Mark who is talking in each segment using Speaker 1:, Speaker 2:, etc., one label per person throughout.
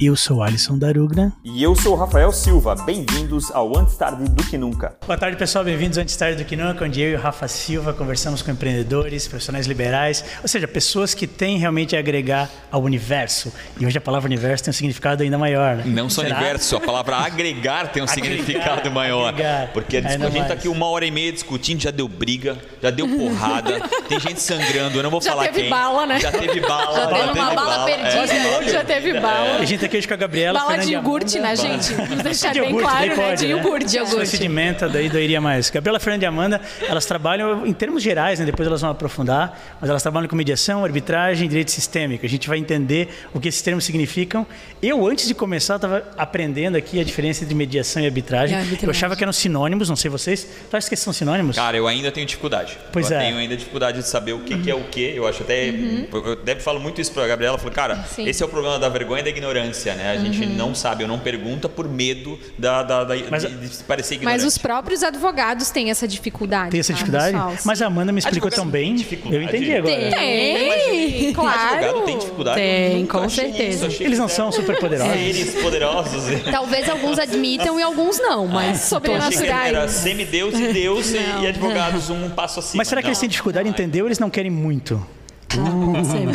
Speaker 1: Eu sou Alisson Darugna.
Speaker 2: E eu sou o Rafael Silva. Bem-vindos ao Antes Tarde do Que Nunca.
Speaker 1: Boa tarde, pessoal. Bem-vindos ao Antes Tarde do Que Nunca, onde eu e o Rafa Silva conversamos com empreendedores, profissionais liberais, ou seja, pessoas que têm realmente a agregar ao universo. E hoje a palavra universo tem um significado ainda maior, né?
Speaker 3: Não só
Speaker 1: Será?
Speaker 3: universo, a palavra agregar tem um
Speaker 1: Agregar,
Speaker 3: significado maior.
Speaker 1: agregar.
Speaker 3: Porque a, discu-
Speaker 1: Ainda
Speaker 3: a gente tá
Speaker 1: mais.
Speaker 3: aqui uma hora e meia discutindo, já deu briga, já deu porrada, tem gente sangrando, eu não vou
Speaker 4: Já
Speaker 3: falar
Speaker 4: teve
Speaker 3: quem.
Speaker 4: bala, né?
Speaker 3: Já teve bala,
Speaker 4: Já teve
Speaker 3: já
Speaker 4: uma bala perdida,
Speaker 3: É.
Speaker 4: já teve bala.
Speaker 1: A gente tá aqui hoje com a Gabriela.
Speaker 4: Bala de
Speaker 1: Fernandes
Speaker 4: iogurte,
Speaker 1: Amanda.
Speaker 4: né, gente? Vamos
Speaker 3: tipo
Speaker 4: deixar
Speaker 1: De
Speaker 4: bem
Speaker 1: iogurte,
Speaker 4: claro,
Speaker 1: daí
Speaker 4: né?
Speaker 1: pode,
Speaker 4: De iogurte, de
Speaker 1: Se fosse de
Speaker 4: iogurte.
Speaker 1: menta, daí doeria mais. Gabriela Fernanda e Amanda, elas trabalham em termos gerais, né? depois elas vão aprofundar, mas elas trabalham com mediação, arbitragem e direito sistêmico. A gente vai entender o que esses termos significam. Eu, antes de começar, estava aprendendo aqui a diferença entre mediação e arbitragem.
Speaker 4: E arbitragem.
Speaker 1: Eu achava que eram sinônimos, não sei vocês. Tu acha que são sinônimos?
Speaker 3: Cara, eu ainda tenho dificuldade.
Speaker 1: Pois
Speaker 3: eu
Speaker 1: é.
Speaker 3: tenho ainda dificuldade de saber o que, que é o que. Eu acho até. Eu eu até falo muito isso pra Gabriela. Eu falo, cara,
Speaker 4: Uhum. Sim. Uhum.
Speaker 3: esse é o problema da vergonha e da ignorância, né? A gente não sabe, eu não pergunta por medo da, da- da-
Speaker 1: Mas-
Speaker 3: de, de parecer ignorante.
Speaker 4: Mas os próprios advogados têm essa dificuldade.
Speaker 1: Tem essa
Speaker 4: tá,
Speaker 1: dificuldade?
Speaker 4: pessoal?
Speaker 1: Mas a Amanda me explicou
Speaker 3: Advogado
Speaker 1: tão
Speaker 3: tem
Speaker 1: bem.
Speaker 3: É dificuldade.
Speaker 1: Eu entendi agora.
Speaker 4: tem, claro.
Speaker 3: é. Advogado tem dificuldade. Eu
Speaker 4: Tem,
Speaker 3: nunca
Speaker 4: com
Speaker 3: achei isso,
Speaker 4: certeza. Então,
Speaker 3: achei
Speaker 1: Eles
Speaker 3: que
Speaker 1: não
Speaker 3: era-
Speaker 1: são super poderosos.
Speaker 3: Seres poderosos.
Speaker 4: Talvez alguns admitam e alguns não, mas
Speaker 3: Eu É. Então, achei que era assim,
Speaker 4: sobrenaturais.
Speaker 3: semideus e deus e- e advogados um passo acima.
Speaker 1: Mas será que
Speaker 3: Não.
Speaker 1: eles têm dificuldade em entender ou eles não querem muito?
Speaker 5: Pode ser, né?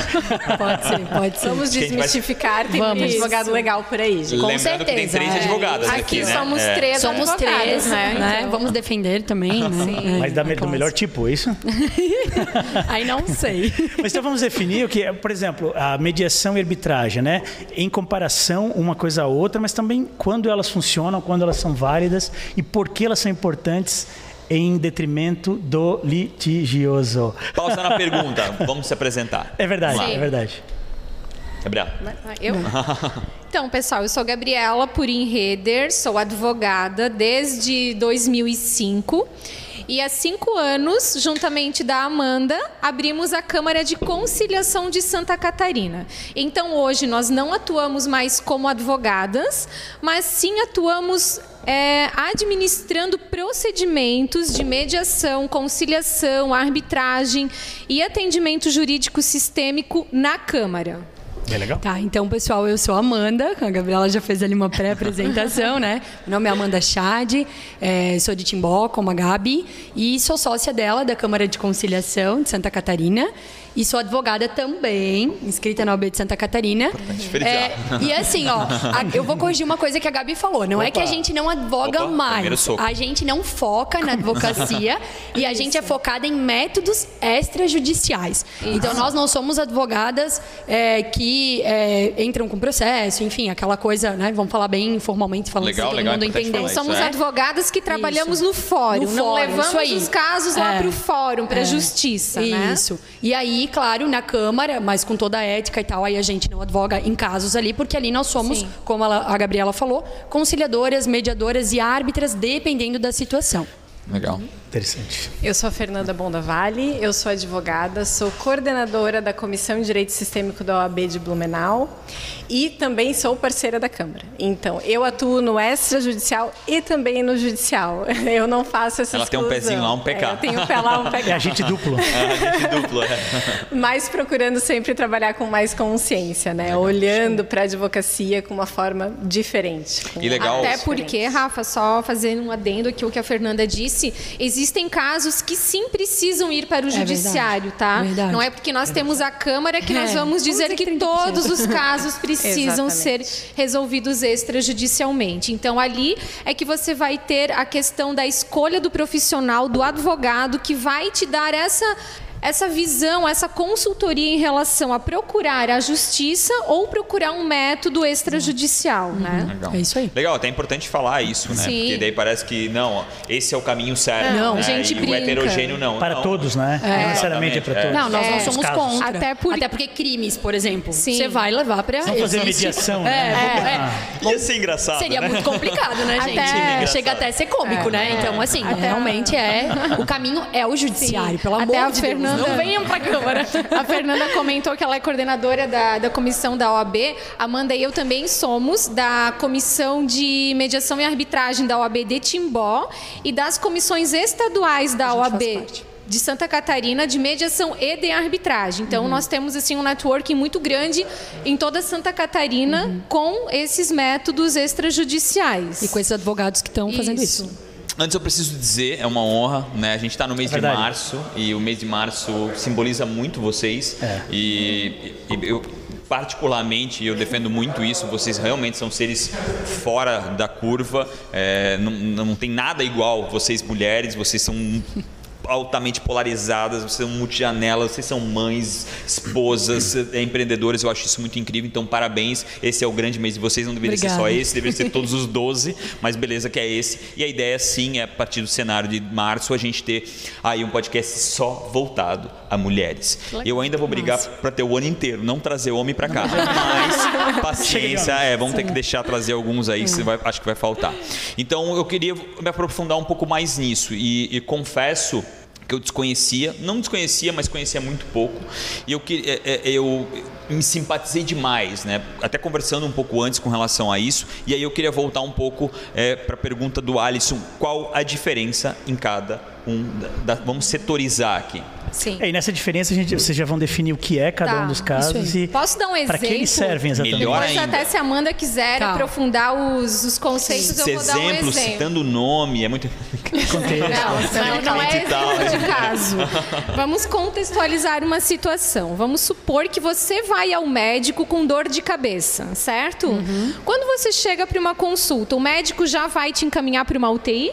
Speaker 5: pode ser, pode ser.
Speaker 6: Vamos
Speaker 3: gente vai-
Speaker 6: desmistificar, tem
Speaker 5: Vamos.
Speaker 6: muito advogado legal por aí, gente.
Speaker 3: Lembrando
Speaker 4: Com
Speaker 3: que tem
Speaker 4: certeza,
Speaker 3: três
Speaker 4: é.
Speaker 3: advogadas aqui,
Speaker 6: Aqui
Speaker 3: né?
Speaker 6: somos
Speaker 3: É.
Speaker 6: três
Speaker 5: Somos
Speaker 6: advogados,
Speaker 5: três,
Speaker 6: né?
Speaker 5: né?
Speaker 6: Então,
Speaker 5: Vamos defender também, né? É,
Speaker 1: Mas da,
Speaker 5: na
Speaker 1: me- do
Speaker 5: classe.
Speaker 1: melhor tipo, é isso?
Speaker 5: Aí não sei.
Speaker 1: Mas então vamos definir o que é, por exemplo, a mediação e arbitragem, né? Em comparação uma coisa à outra, mas também quando elas funcionam, quando elas são válidas e por que elas são importantes em detrimento do litigioso.
Speaker 3: Pausa na pergunta. Vamos se apresentar.
Speaker 1: É verdade,
Speaker 4: Sim.
Speaker 1: é verdade.
Speaker 3: Gabriela.
Speaker 4: né? Ah, Eu? Então, pessoal, eu sou Gabriela Purim Reder, sou advogada desde 2005. E há cinco anos, juntamente da Amanda, abrimos a Câmara de Conciliação de Santa Catarina. Então, hoje, nós não atuamos mais como advogadas, mas sim atuamos é, administrando procedimentos de mediação, conciliação, arbitragem e atendimento jurídico sistêmico na Câmara.
Speaker 1: Bem legal.
Speaker 5: Tá, então, pessoal, eu sou a Amanda. A Gabriela já fez ali uma pré-apresentação, né? Meu nome é Amanda Chad, é, sou de Timbó, como a Gabi, e sou sócia dela da Câmara de Conciliação de Santa Catarina. E sou advogada também, inscrita na OAB de Santa Catarina.
Speaker 3: frisar.
Speaker 5: e assim, ó, a- eu vou corrigir uma coisa que a Gabi falou. Não é que a gente não
Speaker 3: Opa,
Speaker 5: advoga
Speaker 3: primeiro
Speaker 5: mais.
Speaker 3: soco.
Speaker 5: A gente não foca na advocacia e a gente é focada em métodos extrajudiciais. Então, nós não somos advogadas é, que é, entram com processo, enfim, aquela coisa, né? Vamos falar bem informalmente, falando
Speaker 3: Legal,
Speaker 5: assim, todo
Speaker 3: legal,
Speaker 5: mundo
Speaker 3: é importante
Speaker 5: entender.
Speaker 3: falar isso,
Speaker 4: Somos
Speaker 3: é.
Speaker 4: advogadas que trabalhamos no fórum,
Speaker 5: No
Speaker 4: não
Speaker 5: fórum, isso
Speaker 4: levamos
Speaker 5: aí.
Speaker 4: os casos lá
Speaker 5: É.
Speaker 4: para o fórum, para a justiça, né?
Speaker 5: Isso. E aí, claro, na Câmara, mas com toda a ética e tal, aí a gente não advoga em casos ali, porque ali nós somos,
Speaker 4: Sim.
Speaker 5: como ela- a Gabriela falou, conciliadoras, mediadoras e árbitras, dependendo da situação.
Speaker 3: Legal.
Speaker 1: Interessante.
Speaker 6: Eu sou a Fernanda Bondavalle, eu sou advogada, sou coordenadora da Comissão de Direito Sistêmico da OAB de Blumenau e também sou parceira da Câmara. Então, eu atuo no extrajudicial e também no judicial. Eu não faço essa
Speaker 3: Ela tem um
Speaker 6: exclusão.
Speaker 3: pezinho lá, um PK.
Speaker 6: É, eu tenho um pé lá, um PK.
Speaker 1: É agente duplo.
Speaker 3: Ah, Gente duplo, é.
Speaker 6: mas procurando sempre trabalhar com mais consciência, né? Olhando para a advocacia com uma forma diferente.
Speaker 3: E legal.
Speaker 4: Até porque, Rafa, só fazendo um adendo aqui o que a Fernanda disse, existem casos que sim precisam ir para o judiciário,
Speaker 5: verdade,
Speaker 4: tá?
Speaker 5: verdade.
Speaker 4: Não é porque nós temos a Câmara que nós
Speaker 5: É,
Speaker 4: vamos
Speaker 5: vamos
Speaker 4: dizer
Speaker 5: dizer
Speaker 4: que
Speaker 5: 30%.
Speaker 4: todos os casos precisam ser resolvidos extrajudicialmente. Então ali é que você vai ter a questão da escolha do profissional, do advogado que vai te dar essa essa visão, essa consultoria em relação a procurar a justiça ou procurar um método extrajudicial, né?
Speaker 3: Legal.
Speaker 5: É isso aí.
Speaker 3: Legal, até é importante falar isso, né?
Speaker 4: Sim.
Speaker 3: Porque daí parece que, não, ó, esse é o caminho certo.
Speaker 4: Não,
Speaker 3: né?
Speaker 4: gente
Speaker 3: e o
Speaker 4: brinca.
Speaker 3: heterogêneo não. Então,
Speaker 1: Para
Speaker 3: Não.
Speaker 1: todos, né? Não necessariamente é para todos.
Speaker 3: Exatamente,
Speaker 5: Não, nós
Speaker 4: É.
Speaker 5: não
Speaker 1: Os
Speaker 5: somos
Speaker 1: casos.
Speaker 5: contra.
Speaker 4: Até por-
Speaker 5: porque crimes, por exemplo,
Speaker 4: Sim.
Speaker 5: você vai levar para
Speaker 1: Vamos fazer mediação,
Speaker 5: É,
Speaker 1: né?
Speaker 5: é.
Speaker 3: Ia ser engraçado,
Speaker 5: Seria
Speaker 3: né?
Speaker 5: muito complicado, né, gente?
Speaker 4: Até- É,
Speaker 5: Chega até a ser cômico, né? Então, assim, realmente é. O caminho é o judiciário, pelo amor
Speaker 4: Até a
Speaker 5: de
Speaker 4: Fernanda-
Speaker 5: Deus. Não venham pra Câmara.
Speaker 4: A Fernanda comentou que ela é coordenadora da, da comissão da OAB. Amanda e eu também somos da comissão de mediação e arbitragem da OAB de Timbó e das comissões estaduais da
Speaker 5: A gente
Speaker 4: OAB.
Speaker 5: faz parte.
Speaker 4: de Santa Catarina de mediação e de arbitragem.
Speaker 5: Uhum.
Speaker 4: Então nós temos assim um networking muito grande em toda Santa Catarina com esses métodos extrajudiciais.
Speaker 5: Uhum. E com esses advogados que estão fazendo isso.
Speaker 3: Antes eu preciso dizer, é uma honra, né? A gente está no mês
Speaker 1: É verdade.
Speaker 3: de março e o mês de março simboliza muito vocês.
Speaker 1: É.
Speaker 3: E, e eu particularmente eu defendo muito isso. Vocês realmente são seres fora da curva. É, não, não tem nada igual vocês mulheres. Vocês são altamente polarizadas, vocês são multijanelas, vocês são mães, esposas, é, empreendedoras, eu acho isso muito incrível, então parabéns, esse é o grande mês de vocês, não deveria ser só
Speaker 5: Obrigada.
Speaker 3: esse esse deveria ser todos os 12, mas beleza que é esse. E a ideia sim é a partir do cenário de março a gente ter aí um podcast só voltado a mulheres. Eu ainda vou brigar para ter o ano inteiro, não trazer homem para cá. Mas paciência, é, vamos ter que deixar trazer alguns aí, que você vai- acho que vai faltar. Então eu queria me aprofundar um pouco mais nisso e- e confesso que eu desconhecia, não desconhecia, mas conhecia muito pouco. E eu, que- é- é- eu me simpatizei demais, né? Até conversando um pouco antes com relação a isso. E aí eu queria voltar um pouco para a pergunta do Alisson: qual a diferença em cada um? da- da- vamos setorizar aqui.
Speaker 4: Sim.
Speaker 1: É, e nessa diferença, a gente, vocês já vão definir o que é cada
Speaker 4: Tá,
Speaker 1: um dos casos
Speaker 5: isso
Speaker 1: e
Speaker 4: Posso dar um exemplo?
Speaker 1: para que eles servem exatamente.
Speaker 3: Melhor
Speaker 4: Depois,
Speaker 3: ainda.
Speaker 4: até se a Amanda quiser
Speaker 5: Tá.
Speaker 4: aprofundar os, os conceitos,
Speaker 3: Esses
Speaker 4: eu vou dar um exemplo.
Speaker 3: exemplos, citando o nome, é muito.
Speaker 4: Não, não, não é
Speaker 3: e tal. né?
Speaker 4: exemplo de caso. Vamos contextualizar uma situação. Vamos supor que você vai ao médico com dor de cabeça, certo?
Speaker 5: Uhum.
Speaker 4: Quando você chega para uma consulta, o médico já vai te encaminhar para uma UTI?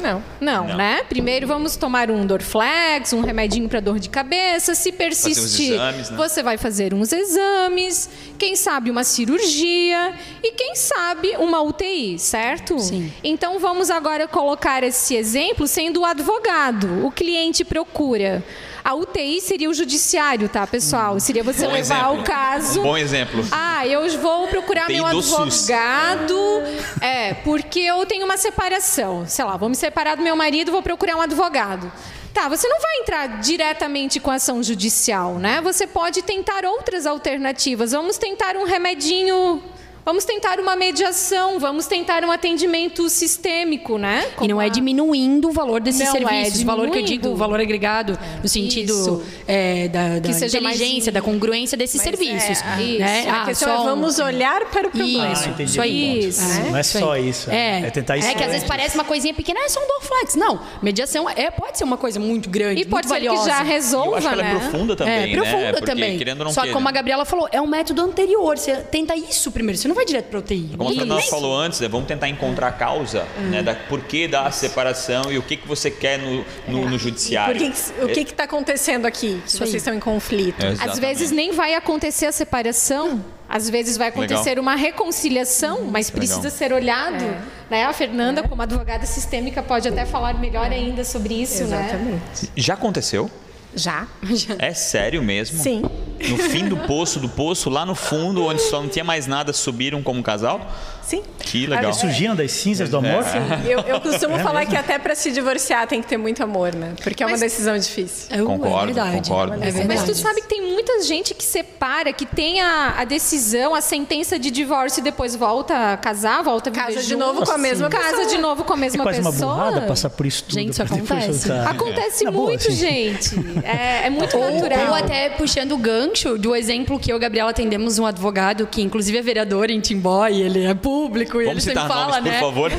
Speaker 6: Não.
Speaker 4: Não,
Speaker 3: Não.
Speaker 4: né? Primeiro vamos tomar um Dorflex, um remedinho para dor de cabeça. Se persistir,
Speaker 3: exames, né?
Speaker 4: você vai fazer uns exames, quem sabe uma cirurgia e quem sabe uma UTI, certo?
Speaker 5: Sim.
Speaker 4: Então vamos agora colocar esse exemplo sendo o advogado. O cliente procura. A UTI seria o judiciário, tá, pessoal? Seria você
Speaker 3: Bom
Speaker 4: levar
Speaker 3: exemplo.
Speaker 4: o caso.
Speaker 3: Um bom exemplo.
Speaker 4: Ah, eu vou procurar
Speaker 3: Tem
Speaker 4: meu
Speaker 3: do SUS.
Speaker 4: advogado. É, porque eu tenho uma separação. Sei lá, vou me separar do meu marido, vou procurar um advogado. Tá, você não vai entrar diretamente com ação judicial, né? Você pode tentar outras alternativas. Vamos tentar um remedinho. Vamos tentar uma mediação, vamos tentar um atendimento sistêmico, né?
Speaker 5: E não é diminuindo o valor desses
Speaker 4: Não é
Speaker 5: serviços. o valor que eu digo, o
Speaker 4: diminuindo. É.
Speaker 5: valor agregado, no sentido
Speaker 4: Isso.
Speaker 5: é, da, da
Speaker 4: Que seja mais
Speaker 5: inteligência,
Speaker 4: in-
Speaker 5: da congruência desses
Speaker 6: Mas
Speaker 5: serviços.
Speaker 6: é,
Speaker 4: isso.
Speaker 5: né?
Speaker 6: a questão é
Speaker 5: só um-
Speaker 6: vamos olhar para o problema.
Speaker 5: Isso,
Speaker 1: Ah, entendi.
Speaker 5: isso aí.
Speaker 4: Isso,
Speaker 5: É,
Speaker 1: não é só isso,
Speaker 5: É,
Speaker 1: é tentar isso
Speaker 5: É que às vezes
Speaker 1: antes.
Speaker 5: parece uma coisinha pequena, ah, é só um Dorflex. Não, mediação é, pode ser uma coisa muito grande,
Speaker 4: E pode
Speaker 5: muito
Speaker 4: ser que
Speaker 5: valiosa.
Speaker 4: já
Speaker 3: Eu
Speaker 4: resolva,
Speaker 3: acho que ela
Speaker 4: né?
Speaker 3: é profunda também,
Speaker 5: é, profunda
Speaker 3: né? Porque,
Speaker 5: também.
Speaker 3: Querendo ou não
Speaker 5: Só que
Speaker 3: queira.
Speaker 5: como a Gabriela falou, é um método anterior. Você tenta isso primeiro, você não vai direto pra UTI.
Speaker 3: Como a
Speaker 5: Isso.
Speaker 3: Fernanda falou antes, né, vamos tentar encontrar a causa, né? Da, por que da separação e o que, que você quer no, no, no
Speaker 6: Por
Speaker 3: judiciário.
Speaker 6: que que- o que está acontecendo aqui? Que vocês estão em conflito.
Speaker 3: É,
Speaker 4: Às
Speaker 3: exatamente.
Speaker 4: vezes nem vai acontecer a separação, às vezes vai acontecer
Speaker 3: Legal.
Speaker 4: uma reconciliação,
Speaker 1: Uhum.
Speaker 4: mas precisa
Speaker 3: Legal.
Speaker 4: ser olhado.
Speaker 6: É.
Speaker 4: Né? A Fernanda, como advogada sistêmica, pode até falar melhor ainda sobre isso, né?
Speaker 3: Já aconteceu?
Speaker 6: Já?
Speaker 3: É sério mesmo?
Speaker 6: Sim.
Speaker 3: No fim do poço, do poço, lá no fundo, onde só não tinha mais nada, subiram como casal?
Speaker 6: Sim.
Speaker 3: Que legal.
Speaker 6: Ah,
Speaker 1: Surgiram das cinzas do amor?
Speaker 6: Eu, eu
Speaker 3: É
Speaker 6: costumo falar que até para se divorciar tem que ter muito amor, né? Porque é uma
Speaker 4: Mas-
Speaker 6: decisão difícil.
Speaker 5: Eu-
Speaker 3: Concordo,
Speaker 5: é verdade.
Speaker 3: concordo.
Speaker 5: É
Speaker 3: Mas
Speaker 5: verdade.
Speaker 4: Mas tu sabe que tem muita gente que separa, que tem a, a decisão, a sentença de divórcio e depois volta a casar, volta a viver
Speaker 6: Casa de
Speaker 4: junto.
Speaker 6: novo com a mesma
Speaker 4: Casa
Speaker 6: pessoa.
Speaker 4: de novo com a
Speaker 1: É
Speaker 4: mesma
Speaker 1: quase uma
Speaker 4: pessoa.
Speaker 1: burrada passar por isso tudo.
Speaker 5: Gente, isso
Speaker 1: pra depois
Speaker 5: acontece.
Speaker 1: soltar.
Speaker 4: Acontece
Speaker 1: Na boa,
Speaker 4: muito,
Speaker 1: assim.
Speaker 4: gente. É, é muito natural.
Speaker 5: Ou até puxando o gancho do exemplo que eu e a Gabriela atendemos um advogado que, inclusive, é vereador em Timbó e ele é público e ele
Speaker 3: Vamos citar
Speaker 5: sempre fala,
Speaker 3: nomes,
Speaker 5: né?
Speaker 3: por favor.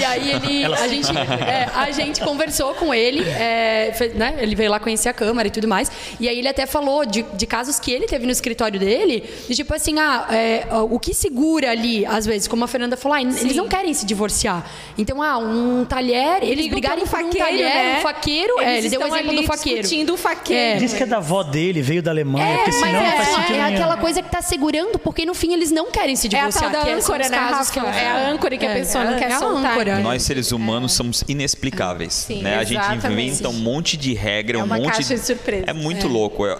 Speaker 5: E aí ele, a, gente, é, a gente conversou com ele, é, fe- né, ele veio lá conhecer a Câmara e tudo mais. E aí ele até falou de, de casos que ele teve no escritório dele, de tipo assim, ah, é, ó, o que segura ali, às vezes, como a Fernanda falou, ah, eles não querem se divorciar. Então, ah, um talher, eles
Speaker 4: Ligam
Speaker 5: brigarem
Speaker 4: pelo
Speaker 5: por um
Speaker 4: faqueiro,
Speaker 5: talher,
Speaker 4: né?
Speaker 5: um faqueiro, é, ele deu o
Speaker 4: estão
Speaker 5: exemplo
Speaker 4: ali
Speaker 5: do faqueiro.
Speaker 4: discutindo o faqueiro.
Speaker 1: Diz que é da avó dele, veio da Alemanha, porque
Speaker 5: mas
Speaker 1: senão não faz
Speaker 5: é,
Speaker 1: sentido
Speaker 5: é
Speaker 1: nenhum.
Speaker 5: aquela coisa que tá segurando, porque no fim eles não querem se
Speaker 4: É a tal
Speaker 5: divorciar.
Speaker 4: da
Speaker 5: que são
Speaker 4: âncora,
Speaker 5: os
Speaker 4: né,
Speaker 5: casos
Speaker 4: Rafa?
Speaker 5: que ela-
Speaker 4: É a âncora que a pessoa não
Speaker 5: é
Speaker 4: quer
Speaker 5: a
Speaker 4: soltar.
Speaker 5: âncora.
Speaker 3: Nós, seres humanos, somos inexplicáveis. né? A gente
Speaker 6: É. exatamente.
Speaker 3: inventa um monte de regra,
Speaker 6: É
Speaker 3: um
Speaker 6: uma
Speaker 3: monte
Speaker 6: caixa de surpresa.
Speaker 3: É muito louco. É-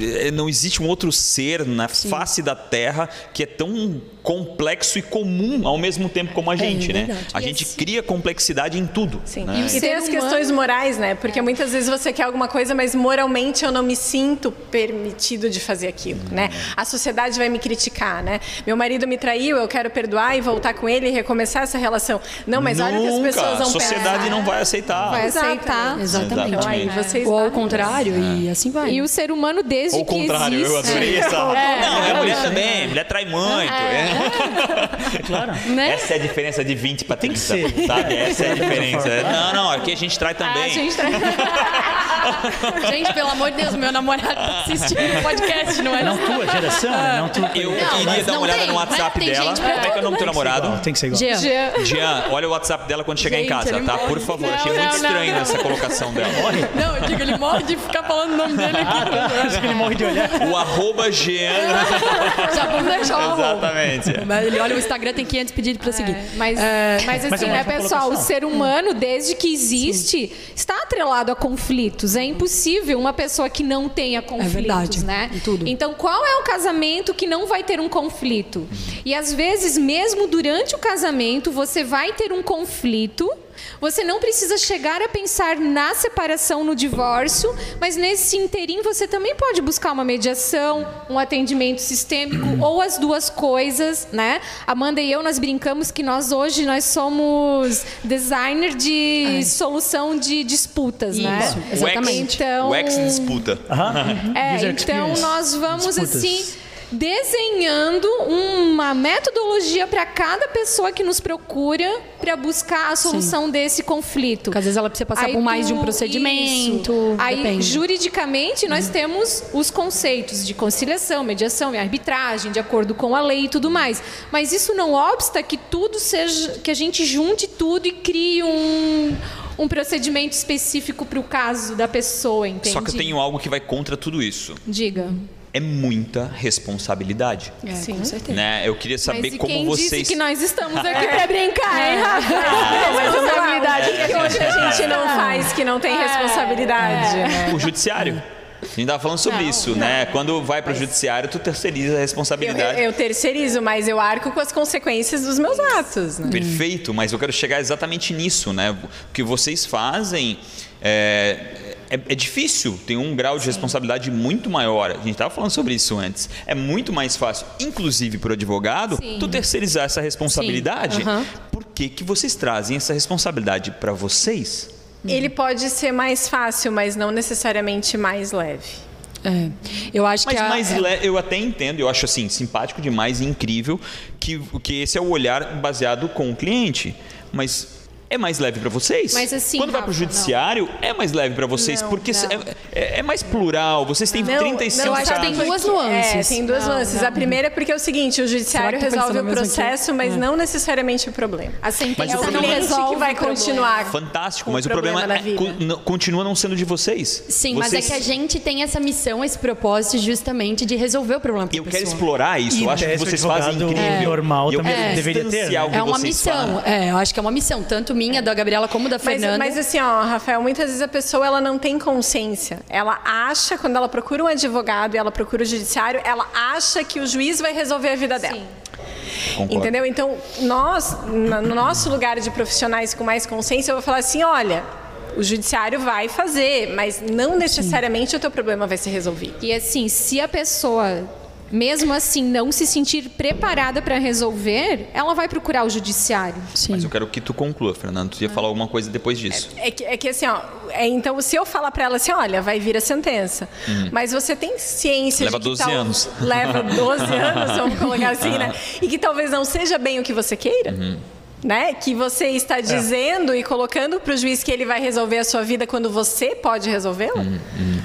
Speaker 3: é- é- não existe um outro ser na face da Terra que é tão complexo e comum ao mesmo tempo
Speaker 6: É,
Speaker 3: como a gente, né?
Speaker 5: verdade.
Speaker 3: A
Speaker 4: E
Speaker 3: gente
Speaker 4: esse-
Speaker 3: cria complexidade em tudo.
Speaker 6: Sim.
Speaker 3: né?
Speaker 4: o
Speaker 6: E tem um
Speaker 4: ser
Speaker 6: as
Speaker 4: humano-
Speaker 6: questões morais, né? Porque muitas vezes você quer alguma coisa, mas moralmente eu não me sinto permitido de fazer aquilo,
Speaker 3: Hum.
Speaker 6: né? A sociedade vai me criticar, né? Meu marido me traiu, eu quero perdoar e voltar com ele e recomeçar essa relação. Não, mas olha o que as
Speaker 3: Nunca.
Speaker 6: pessoas
Speaker 3: a
Speaker 6: não
Speaker 3: sociedade
Speaker 6: pensam.
Speaker 3: não vai aceitar.
Speaker 4: Vai
Speaker 6: Exato.
Speaker 4: aceitar.
Speaker 5: Exatamente.
Speaker 6: Então, aí, vocês
Speaker 5: Ou ao
Speaker 6: sabem.
Speaker 1: É.
Speaker 5: contrário, e assim vai.
Speaker 4: E o ser humano, desde
Speaker 3: Ou o
Speaker 4: que
Speaker 3: contrário,
Speaker 4: existe...
Speaker 3: eu adorei essa. Não, é
Speaker 4: É.
Speaker 3: mulher também, mulher trai muito. é.
Speaker 1: Claro.
Speaker 4: Né?
Speaker 3: Essa é a diferença de 20 para
Speaker 1: Tem que
Speaker 3: 30,
Speaker 1: ser.
Speaker 3: sabe? Essa é a diferença. Não, não, aqui a gente trai também.
Speaker 4: Ah, gente, gente, pelo amor de Deus, meu namorado tá assistindo o podcast, não é?
Speaker 1: Não tua geração, né? Não tua.
Speaker 3: Eu
Speaker 1: Tem
Speaker 4: Não,
Speaker 3: iria
Speaker 4: mas
Speaker 3: dar uma
Speaker 4: não
Speaker 3: olhada
Speaker 4: tem,
Speaker 3: no
Speaker 4: mas
Speaker 3: WhatsApp
Speaker 4: tem
Speaker 3: dela.
Speaker 4: gente pra
Speaker 3: Como é que é o nome do teu
Speaker 4: tudo,
Speaker 1: que ser
Speaker 3: namorado?
Speaker 1: igual, Tem que ser igual.
Speaker 5: Jean.
Speaker 4: Jean.
Speaker 3: Jean, olha o WhatsApp dela quando chegar em
Speaker 5: Gente,
Speaker 3: casa,
Speaker 5: ele
Speaker 3: tá?
Speaker 5: morre.
Speaker 3: Por favor,
Speaker 4: Não,
Speaker 3: achei
Speaker 4: não,
Speaker 3: muito
Speaker 4: não,
Speaker 3: estranho
Speaker 4: não.
Speaker 3: essa colocação dela.
Speaker 5: Não, eu digo, ele morre de ficar falando o nome dele aqui.
Speaker 1: Acho que ele morre de olhar.
Speaker 3: O arroba Jean.
Speaker 5: Já vamos deixar o arroba.
Speaker 3: Exatamente.
Speaker 5: Mas ele olha o Instagram, tem 500 pedidos pra seguir.
Speaker 4: É, Mas, mas
Speaker 1: Mas
Speaker 4: assim,
Speaker 1: é uma
Speaker 4: né,
Speaker 1: ótima
Speaker 4: pessoal? O
Speaker 1: colocação.
Speaker 4: ser humano, desde que existe, está atrelado a conflitos. É impossível uma pessoa que não tenha conflitos,
Speaker 5: É verdade,
Speaker 4: né?
Speaker 5: em tudo.
Speaker 4: Então, qual é o casamento que não vai ter um conflito? E às vezes, mesmo durante o casamento, você vai ter um conflito. Você não precisa chegar a pensar na separação, no divórcio, mas nesse interim você também pode buscar uma mediação, um atendimento sistêmico ou as duas coisas, né? Amanda e eu nós brincamos que nós hoje nós somos designer de solução de disputas, né?
Speaker 5: Isso, exatamente.
Speaker 4: Então-
Speaker 3: O ex disputa.
Speaker 1: Aham. Uhum.
Speaker 4: É,
Speaker 1: User
Speaker 4: então
Speaker 1: experience.
Speaker 4: nós vamos
Speaker 1: Disputas.
Speaker 4: assim desenhando uma metodologia para cada pessoa que nos procura para buscar a solução desse conflito.
Speaker 5: Porque às vezes ela precisa passar
Speaker 4: Aí
Speaker 5: por mais de um
Speaker 4: tu-
Speaker 5: procedimento.
Speaker 4: isso. Aí,
Speaker 5: depende. Uhum.
Speaker 4: juridicamente, nós temos os conceitos de conciliação, mediação e arbitragem, de acordo com a lei e tudo mais. Mas isso não obsta que tudo seja. que a gente junte tudo e crie um, um procedimento específico para o caso da pessoa, entende?
Speaker 3: Só que eu tenho um algo que vai contra tudo isso.
Speaker 4: Diga.
Speaker 3: É muita responsabilidade.
Speaker 5: É,
Speaker 6: Sim.
Speaker 5: com certeza.
Speaker 3: Né? Eu queria saber
Speaker 4: Mas e
Speaker 3: como
Speaker 4: quem
Speaker 3: vocês. É.
Speaker 4: disse que nós estamos aqui para brincar, hein, Rafa?
Speaker 6: Não, mas responsabilidade
Speaker 5: é
Speaker 6: que hoje a gente não faz, que não tem responsabilidade.
Speaker 5: é.
Speaker 6: né?
Speaker 4: É.
Speaker 3: O judiciário. A gente tava falando sobre isso, né? Quando vai para o judiciário, tu terceiriza a
Speaker 4: É
Speaker 6: Eu,
Speaker 3: responsabilidade.
Speaker 6: eu, eu terceirizo, mas eu arco com as consequências dos meus atos, né?
Speaker 3: Perfeito, mas eu quero chegar exatamente nisso, né? O que vocês fazem é, é, é difícil, tem um grau de responsabilidade muito maior. A gente estava falando sobre isso antes. É muito mais fácil, inclusive para o advogado,
Speaker 4: Sim.
Speaker 3: tu terceirizar essa responsabilidade. Por que, que vocês trazem essa responsabilidade para vocês?
Speaker 4: Uhum.
Speaker 6: Ele pode ser mais fácil, mas não necessariamente mais leve.
Speaker 5: É. Eu acho
Speaker 3: Mas,
Speaker 5: que a, é.
Speaker 3: mas le- eu até entendo, eu acho assim, simpático demais e incrível que, que esse é o olhar baseado com o cliente. Mas é mais leve para vocês?
Speaker 4: Mas assim,
Speaker 3: Quando vai
Speaker 4: Rafa,
Speaker 3: pro judiciário, é mais leve para vocês,
Speaker 6: Não,
Speaker 3: porque
Speaker 6: não.
Speaker 3: é, é- é mais plural, vocês têm 35
Speaker 5: eu acho que
Speaker 3: casos.
Speaker 5: tem duas nuances.
Speaker 6: É, tem duas
Speaker 5: Não,
Speaker 6: nuances. A primeira é porque é o seguinte, o judiciário
Speaker 5: Será que tá
Speaker 6: resolve
Speaker 5: pensando
Speaker 6: o
Speaker 5: mesmo aqui?
Speaker 6: processo, mas
Speaker 5: É. Assim,
Speaker 6: não necessariamente o problema.
Speaker 4: A sentença
Speaker 3: Mas é o
Speaker 4: não
Speaker 3: problema-
Speaker 4: resolve
Speaker 6: que vai
Speaker 4: o problema.
Speaker 6: continuar.
Speaker 5: um
Speaker 3: Fantástico,
Speaker 6: com
Speaker 3: mas o problema,
Speaker 6: na
Speaker 3: é-
Speaker 6: vida.
Speaker 3: co- não- continua não sendo de vocês.
Speaker 5: Sim, mas é
Speaker 3: Vocês-
Speaker 5: que a gente tem essa missão, esse propósito justamente de resolver o problema pra
Speaker 3: Eu quero
Speaker 5: pessoa.
Speaker 3: explorar isso,
Speaker 1: E
Speaker 3: eu acho que
Speaker 1: desse
Speaker 3: vocês
Speaker 1: o
Speaker 3: fazem
Speaker 1: advogado
Speaker 3: incrível.
Speaker 1: normal
Speaker 3: E eu
Speaker 1: também
Speaker 3: quero
Speaker 1: deveria ter,
Speaker 3: distanciar
Speaker 1: né?
Speaker 3: o que
Speaker 5: É uma
Speaker 3: vocês
Speaker 5: missão,
Speaker 3: fazem.
Speaker 5: é, eu acho que é uma missão, tanto minha, da Gabriela, como da
Speaker 6: Mas,
Speaker 5: Fernanda.
Speaker 6: mas assim, ó, Rafael, muitas vezes a pessoa ela não tem consciência. Ela acha, quando ela procura um advogado e ela procura o judiciário, ela acha que o juiz vai resolver a vida dela.
Speaker 3: Concordo.
Speaker 6: Entendeu? Então, nós, na- no nosso lugar de profissionais com mais consciência, eu vou falar assim: olha, o judiciário vai fazer, mas não necessariamente o teu problema vai ser resolvido.
Speaker 4: E assim, se a pessoa, mesmo assim, não se sentir preparada para resolver, ela vai procurar o judiciário.
Speaker 5: Sim.
Speaker 3: Mas eu quero que tu conclua, Fernando.
Speaker 5: É.
Speaker 3: Tu ia falar alguma coisa depois disso.
Speaker 6: É que, é que assim, ó, é, então se eu falar pra ela assim, olha, vai vir a sentença. Mas você tem ciência
Speaker 3: Uhum. Leva
Speaker 6: de que
Speaker 3: 12 anos. Uhum.
Speaker 6: Leva 12 anos, vamos colocar assim, né? E que talvez não seja bem o que você queira. Né? Que você
Speaker 3: É.
Speaker 6: está dizendo e colocando pro juiz que ele vai resolver a sua vida quando você pode resolvê-la.
Speaker 3: Uhum.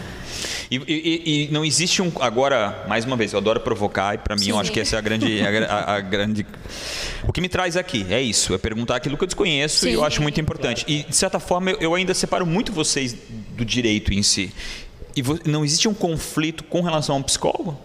Speaker 3: E, e- e- e não existe um. Agora, mais uma vez, eu adoro provocar, e pra mim eu acho que essa é a grande. A, gra- a- a grande... O que me traz aqui é isso, é perguntar aquilo que eu desconheço e eu acho muito importante. E, de certa forma, eu, eu ainda separo muito vocês do direito em si. E vo- não existe um conflito com relação ao um psicólogo?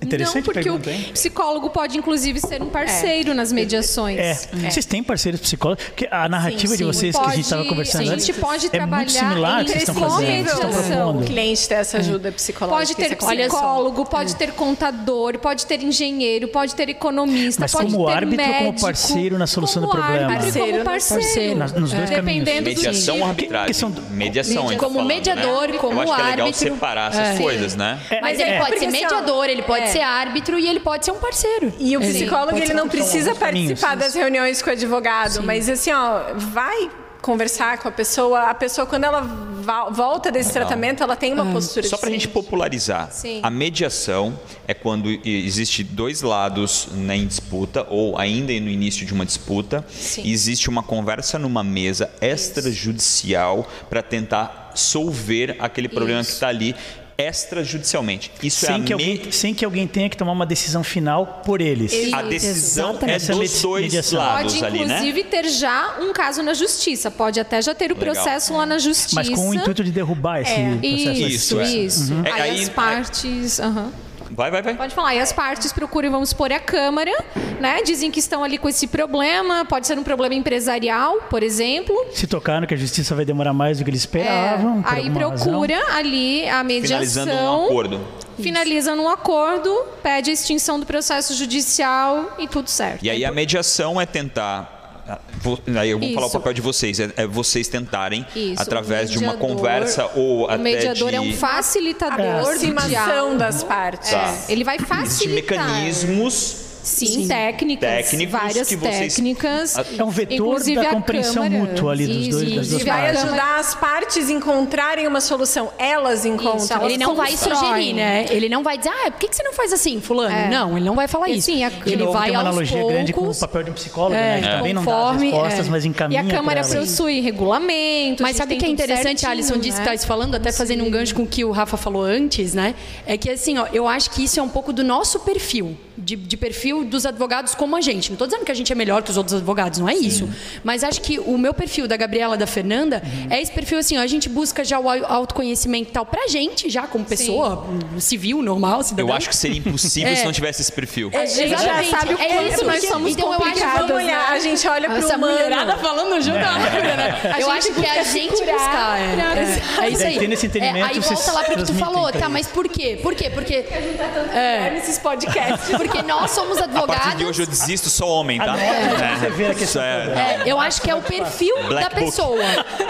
Speaker 4: Não,
Speaker 1: Interessante
Speaker 4: porque
Speaker 1: pergunta,
Speaker 4: o
Speaker 1: hein?
Speaker 4: psicólogo pode, inclusive, ser um parceiro nas mediações.
Speaker 1: É. Vocês têm parceiros psicólogos? Porque a narrativa
Speaker 5: Sim,
Speaker 1: de
Speaker 5: sim.
Speaker 1: vocês que a gente estava conversando
Speaker 4: A gente
Speaker 1: antes
Speaker 4: pode
Speaker 1: é
Speaker 4: trabalhar
Speaker 1: muito similar ao
Speaker 4: em
Speaker 1: que vocês estão fazendo, vocês estão
Speaker 4: imprescindível.
Speaker 6: O
Speaker 1: propondo.
Speaker 6: cliente ter essa ajuda psicológica.
Speaker 4: Pode ter
Speaker 6: isso é
Speaker 5: olha só.
Speaker 4: psicólogo, pode ter contador, pode ter engenheiro, pode ter economista,
Speaker 1: Mas
Speaker 4: pode
Speaker 1: como
Speaker 4: ter
Speaker 1: árbitro ou como
Speaker 4: médico,
Speaker 1: parceiro na solução do
Speaker 4: como
Speaker 1: problema?
Speaker 4: Árbitro, e como
Speaker 6: Parceiro, né?
Speaker 4: parceiro.
Speaker 5: parceiro.
Speaker 1: Nas- nos dois
Speaker 4: Dependendo
Speaker 1: caminhos.
Speaker 4: do
Speaker 3: Mediação ou
Speaker 4: tipo.
Speaker 3: arbitragem?
Speaker 1: que são-
Speaker 3: Mediação, a gente tá
Speaker 5: É, Como
Speaker 3: falando, né?
Speaker 5: mediador, como
Speaker 3: Eu acho que é legal
Speaker 5: árbitro.
Speaker 3: separar essas coisas, né?
Speaker 5: Mas
Speaker 1: é,
Speaker 5: ele pode
Speaker 6: porque
Speaker 5: ser
Speaker 6: assim, ó,
Speaker 5: mediador, ele pode
Speaker 4: é.
Speaker 5: ser árbitro e ele pode ser um parceiro.
Speaker 6: E o
Speaker 5: Ele
Speaker 6: psicólogo
Speaker 5: pode
Speaker 6: ele
Speaker 5: ser
Speaker 6: não
Speaker 5: um
Speaker 6: precisa
Speaker 1: caminhos,
Speaker 6: participar
Speaker 1: sim.
Speaker 6: das reuniões com o advogado, mas assim, ó, vai conversar com a pessoa, a pessoa quando ela va- volta desse tratamento, ela tem
Speaker 5: Ah,
Speaker 6: uma postura
Speaker 3: Só para a gente
Speaker 6: diferente.
Speaker 3: popularizar,
Speaker 4: Sim.
Speaker 3: a mediação é quando e- existe dois lados né, em disputa ou ainda no início de uma disputa, e existe uma conversa numa mesa extrajudicial para tentar solver aquele problema que está ali extrajudicialmente. Isso é a
Speaker 1: Sem que, alguém,
Speaker 3: mediação.
Speaker 1: sem que alguém tenha que tomar uma decisão final por eles.
Speaker 3: A decisão
Speaker 1: Exatamente. Essa
Speaker 3: é
Speaker 1: é
Speaker 3: dos
Speaker 1: medi-
Speaker 3: dois
Speaker 1: mediação.
Speaker 3: lados
Speaker 4: Pode,
Speaker 3: ali, né?
Speaker 4: inclusive, ter já um caso na justiça. Pode até já ter o
Speaker 3: Legal.
Speaker 4: processo lá na justiça.
Speaker 1: Mas com o intuito de derrubar esse processo. assim.
Speaker 3: Isso,
Speaker 4: Isso, isso.
Speaker 3: é. Uhum. É,
Speaker 4: Aí,
Speaker 3: aí-
Speaker 4: as partes. aham.
Speaker 3: Vai, vai, vai.
Speaker 4: Pode falar. E as partes procuram, vamos supor, a Câmara, né? Dizem que estão ali com esse problema. Pode ser um problema empresarial, por exemplo.
Speaker 1: Se tocaram que a justiça vai demorar mais do que eles
Speaker 4: É,
Speaker 1: esperavam. Ah, por
Speaker 4: aí
Speaker 1: alguma
Speaker 4: procura
Speaker 1: razão.
Speaker 4: ali a mediação.
Speaker 3: Finalizando um acordo.
Speaker 4: Finaliza num acordo, pede a extinção do processo judicial e tudo certo.
Speaker 3: E aí a mediação é tentar. vo- Aí eu vou
Speaker 4: Isso.
Speaker 3: falar o papel de vocês, é, é vocês tentarem,
Speaker 4: Isso,
Speaker 3: através
Speaker 4: o
Speaker 3: de uma
Speaker 4: mediador-
Speaker 3: conversa ou até
Speaker 4: O mediador
Speaker 3: de
Speaker 4: é um facilitador do
Speaker 6: aproximação
Speaker 4: diálogo.
Speaker 6: das partes.
Speaker 3: Tá.
Speaker 4: Ele vai
Speaker 3: de
Speaker 4: facilitar.
Speaker 3: mecanismos.
Speaker 4: Sim, técnicas.
Speaker 3: Técnicos
Speaker 4: várias
Speaker 3: que vocês-
Speaker 4: técnicas.
Speaker 1: É um vetor
Speaker 4: Inclusive
Speaker 1: da
Speaker 4: a
Speaker 1: compreensão
Speaker 4: Câmara.
Speaker 1: mútua ali dos dois- das duas
Speaker 4: Inclusive a
Speaker 6: Vai
Speaker 1: partes.
Speaker 4: Câmara-
Speaker 6: ajudar as partes a encontrarem uma solução. Elas encontram.
Speaker 4: Isso, elas
Speaker 5: Ele não vai
Speaker 4: constroem.
Speaker 5: sugerir, né? Ele não vai dizer, ah, por que que você não faz assim, fulano?
Speaker 4: É.
Speaker 5: Não, ele não vai falar
Speaker 4: E
Speaker 5: isso.
Speaker 4: assim, a-
Speaker 1: De
Speaker 5: ele
Speaker 1: novo,
Speaker 5: vai
Speaker 1: tem uma
Speaker 5: aos
Speaker 1: analogia grande com o
Speaker 5: poucos,
Speaker 1: papel de um psicólogo,
Speaker 5: é,
Speaker 1: né? Que também
Speaker 5: conforme-
Speaker 1: não dá as respostas,
Speaker 5: é.
Speaker 1: mas
Speaker 4: E
Speaker 1: encaminha
Speaker 4: a Câmara é
Speaker 1: pra elas.
Speaker 4: possui regulamentos.
Speaker 5: Mas sabe
Speaker 4: tem
Speaker 5: o que é
Speaker 4: tudo
Speaker 5: interessante,
Speaker 4: certinho,
Speaker 5: Alisson, disso
Speaker 4: né?
Speaker 5: que tá se falando, até fazendo um gancho com o que o Rafa falou antes, né? É que assim, ó, eu acho que isso é um pouco do nosso perfil, de, de perfil dos advogados como a gente. Não tô dizendo que a gente é melhor que os outros advogados, não é isso. Mas acho que o meu perfil, da Gabriela, da Fernanda, é esse perfil assim, ó, a gente busca já o au- autoconhecimento e tal pra gente, já como pessoa hum, civil, normal, cidadã.
Speaker 3: Eu acho que seria impossível
Speaker 4: É.
Speaker 3: se não tivesse esse perfil.
Speaker 6: A gente
Speaker 5: É, Exatamente.
Speaker 6: já sabe o
Speaker 5: É
Speaker 6: quanto
Speaker 5: isso,
Speaker 6: nós
Speaker 5: porque-
Speaker 6: somos
Speaker 5: então eu acho que
Speaker 6: complicadas.
Speaker 5: vamos
Speaker 6: né?
Speaker 5: olhar,
Speaker 6: a gente olha pro humano.
Speaker 5: falando junto, é uma loucura, né? Eu acho que é a gente buscar. É, é, é isso
Speaker 1: Daí
Speaker 5: aí.
Speaker 1: tem nesse entendimento,
Speaker 5: É, aí
Speaker 1: vocês
Speaker 5: volta lá pro que tu
Speaker 1: transmitem
Speaker 5: falou,
Speaker 1: pra
Speaker 5: tá?
Speaker 1: ele.
Speaker 5: Mas por quê? Por quê? Porque,
Speaker 6: É nesses podcasts.
Speaker 5: porque nós somos
Speaker 3: A partir de
Speaker 5: advogados.
Speaker 3: hoje eu desisto, sou homem, tá?
Speaker 1: Anota,
Speaker 3: É.
Speaker 1: você vê a questão.
Speaker 3: Isso é-
Speaker 5: É, eu acho que é o perfil
Speaker 3: Black
Speaker 5: da
Speaker 3: book.
Speaker 5: pessoa.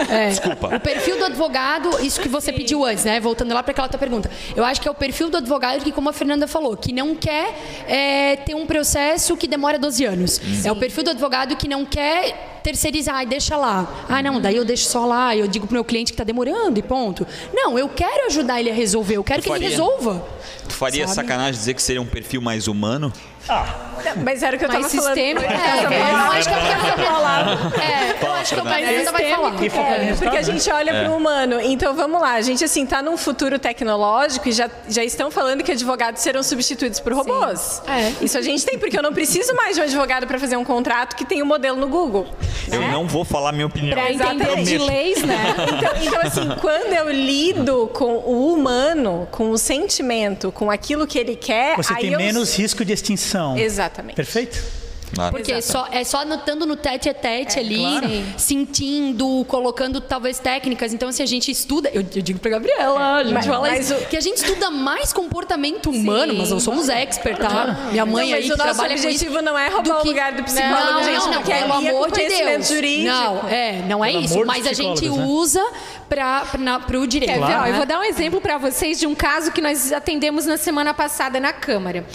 Speaker 5: É.
Speaker 3: Desculpa.
Speaker 5: O perfil do advogado, isso que você pediu antes, né? Voltando lá para aquela outra pergunta. Eu acho que é o perfil do advogado que, como a Fernanda falou, que não quer é, ter um processo que demora 12 anos. É o perfil do advogado que não quer terceirizar e deixa lá. Ah, não, daí eu deixo só lá, eu digo pro meu cliente que tá demorando e ponto. Não, eu quero ajudar ele a resolver, eu quero que
Speaker 3: faria.
Speaker 5: ele resolva.
Speaker 3: Tu faria
Speaker 5: Sabe?
Speaker 3: sacanagem dizer que seria um perfil mais humano?
Speaker 6: tá, Mas era o que eu
Speaker 4: Mais
Speaker 6: tava falando.
Speaker 4: sistêmico.
Speaker 5: É, eu acho que eu quero falar. É, eu
Speaker 3: Fala,
Speaker 5: acho que a
Speaker 3: Fernanda.
Speaker 5: Fernanda vai falar.
Speaker 1: E focar no
Speaker 6: É,
Speaker 1: resultado,
Speaker 6: porque a
Speaker 1: né?
Speaker 6: gente olha para o humano. Então vamos lá, a gente assim tá num futuro tecnológico e já, já estão falando que advogados serão substituídos por robôs.
Speaker 5: É.
Speaker 6: Isso a gente tem, porque eu não preciso mais de um advogado para fazer um contrato que tem um modelo no Google.
Speaker 4: É.
Speaker 6: Né?
Speaker 3: Eu não vou falar minha opinião.
Speaker 6: Pra entender
Speaker 3: Prometo.
Speaker 6: de leis, né? Então, então, assim, quando eu lido com o humano, com o sentimento, com aquilo que ele quer,
Speaker 1: Você
Speaker 6: aí
Speaker 1: tem
Speaker 6: eu...
Speaker 1: menos risco de extinção.
Speaker 6: Exatamente.
Speaker 1: Perfeito?
Speaker 3: Ah,
Speaker 5: Porque só, é só anotando no tete a
Speaker 6: É,
Speaker 5: tete ali,
Speaker 1: claro.
Speaker 5: Sim. sentindo, colocando talvez técnicas. Então, se a gente estuda, eu, eu digo pra Gabriela, Ah, a gente
Speaker 6: É. Mas-
Speaker 5: fala
Speaker 6: mas
Speaker 5: isso,
Speaker 6: o-
Speaker 5: que a gente estuda mais comportamento humano, mas nós somos expert, tá? Minha mãe
Speaker 6: Não,
Speaker 5: aí
Speaker 6: mas
Speaker 5: que
Speaker 6: o nosso
Speaker 5: trabalha com
Speaker 6: objetivo
Speaker 5: isso,
Speaker 6: não é roubar
Speaker 5: do
Speaker 6: o
Speaker 5: que-
Speaker 6: lugar do psicólogo,
Speaker 5: não,
Speaker 6: gente,
Speaker 5: Não, não,
Speaker 6: porque
Speaker 5: pelo
Speaker 6: ali é
Speaker 5: amor de
Speaker 6: conhecimento
Speaker 5: Deus.
Speaker 6: jurídico.
Speaker 5: Não, é, não é
Speaker 1: Pelo
Speaker 5: isso,
Speaker 1: amor dos
Speaker 5: mas a gente
Speaker 1: psicólogos, né?
Speaker 5: usa pra, pra, na- pro direito.
Speaker 4: Quer ver? Ó,
Speaker 5: né?
Speaker 4: eu vou dar um exemplo para vocês de um caso que nós atendemos na semana passada na Câmara.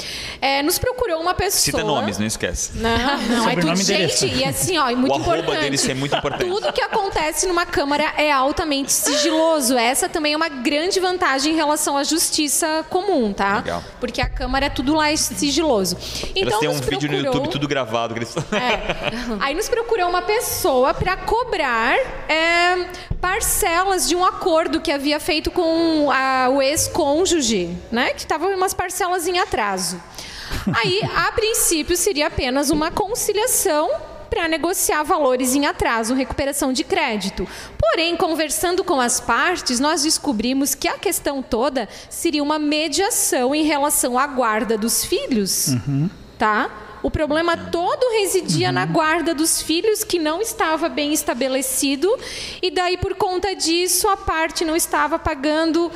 Speaker 4: É, nos procurou uma pessoa.
Speaker 3: Cita nomes, não esquece.
Speaker 4: Não, não, é tudo.
Speaker 1: Sobrenome e endereço.
Speaker 4: Gente, e assim, ó, é muito
Speaker 3: O arroba
Speaker 4: importante.
Speaker 3: deles é muito importante.
Speaker 4: Tudo que acontece numa Câmara é altamente sigiloso. Essa também é uma grande vantagem em relação à justiça comum, tá?
Speaker 3: Legal.
Speaker 4: Porque a Câmara, tudo lá é sigiloso.
Speaker 3: Elas
Speaker 4: Então,
Speaker 3: têm um
Speaker 4: nos
Speaker 3: vídeo no
Speaker 4: procurou-
Speaker 3: YouTube tudo gravado. que eles-
Speaker 4: Aí nos procurou uma pessoa para cobrar é, parcelas de um acordo que havia feito com a- o ex-cônjuge, né? Que estavam umas parcelas em atraso. Aí, a princípio, seria apenas uma conciliação para negociar valores em atraso, recuperação de crédito. Porém, conversando com as partes, nós descobrimos que a questão toda seria uma mediação em relação à guarda dos filhos, tá? O problema todo residia na guarda dos filhos, que não estava bem estabelecido, e daí, por conta disso, a parte não estava pagando.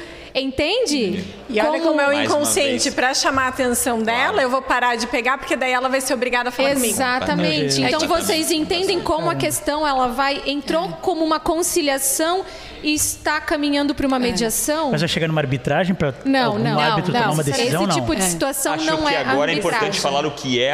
Speaker 4: Entende?
Speaker 6: E olha como é o
Speaker 3: Mais uma
Speaker 6: inconsciente.
Speaker 3: vez.
Speaker 6: Pra chamar a atenção dela, eu vou parar de pegar, porque daí ela vai ser obrigada a falar comigo.
Speaker 4: Exatamente.
Speaker 1: Meu
Speaker 4: Então vocês entendem como a questão ela vai entrou como uma conciliação e está caminhando para uma mediação?
Speaker 1: Mas vai chegar numa arbitragem para
Speaker 4: Não,
Speaker 1: algum
Speaker 4: não,
Speaker 1: árbitro
Speaker 4: não.
Speaker 1: tomar uma decisão,
Speaker 4: Esse
Speaker 1: não?
Speaker 4: tipo de
Speaker 5: É.
Speaker 4: situação
Speaker 3: Acho
Speaker 4: não
Speaker 3: que
Speaker 4: é
Speaker 3: agora é
Speaker 4: arbitragem.
Speaker 3: importante falar o que é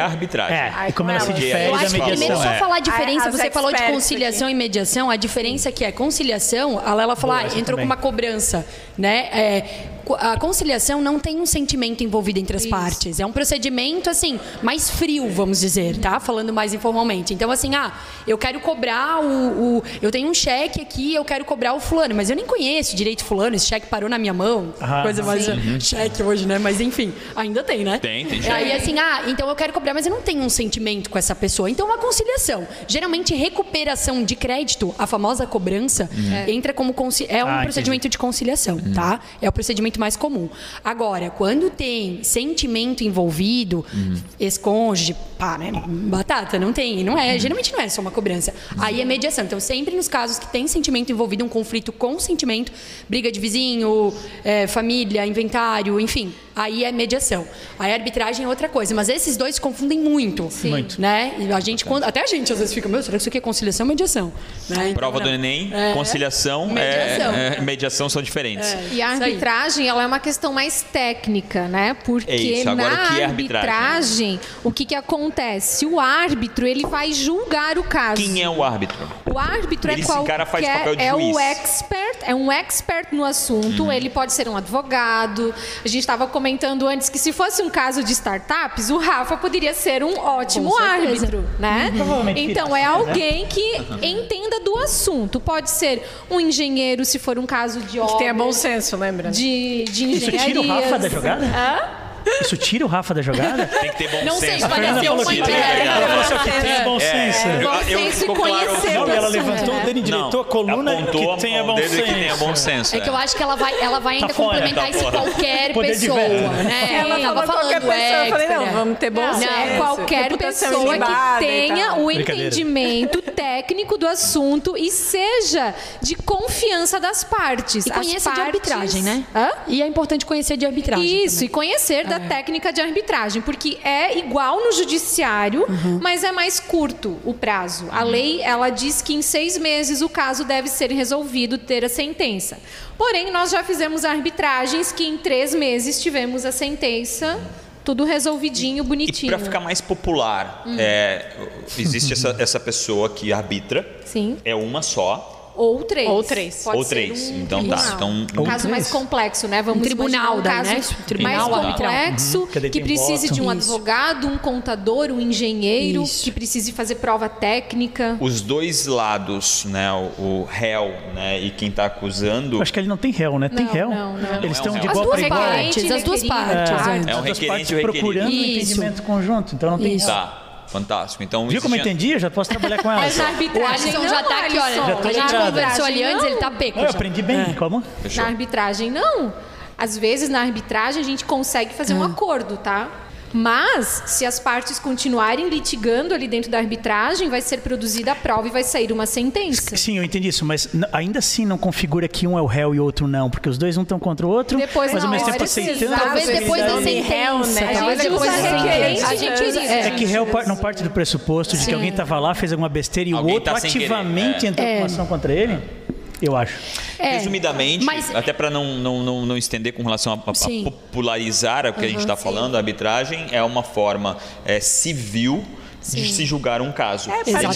Speaker 1: É,
Speaker 3: arbitragem.
Speaker 1: e
Speaker 6: Ai,
Speaker 1: como
Speaker 6: com
Speaker 1: ela se
Speaker 6: ela.
Speaker 1: difere
Speaker 3: Eu
Speaker 1: da
Speaker 3: acho que
Speaker 1: mediação.
Speaker 5: Primeiro, só
Speaker 1: é.
Speaker 5: falar a
Speaker 6: Ah,
Speaker 5: diferença.
Speaker 6: as
Speaker 5: Você falou de
Speaker 6: experts
Speaker 5: conciliação e mediação. A diferença que é conciliação, a Lela falou,
Speaker 1: Boa,
Speaker 5: ah,
Speaker 1: essa
Speaker 5: entrou
Speaker 1: também.
Speaker 5: com uma cobrança, né? É, co- a conciliação não tem um sentimento envolvido entre as partes. É um procedimento, assim, mais frio, vamos dizer, tá? Falando mais informalmente. Então, assim, ah, eu quero cobrar o... o- eu tenho um cheque aqui, eu quero cobrar o fulano, mas eu nem conheço direito fulano, esse cheque parou na minha mão.
Speaker 1: Ah,
Speaker 5: coisa mais... Cheque hoje, né? Mas, enfim, ainda tem, né?
Speaker 3: Tem, tem
Speaker 5: É,
Speaker 3: cheque.
Speaker 5: Aí, assim, ah, então eu quero cobrar, mas eu não tenho um sentimento com essa pessoa. Então, uma conciliação. Geralmente, recuperação de crédito, a famosa cobrança,
Speaker 3: Uhum.
Speaker 5: entra como conci- é um
Speaker 1: Ah,
Speaker 5: procedimento de conciliação, tá? É o procedimento mais comum. Agora, quando tem sentimento envolvido,
Speaker 3: Uhum.
Speaker 5: ex-cônjuge, pá, né? Batata, não tem, não
Speaker 3: Uhum.
Speaker 5: é. Geralmente não é só uma cobrança. Aí é mediação. Então, sempre nos casos que tem sentimento envolvido, um conflito com sentimento, briga de vizinho, é, família, inventário, enfim, aí é mediação. Aí a arbitragem é outra coisa. Mas esses dois se confundem muito.
Speaker 1: Muito.
Speaker 5: Né? E a gente, quando- até a gente às vezes fica, meu, será que isso aqui é conciliação ou mediação? Né?
Speaker 3: Prova
Speaker 5: Não.
Speaker 3: do Enem,
Speaker 5: É.
Speaker 3: conciliação é-
Speaker 5: Mediação.
Speaker 3: é- mediação são diferentes.
Speaker 5: É.
Speaker 4: E a
Speaker 5: Isso aí.
Speaker 4: arbitragem, ela é uma questão mais técnica, né? Porque
Speaker 3: É isso, agora,
Speaker 4: na
Speaker 3: o que é arbitragem?
Speaker 4: arbitragem, o que que acontece? O árbitro, ele vai julgar o caso.
Speaker 3: Quem é o árbitro?
Speaker 4: O árbitro
Speaker 3: Ele,
Speaker 4: é
Speaker 3: esse
Speaker 4: qualquer,
Speaker 3: cara faz papel de
Speaker 4: é
Speaker 3: juiz. Uhum.
Speaker 4: o expert, é um expert no assunto, ele pode ser um advogado. A gente estava comentando antes que se fosse um caso de startups, o Rafa poderia ser um ótimo
Speaker 5: Com certeza.
Speaker 4: árbitro, né?
Speaker 1: Provavelmente
Speaker 4: Então é alguém que entenda do assunto. Pode ser um engenheiro se for um caso de obra,
Speaker 6: Que tenha bom senso, lembra?
Speaker 4: de, de
Speaker 1: Isso tira o Rafa da
Speaker 4: engenharia.
Speaker 1: jogada? Isso tira o Rafa da jogada?
Speaker 3: Tem que ter bom
Speaker 5: Não sei,
Speaker 3: senso. É,
Speaker 5: pareceu
Speaker 1: Ela falou
Speaker 5: uma
Speaker 1: que
Speaker 5: ideia.
Speaker 1: tem. Ela falou assim, ó, que tem bom senso.
Speaker 4: Bom
Speaker 3: Eu- eu-
Speaker 4: senso e
Speaker 3: ficou claro.
Speaker 4: conhecer
Speaker 1: Não,
Speaker 4: o
Speaker 1: e ela
Speaker 3: assim,
Speaker 4: assunto,
Speaker 1: levantou
Speaker 4: né?
Speaker 1: o dedo e diretou a coluna é
Speaker 3: apontou
Speaker 1: que tenha
Speaker 3: o
Speaker 1: bom
Speaker 3: dedo
Speaker 1: senso.
Speaker 3: Que tenha bom senso.
Speaker 5: É que eu acho que ela vai, ela vai ainda
Speaker 1: Tá fora,
Speaker 5: complementar
Speaker 3: tá
Speaker 5: isso
Speaker 3: fora.
Speaker 5: qualquer
Speaker 1: Poder de
Speaker 5: pessoa,
Speaker 1: veto.
Speaker 5: né?
Speaker 6: É, Ela falou Tá qualquer pessoa, eu falei, não,
Speaker 5: expert.
Speaker 6: vamos ter bom
Speaker 5: Não,
Speaker 4: é, Não,
Speaker 6: senso.
Speaker 4: qualquer
Speaker 6: reputação
Speaker 4: pessoa que
Speaker 6: ilibada e
Speaker 4: tenha
Speaker 6: tal.
Speaker 4: o
Speaker 1: Brincadeira.
Speaker 4: entendimento técnico do assunto e seja de confiança das partes.
Speaker 5: E
Speaker 4: As
Speaker 5: conheça de
Speaker 4: partes-
Speaker 5: arbitragem, né?
Speaker 4: Hã?
Speaker 5: E é importante conhecer de arbitragem.
Speaker 4: Isso, e conhecer da técnica de arbitragem, porque é igual no judiciário, mas é mais curto o prazo. A lei, ela diz que em seis meses o caso deve ser resolvido, ter a sentença. Porém, nós já fizemos arbitragens que em três meses tivemos a sentença, tudo resolvidinho,
Speaker 3: E
Speaker 5: né?
Speaker 4: bonitinho.
Speaker 3: para ficar mais popular,
Speaker 5: Uhum.
Speaker 3: é, existe essa, essa pessoa que arbitra,
Speaker 4: Sim.
Speaker 3: é uma só,
Speaker 4: Ou três.
Speaker 6: Ou três.
Speaker 4: Pode
Speaker 3: ou
Speaker 4: ser
Speaker 3: três.
Speaker 4: um
Speaker 3: então tá.
Speaker 4: tribunal.
Speaker 3: Então,
Speaker 4: Um
Speaker 1: Ou
Speaker 4: caso mais
Speaker 1: três.
Speaker 4: complexo, né? Vamos
Speaker 5: Um tribunal
Speaker 4: imaginar
Speaker 5: daí,
Speaker 4: um caso
Speaker 5: né? Tribunal
Speaker 4: mais
Speaker 3: tá.
Speaker 5: arbitral.
Speaker 4: complexo,
Speaker 1: Uhum, que daí
Speaker 4: que
Speaker 1: tem
Speaker 4: precise
Speaker 1: voto.
Speaker 4: de um
Speaker 5: Isso.
Speaker 4: advogado, um contador, um engenheiro,
Speaker 5: Isso.
Speaker 4: que precise fazer prova técnica.
Speaker 3: os dois lados, né, o, o réu né, e quem está acusando,
Speaker 1: Acho que ele não tem réu, né? Tem
Speaker 4: Não,
Speaker 1: réu?
Speaker 4: não, não.
Speaker 1: Eles
Speaker 3: Não,
Speaker 1: estão
Speaker 3: é um
Speaker 1: de
Speaker 3: réu.
Speaker 1: igual
Speaker 5: As
Speaker 1: para
Speaker 5: duas
Speaker 1: igual.
Speaker 5: partes. as duas
Speaker 4: requerente,
Speaker 5: partes,
Speaker 4: requerente.
Speaker 3: é. É um
Speaker 1: As duas
Speaker 3: requerente
Speaker 1: partes
Speaker 3: e o requerido.
Speaker 1: procurando o
Speaker 5: Isso.
Speaker 1: entendimento conjunto. Então não tem
Speaker 5: Isso.
Speaker 1: réu.
Speaker 3: tá, fantástico. Então,
Speaker 1: Viu como eu
Speaker 3: existe-
Speaker 1: entendi? Eu já posso trabalhar com ela.
Speaker 4: Mas tá. na
Speaker 5: O
Speaker 4: arbitragem
Speaker 5: Alisson
Speaker 4: não,
Speaker 5: já tá aqui, olha.
Speaker 4: Alisson.
Speaker 1: Já tô
Speaker 5: a gente
Speaker 1: ligado.
Speaker 5: conversou ali antes, ele tá peco.
Speaker 1: Não, eu
Speaker 5: já.
Speaker 1: aprendi bem.
Speaker 5: É.
Speaker 1: Como?
Speaker 3: Fechou.
Speaker 4: Na arbitragem, não. Às vezes, na arbitragem, a gente consegue fazer
Speaker 5: Ah.
Speaker 4: um acordo, tá? Mas, se as partes continuarem litigando ali dentro da arbitragem, vai ser produzida a prova e vai sair uma sentença.
Speaker 1: Sim, eu entendi isso, mas n- ainda assim não configura que um é o réu e o outro não, porque os dois um estão contra o outro,
Speaker 4: Depois,
Speaker 1: mas ao
Speaker 4: na
Speaker 1: mesmo
Speaker 6: é
Speaker 4: hora,
Speaker 1: tempo aceitando. a
Speaker 6: exato.
Speaker 5: Talvez depois da
Speaker 1: possibilidade.
Speaker 6: Sim.
Speaker 5: sentença.
Speaker 6: A
Speaker 5: né? Talvez
Speaker 4: gente
Speaker 5: depois né? da
Speaker 4: usa requerente,
Speaker 5: sentença. A gente
Speaker 4: usa-
Speaker 5: usa.
Speaker 1: É que réu par- não parte do pressuposto de que alguém estava lá, fez alguma besteira e
Speaker 3: Alguém
Speaker 1: o outro
Speaker 3: tá sem querer,
Speaker 1: ativamente
Speaker 3: é.
Speaker 1: entrou com ação contra ele? Eu acho.
Speaker 5: É.
Speaker 3: Resumidamente,
Speaker 5: Mas-
Speaker 3: até para não, não, não, não estender com relação a, a- a
Speaker 5: Sim.
Speaker 3: popularizar o que a gente está falando, a arbitragem é uma forma é, civil de se julgar um caso.
Speaker 5: particular.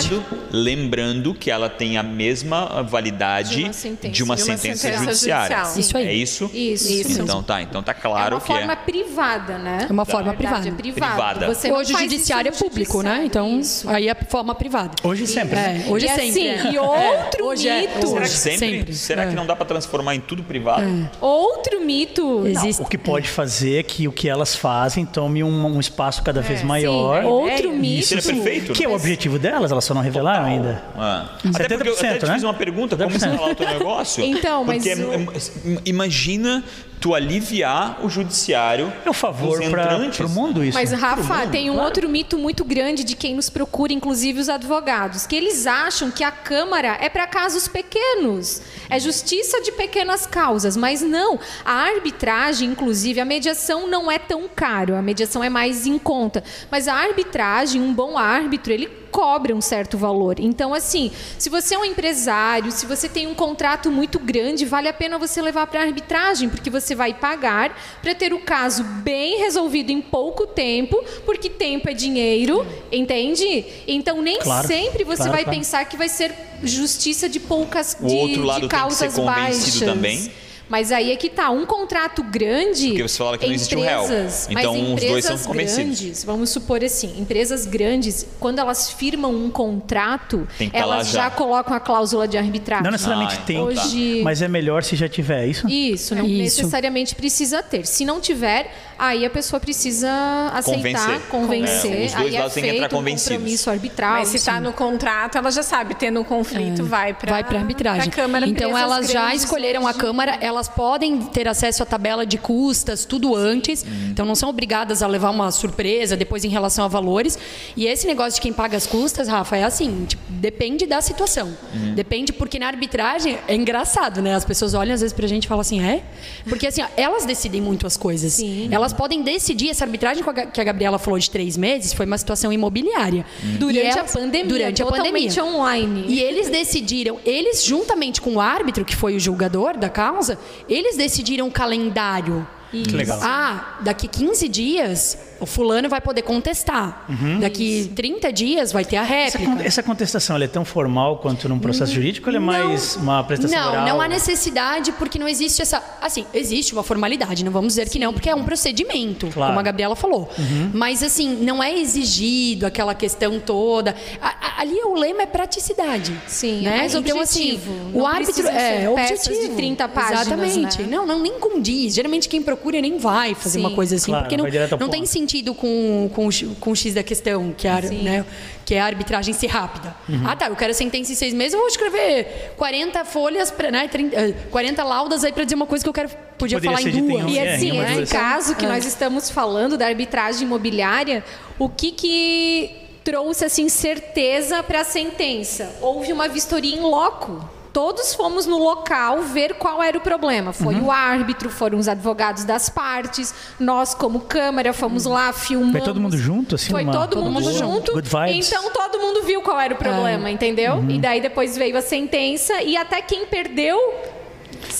Speaker 3: Lembrando, lembrando que ela tem a mesma validade
Speaker 4: De uma sentença.
Speaker 3: de uma
Speaker 6: De uma
Speaker 3: sentença
Speaker 6: sentença
Speaker 3: judiciária.
Speaker 6: judicial.
Speaker 5: Isso aí.
Speaker 3: É isso?
Speaker 4: Isso. Isso.
Speaker 3: Então tá, então tá
Speaker 4: É
Speaker 3: claro
Speaker 4: uma
Speaker 3: que
Speaker 4: forma
Speaker 3: é.
Speaker 4: privada, né?
Speaker 5: É uma forma
Speaker 4: Na verdade,
Speaker 5: privada.
Speaker 4: É privado.
Speaker 3: Privada.
Speaker 4: Você não
Speaker 5: Hoje o
Speaker 4: faz isso
Speaker 5: judiciário é
Speaker 4: no
Speaker 5: público, né?
Speaker 4: judiciário,
Speaker 5: Então,
Speaker 4: isso.
Speaker 5: aí é forma privada.
Speaker 1: Hoje e sempre. né?
Speaker 5: É, hoje
Speaker 4: E
Speaker 5: é sempre.
Speaker 4: assim,
Speaker 5: é.
Speaker 4: e outro
Speaker 5: Hoje é-
Speaker 4: mito.
Speaker 5: hoje.
Speaker 3: Será que sempre? Será
Speaker 5: É.
Speaker 3: que não dá para transformar em tudo privado?
Speaker 4: Outro mito.
Speaker 5: Existe.
Speaker 1: O que pode fazer é que o que elas fazem tome um, um espaço cada vez maior.
Speaker 4: Outro mito.
Speaker 3: Ele é perfeito?
Speaker 1: Que é o objetivo delas, elas só não revelaram ainda.
Speaker 3: Ah. Até porque eu até te
Speaker 1: 70%,
Speaker 3: fiz
Speaker 1: né?
Speaker 3: uma pergunta, como você
Speaker 1: 70%.
Speaker 3: falar o teu negócio?
Speaker 4: Então, mas
Speaker 3: Porque
Speaker 4: o-
Speaker 3: é- é- imagina tu aliviar o judiciário
Speaker 1: É um favor
Speaker 3: dos entrantes.
Speaker 1: para o mundo isso.
Speaker 4: Mas,
Speaker 1: né?
Speaker 4: Rafa, tem um outro mito muito grande de quem nos procura, inclusive os advogados, que eles acham que a Câmara é para casos pequenos, é justiça de pequenas causas, mas não. A arbitragem, inclusive, a mediação não é tão caro, a mediação é mais em conta. Mas a arbitragem, um bom árbitro, ele cobra um certo valor. Então, assim, se você é um empresário, se você tem um contrato muito grande, vale a pena você levar para arbitragem, porque você vai pagar para ter o caso bem resolvido em pouco tempo, porque tempo é dinheiro, entende? Então, nem
Speaker 1: Claro,
Speaker 4: sempre você
Speaker 1: claro,
Speaker 4: vai
Speaker 1: claro.
Speaker 4: pensar que vai ser justiça de poucas
Speaker 3: O
Speaker 4: de,
Speaker 3: outro
Speaker 4: de
Speaker 3: lado tem que
Speaker 4: causas
Speaker 3: ser convencido
Speaker 4: baixas.
Speaker 3: também.
Speaker 4: Mas aí é que tá, um contrato grande.
Speaker 3: Porque você fala que não existe um réu.
Speaker 4: empresas,
Speaker 3: Então,
Speaker 4: mas
Speaker 3: os dois são
Speaker 4: empresas
Speaker 3: convencidos.
Speaker 4: grandes, vamos supor assim, empresas grandes, quando elas firmam um contrato,
Speaker 3: Tem que tá lá
Speaker 4: elas
Speaker 3: já.
Speaker 4: já. colocam a cláusula de arbitragem.
Speaker 1: Não necessariamente
Speaker 3: Ah,
Speaker 1: tem,
Speaker 4: então tá. Hoje-
Speaker 1: mas é melhor se já tiver é isso.
Speaker 4: Isso, não
Speaker 5: Isso.
Speaker 4: necessariamente precisa ter. Se não tiver, aí a pessoa precisa aceitar,
Speaker 3: Convencer.
Speaker 4: convencer.
Speaker 3: É, os dois
Speaker 4: aí é
Speaker 3: lados têm que entrar
Speaker 4: feito
Speaker 3: convencidos.
Speaker 4: Um compromisso arbitral.
Speaker 6: Mas se tá está
Speaker 4: sim.
Speaker 6: no contrato, ela já sabe, tendo um conflito, vai para
Speaker 5: É. vai para arbitragem.
Speaker 6: Câmara,
Speaker 5: então
Speaker 6: presas
Speaker 5: elas já
Speaker 6: grandes
Speaker 5: escolheram a
Speaker 6: hoje.
Speaker 5: câmara, elas podem ter acesso à tabela de custas, tudo antes. Então não são obrigadas a levar uma surpresa depois em relação a valores. E esse negócio de quem paga as custas, Rafa, é assim, tipo, depende da situação. Depende porque na arbitragem é engraçado, né? As pessoas olham às vezes pra gente e falam assim, é? Porque assim, ó, elas decidem muito as coisas.
Speaker 4: Sim.
Speaker 5: Elas podem decidir essa arbitragem com a Ga- que a Gabriela falou de três meses, foi uma situação imobiliária.
Speaker 4: durante
Speaker 5: E
Speaker 4: é a
Speaker 5: elas-
Speaker 4: pandemia,
Speaker 5: durante a pandemia.
Speaker 4: totalmente online.
Speaker 5: E eles decidiram, eles juntamente com o árbitro, que foi o julgador da causa, eles decidiram o calendário.
Speaker 1: Que legal.
Speaker 5: Ah, daqui 15 dias o fulano vai poder contestar.
Speaker 1: Uhum.
Speaker 5: Daqui 30 dias vai ter a
Speaker 4: é
Speaker 1: Essa,
Speaker 5: réplica.
Speaker 1: con- essa contestação ela é tão formal quanto num processo
Speaker 4: Hum,
Speaker 1: jurídico ou ela é mais uma apresentação
Speaker 5: Não,
Speaker 1: oral? né?
Speaker 5: não há necessidade, porque não existe essa. Assim, existe uma formalidade, não vamos dizer que não, porque é um procedimento,
Speaker 1: Claro. Uhum.
Speaker 5: como a Gabriela falou. Mas, assim, não é exigido aquela questão toda. A- a- ali o lema é praticidade.
Speaker 4: Sim, é
Speaker 5: né?
Speaker 4: mais
Speaker 5: então,
Speaker 4: objetivo.
Speaker 5: assim, o
Speaker 4: Não
Speaker 5: árbitro.
Speaker 4: precisam
Speaker 5: É,
Speaker 4: ser peças de
Speaker 5: objetivo.
Speaker 4: 30 páginas,
Speaker 5: Exatamente.
Speaker 4: né?
Speaker 5: Não, não, nem condiz. Geralmente quem procura nem vai fazer
Speaker 4: Sim.
Speaker 5: uma coisa assim,
Speaker 1: Claro,
Speaker 5: porque
Speaker 1: vai direto ao
Speaker 5: não, não
Speaker 1: ponto.
Speaker 5: tem sentido com, com, o X- com o X da questão, que é, a- né, que é a arbitragem ser rápida.
Speaker 1: Uhum.
Speaker 5: Ah, tá, eu quero a sentença em seis meses, eu vou escrever 40 folhas, pra, né, 30, eh, 40 laudas aí pra dizer uma coisa que eu quero, podia
Speaker 1: Poderia
Speaker 5: falar em
Speaker 1: ser dita em
Speaker 5: duas.
Speaker 1: um
Speaker 4: E
Speaker 1: É,
Speaker 4: assim,
Speaker 1: em uma
Speaker 4: esse
Speaker 1: direção.
Speaker 4: caso que nós estamos falando da arbitragem imobiliária, o que que trouxe assim certeza para a sentença? Houve uma vistoria em loco. Todos fomos no local ver qual era o problema. Foi
Speaker 1: Uhum.
Speaker 4: o árbitro, foram os advogados das partes, nós como câmara fomos lá filmamos.
Speaker 1: Foi todo mundo junto, assim,
Speaker 4: Foi
Speaker 1: uma-
Speaker 4: todo,
Speaker 1: todo
Speaker 4: mundo
Speaker 1: mundo
Speaker 4: junto.
Speaker 1: Good vibes. É. Uhum.
Speaker 4: Então todo mundo viu qual era o problema, entendeu? E daí depois veio a sentença e até quem perdeu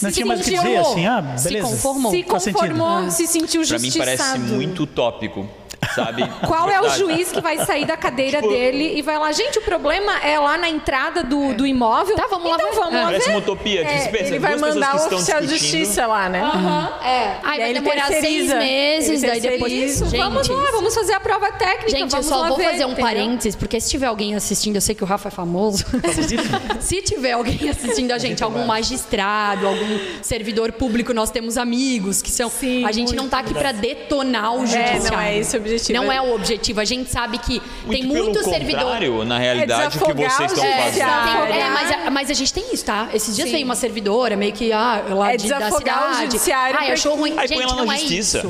Speaker 1: Não
Speaker 4: se
Speaker 1: tinha mais o que dizer,
Speaker 4: sentiu-
Speaker 1: assim, ah,
Speaker 5: Se
Speaker 1: beleza.
Speaker 5: conformou.
Speaker 4: se É.
Speaker 1: Faz sentido.
Speaker 4: conformou, se sentiu
Speaker 3: Pra mim
Speaker 4: justiçado.
Speaker 3: parece muito utópico, sabe?
Speaker 4: Qual é o
Speaker 3: Verdade. Tipo,
Speaker 4: juiz que vai sair da cadeira dele e vai lá? Gente, o problema é lá na entrada do, do imóvel.
Speaker 5: Tá, vamos lá
Speaker 4: então
Speaker 5: ver.
Speaker 4: vamos lá
Speaker 3: Parece
Speaker 4: ver.
Speaker 3: uma utopia. que você pensa,
Speaker 6: É, Ele vai
Speaker 3: duas pessoas
Speaker 6: mandar
Speaker 3: que
Speaker 6: o
Speaker 3: estão
Speaker 6: oficial de
Speaker 3: discutindo-
Speaker 6: justiça lá, né?
Speaker 5: Ah,
Speaker 4: Aham, é.
Speaker 5: Ai,
Speaker 6: Daí
Speaker 5: vai
Speaker 6: ele
Speaker 5: demorar seis
Speaker 6: terceiriza.
Speaker 5: meses,
Speaker 6: Ele
Speaker 5: daí depois.
Speaker 6: terceiriza.
Speaker 5: Gente,
Speaker 4: vamos lá, vamos fazer a prova técnica.
Speaker 5: Gente, eu
Speaker 4: vamos
Speaker 5: só
Speaker 4: lá
Speaker 5: vou
Speaker 4: ver,
Speaker 5: fazer um
Speaker 4: entendeu?
Speaker 5: parênteses, porque se tiver alguém assistindo, eu sei que o Rafa é famoso. se tiver alguém assistindo a gente, algum magistrado, algum servidor público, nós temos amigos que são.
Speaker 6: Sim,
Speaker 5: a gente não tá aqui para detonar o judiciário.
Speaker 6: não é esse o objetivo.
Speaker 5: Não é o objetivo. A gente sabe que tem
Speaker 3: pelo
Speaker 5: muito servidor.
Speaker 3: contrário, na realidade, o que
Speaker 6: desafogar
Speaker 3: vocês
Speaker 6: o
Speaker 3: estão
Speaker 5: É,
Speaker 6: judiciário.
Speaker 3: fazendo.
Speaker 5: tem- é, mas, a- mas a gente tem isso, tá? Esses dias veio uma servidora meio que ah, lá
Speaker 6: É
Speaker 5: de, da
Speaker 6: desafogar o
Speaker 5: cidade.
Speaker 6: judiciário
Speaker 5: Ai, achou ruim.
Speaker 3: Aí põe
Speaker 5: gente,
Speaker 3: ela na
Speaker 5: não é
Speaker 3: justiça.
Speaker 5: isso.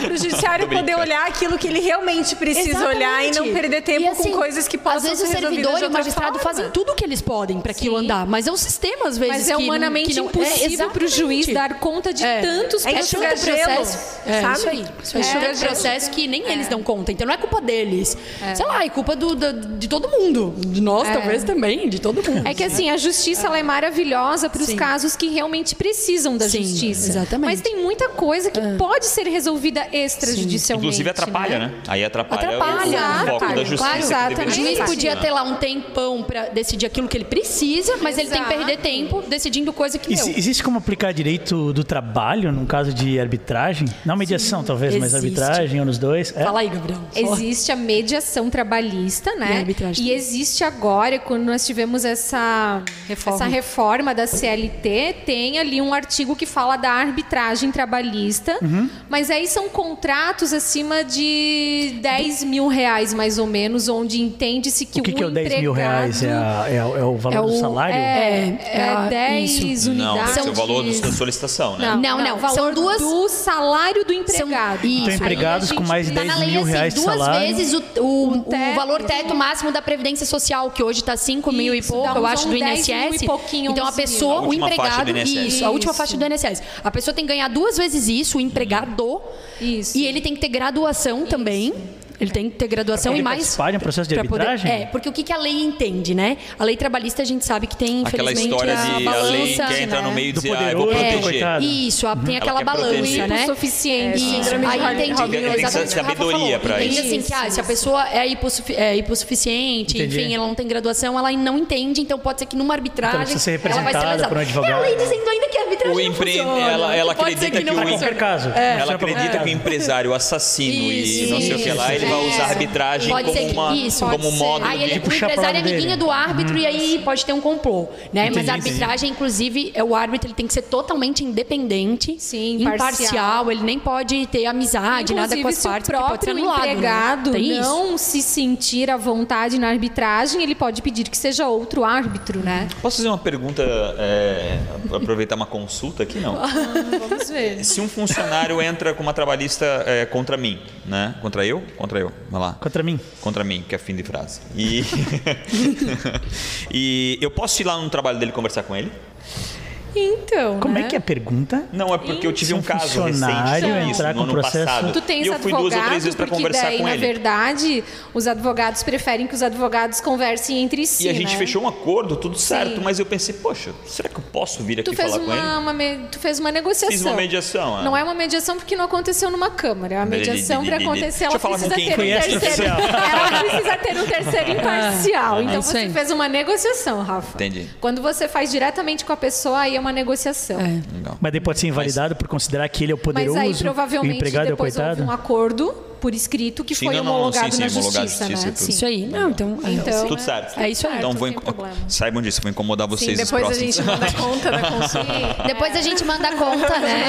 Speaker 6: para o judiciário
Speaker 3: Tô brincando.
Speaker 6: poder olhar aquilo que ele realmente precisa
Speaker 5: Exatamente.
Speaker 6: olhar e não perder tempo
Speaker 5: E, assim,
Speaker 6: com coisas que possam
Speaker 5: Às vezes
Speaker 6: ser
Speaker 5: o servidor
Speaker 6: resolvidas de
Speaker 5: e o
Speaker 6: outra
Speaker 5: magistrado
Speaker 6: forma.
Speaker 5: fazem tudo o que eles podem para aquilo andar, mas é o sistema às vezes
Speaker 4: Mas
Speaker 5: que
Speaker 4: é
Speaker 5: não- que
Speaker 4: humanamente
Speaker 5: não,
Speaker 4: impossível para o juiz
Speaker 5: exatamente.
Speaker 4: dar conta de
Speaker 5: É.
Speaker 4: tantos
Speaker 6: É
Speaker 5: É
Speaker 4: processos.
Speaker 5: tanto
Speaker 6: enxugar gelo,
Speaker 5: processo, é,
Speaker 6: sabe?
Speaker 5: isso aí. Isso aí.
Speaker 6: É,
Speaker 5: É, tanto
Speaker 6: gelo.
Speaker 5: processo que nem eles dão conta. Então não é culpa deles. Sei lá, é culpa do, da- de todo mundo. De
Speaker 6: É.
Speaker 5: nós, talvez, também, de todo mundo.
Speaker 4: É que assim, a justiça ela é maravilhosa para os
Speaker 5: Sim.
Speaker 4: casos que realmente precisam da
Speaker 5: Sim,
Speaker 4: justiça.
Speaker 5: exatamente.
Speaker 4: Mas tem muita coisa que
Speaker 1: Ah.
Speaker 4: pode ser resolvida extrajudicialmente.
Speaker 3: Inclusive atrapalha, né? Aí atrapalha, o-
Speaker 5: Atrapalha,
Speaker 3: o, foco da
Speaker 4: atrapalha,
Speaker 3: justiça.
Speaker 4: claro,
Speaker 3: que
Speaker 4: exato.
Speaker 5: O
Speaker 3: deveria
Speaker 5: juiz
Speaker 3: ser. assim,
Speaker 5: podia ter lá um tempão para decidir aquilo que ele precisa, mas ele tem que
Speaker 4: Exato.
Speaker 5: perder tempo decidindo coisa que
Speaker 1: E
Speaker 5: meu.
Speaker 1: se- Existe como aplicar direito do trabalho num caso de arbitragem? Não mediação, talvez, mas
Speaker 5: existe.
Speaker 1: arbitragem ou nos dois. É?
Speaker 7: Fala aí, Gabriel.
Speaker 4: Existe a mediação trabalhista,
Speaker 7: E a
Speaker 4: né?
Speaker 7: arbitragem
Speaker 4: E
Speaker 7: também.
Speaker 4: existe agora, quando nós tivemos essa
Speaker 7: Reforma.
Speaker 4: essa reforma da CLT, tem ali um artigo que fala da arbitragem trabalhista,
Speaker 3: Uhum.
Speaker 4: mas aí são contratos acima de 10 mil reais, mais ou menos, onde entende-se que
Speaker 1: o
Speaker 4: o,
Speaker 1: que, que é o 10 mil
Speaker 4: empregado
Speaker 1: reais? É, a- é o- é o valor
Speaker 7: É
Speaker 1: do
Speaker 7: o-
Speaker 1: salário?
Speaker 4: É,
Speaker 7: É, é a-
Speaker 4: é 10
Speaker 7: isso.
Speaker 3: Não,
Speaker 4: unidades.
Speaker 3: esse é o valor do- da solicitação, né?
Speaker 4: Não,
Speaker 5: Não,
Speaker 4: não,
Speaker 5: não,
Speaker 4: valor
Speaker 5: são duas-
Speaker 4: do salário do empregado.
Speaker 7: Isso.
Speaker 1: Então, empregados
Speaker 4: Aí a
Speaker 1: com
Speaker 4: gente
Speaker 1: mais de
Speaker 5: Tá
Speaker 1: 10
Speaker 5: na lei
Speaker 1: mil reais
Speaker 5: assim,
Speaker 1: de
Speaker 5: duas
Speaker 1: salário.
Speaker 5: vezes o, o- o
Speaker 4: teto.
Speaker 5: valor teto máximo da Previdência Social, que hoje tá 5 mil e
Speaker 4: Isso,
Speaker 5: pouco,
Speaker 4: dá
Speaker 5: eu
Speaker 4: uns
Speaker 5: acho, do
Speaker 4: 10
Speaker 5: INSS.
Speaker 4: mil e pouquinho,
Speaker 5: então a
Speaker 4: 11 mil.
Speaker 5: pessoa,
Speaker 4: A
Speaker 5: o
Speaker 3: última faixa
Speaker 5: empregado.
Speaker 3: do INSS.
Speaker 5: Isso, a última
Speaker 4: Isso.
Speaker 5: faixa do INSS. A pessoa tem que ganhar duas vezes isso, o
Speaker 3: Uhum.
Speaker 5: empregado.
Speaker 4: Isso.
Speaker 5: E ele tem que ter graduação também. Ele tem que ter graduação
Speaker 1: Pra
Speaker 5: e
Speaker 1: poder
Speaker 5: mais.
Speaker 1: participar de um processo de
Speaker 5: pra poder-
Speaker 1: arbitragem?
Speaker 5: é, porque o que, que a lei entende, né? A lei trabalhista a gente sabe que tem,
Speaker 3: Aquela
Speaker 5: infelizmente,
Speaker 3: história
Speaker 5: a
Speaker 3: de a
Speaker 5: balança.
Speaker 3: lei quer entrar no
Speaker 5: né?
Speaker 3: meio e
Speaker 1: Do
Speaker 3: dizer, ah, eu vou
Speaker 1: poderoso,
Speaker 5: É,
Speaker 3: proteger.
Speaker 1: coitado.
Speaker 5: Isso, a- tem aquela
Speaker 3: quer proteger.
Speaker 5: balança, né?
Speaker 4: Hipossuficiente.
Speaker 5: Isso,
Speaker 6: Síndrome de
Speaker 5: aí
Speaker 6: Harley-
Speaker 5: entendi.
Speaker 6: Robin
Speaker 5: entende
Speaker 3: Hood. Tem que ser
Speaker 5: exatamente o que o Rafa
Speaker 3: sabedoria
Speaker 5: falou.
Speaker 3: pra
Speaker 5: Entende
Speaker 3: isso.
Speaker 5: assim que ah, se a pessoa é, hipossufi- é hipossuficiente,
Speaker 1: Entendi.
Speaker 5: enfim, ela não tem graduação, ela não entende, então pode ser que numa arbitragem
Speaker 1: Então, precisa ser
Speaker 5: ela vai ser
Speaker 1: representada
Speaker 5: lesada.
Speaker 1: por um advogado.
Speaker 5: É a lei dizendo ainda que a arbitragem
Speaker 3: O
Speaker 5: não
Speaker 3: empre-
Speaker 5: funciona,
Speaker 3: ela- ela
Speaker 5: que pode
Speaker 3: acredita
Speaker 5: ser
Speaker 3: que o
Speaker 5: não
Speaker 1: Pra
Speaker 5: funcione.
Speaker 1: qualquer caso.
Speaker 3: Ela
Speaker 1: Funciona pra qualquer
Speaker 3: acredita que é o
Speaker 1: caso.
Speaker 3: empresário, o assassino e
Speaker 5: É. Isso,
Speaker 3: não sei o que lá, ele vai
Speaker 5: isso. É.
Speaker 3: usar a arbitragem
Speaker 5: Pode ser
Speaker 3: como,
Speaker 5: que-
Speaker 3: uma,
Speaker 5: isso,
Speaker 3: como
Speaker 5: pode
Speaker 3: um
Speaker 5: ser.
Speaker 3: modo
Speaker 5: Aí ele,
Speaker 3: de...
Speaker 5: o
Speaker 1: puxar pra
Speaker 5: empresário é
Speaker 1: lado
Speaker 5: amiguinho
Speaker 1: dele.
Speaker 5: do árbitro e aí pode ter um complô, né?
Speaker 1: Entendi,
Speaker 5: Mas a arbitragem, inclusive, é o árbitro ele tem que ser totalmente independente,
Speaker 4: Sim,
Speaker 5: imparcial,
Speaker 4: imparcial.
Speaker 5: ele nem pode ter amizade, ah, nada com as
Speaker 4: se
Speaker 5: partes,
Speaker 4: o
Speaker 5: porque pode
Speaker 4: próprio
Speaker 5: ser anulado, né?
Speaker 4: empregado
Speaker 5: Tem isso.
Speaker 4: não se sentir à vontade na arbitragem, ele pode pedir que seja outro árbitro, né?
Speaker 3: Posso fazer uma pergunta, é, aproveitar uma consulta aqui? Não.
Speaker 5: Ah,
Speaker 4: Vamos ver.
Speaker 3: Se um funcionário entra com uma trabalhista é, contra mim, né? Contra eu? Contra eu, vai lá.
Speaker 1: Contra mim.
Speaker 3: Contra mim, que é fim de frase. E, e eu posso ir lá no trabalho dele conversar com ele?
Speaker 4: Então,
Speaker 1: Como
Speaker 4: né?
Speaker 1: é que é a pergunta?
Speaker 3: Não, é porque eu tive
Speaker 1: Se um
Speaker 3: um caso recente
Speaker 1: funcionário
Speaker 3: sobre isso,
Speaker 1: entrar
Speaker 3: no
Speaker 1: com
Speaker 3: ano
Speaker 1: processo-
Speaker 3: passado.
Speaker 4: Tu tens
Speaker 3: e eu fui
Speaker 4: advogado,
Speaker 3: duas ou três vezes para
Speaker 4: porque
Speaker 3: conversar
Speaker 4: daí,
Speaker 3: com
Speaker 4: na
Speaker 3: ele.
Speaker 4: verdade, os advogados preferem que os advogados conversem entre si,
Speaker 3: E a gente
Speaker 4: né?
Speaker 3: fechou um acordo, tudo certo, mas eu pensei, poxa, será que eu posso vir aqui
Speaker 4: Tu fez,
Speaker 3: falar com
Speaker 4: uma,
Speaker 3: ele?
Speaker 4: uma me- tu fez uma negociação.
Speaker 3: Fiz uma mediação, é.
Speaker 4: Não é uma mediação porque não aconteceu numa câmara. A mediação para acontecer,
Speaker 3: Deixa
Speaker 4: ela
Speaker 3: eu falar com
Speaker 4: precisa
Speaker 3: quem
Speaker 4: ter um
Speaker 1: conhece o
Speaker 4: terceiro. Ela precisa ter um terceiro imparcial.
Speaker 7: é
Speaker 4: Então
Speaker 7: isso
Speaker 4: você
Speaker 7: aí.
Speaker 4: fez uma negociação, Rafa.
Speaker 3: Entendi.
Speaker 4: Quando você faz diretamente com a pessoa, aí é uma negociação.
Speaker 7: É.
Speaker 3: Legal.
Speaker 1: Mas daí pode ser invalidado por considerar que ele é o
Speaker 4: Mas
Speaker 1: poderoso,
Speaker 4: aí
Speaker 1: o
Speaker 4: provavelmente
Speaker 1: empregado é o
Speaker 4: depois
Speaker 1: coitado.
Speaker 4: houve um acordo por escrito que
Speaker 3: Sim,
Speaker 4: foi
Speaker 3: não, não, não,
Speaker 4: homologado
Speaker 3: sim, sim,
Speaker 4: na
Speaker 3: homologado,
Speaker 4: justiça,
Speaker 3: justiça e
Speaker 4: né?
Speaker 3: tudo.
Speaker 4: Sim.
Speaker 7: Isso aí. Não, então. é,
Speaker 4: Então,
Speaker 3: Tudo certo.
Speaker 4: É isso aí.
Speaker 3: Então vou
Speaker 4: Não tem problema.
Speaker 3: saibam disso, vou incomodar vocês
Speaker 6: Sim,
Speaker 3: nos
Speaker 6: depois a
Speaker 3: próximos.
Speaker 6: gente manda conta da consulta.
Speaker 5: Depois a gente manda a conta, né?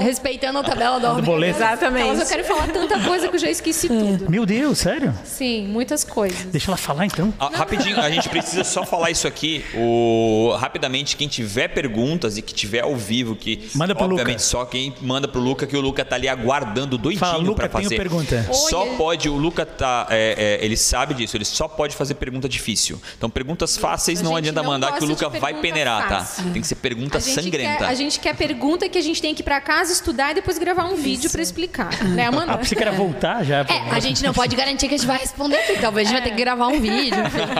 Speaker 5: É, respeitando a tabela do
Speaker 1: Do
Speaker 5: ordem.
Speaker 1: boleto.
Speaker 4: Mas eu
Speaker 6: Exatamente.
Speaker 4: quero falar tanta coisa que eu já esqueci tudo.
Speaker 1: Meu Deus, sério?
Speaker 4: Sim, muitas coisas.
Speaker 1: Deixa ela falar então.
Speaker 3: Ah, rapidinho, a gente precisa só falar isso aqui. O, rapidamente, quem tiver perguntas e que tiver ao vivo, que
Speaker 1: Manda pro
Speaker 3: obviamente
Speaker 1: Luca.
Speaker 3: só quem manda pro Luca, que o Luca tá ali aguardando
Speaker 1: Fala,
Speaker 3: doidinho
Speaker 1: Luca,
Speaker 3: para fazer.
Speaker 1: tenho pergunta.
Speaker 3: Só pode, o Luca tá. é, é, ele sabe disso, ele só pode fazer pergunta difícil. Então, perguntas fáceis não
Speaker 4: gente
Speaker 3: adianta
Speaker 4: não
Speaker 3: mandar que o
Speaker 4: gosta
Speaker 3: Luca
Speaker 4: de
Speaker 3: vai
Speaker 4: pergunta
Speaker 3: peneirar,
Speaker 4: fácil.
Speaker 3: tá? Tem que ser pergunta
Speaker 4: A gente
Speaker 3: sangrenta.
Speaker 4: Quer, a gente quer pergunta que a gente tem que ir pra casa estudar e depois gravar um vídeo pra explicar, né,
Speaker 1: Ah,
Speaker 4: Amanda?
Speaker 1: pensei que era voltar já.
Speaker 5: É, a gente não pode garantir que a gente vai responder aqui. Talvez a gente vai ter que gravar um vídeo.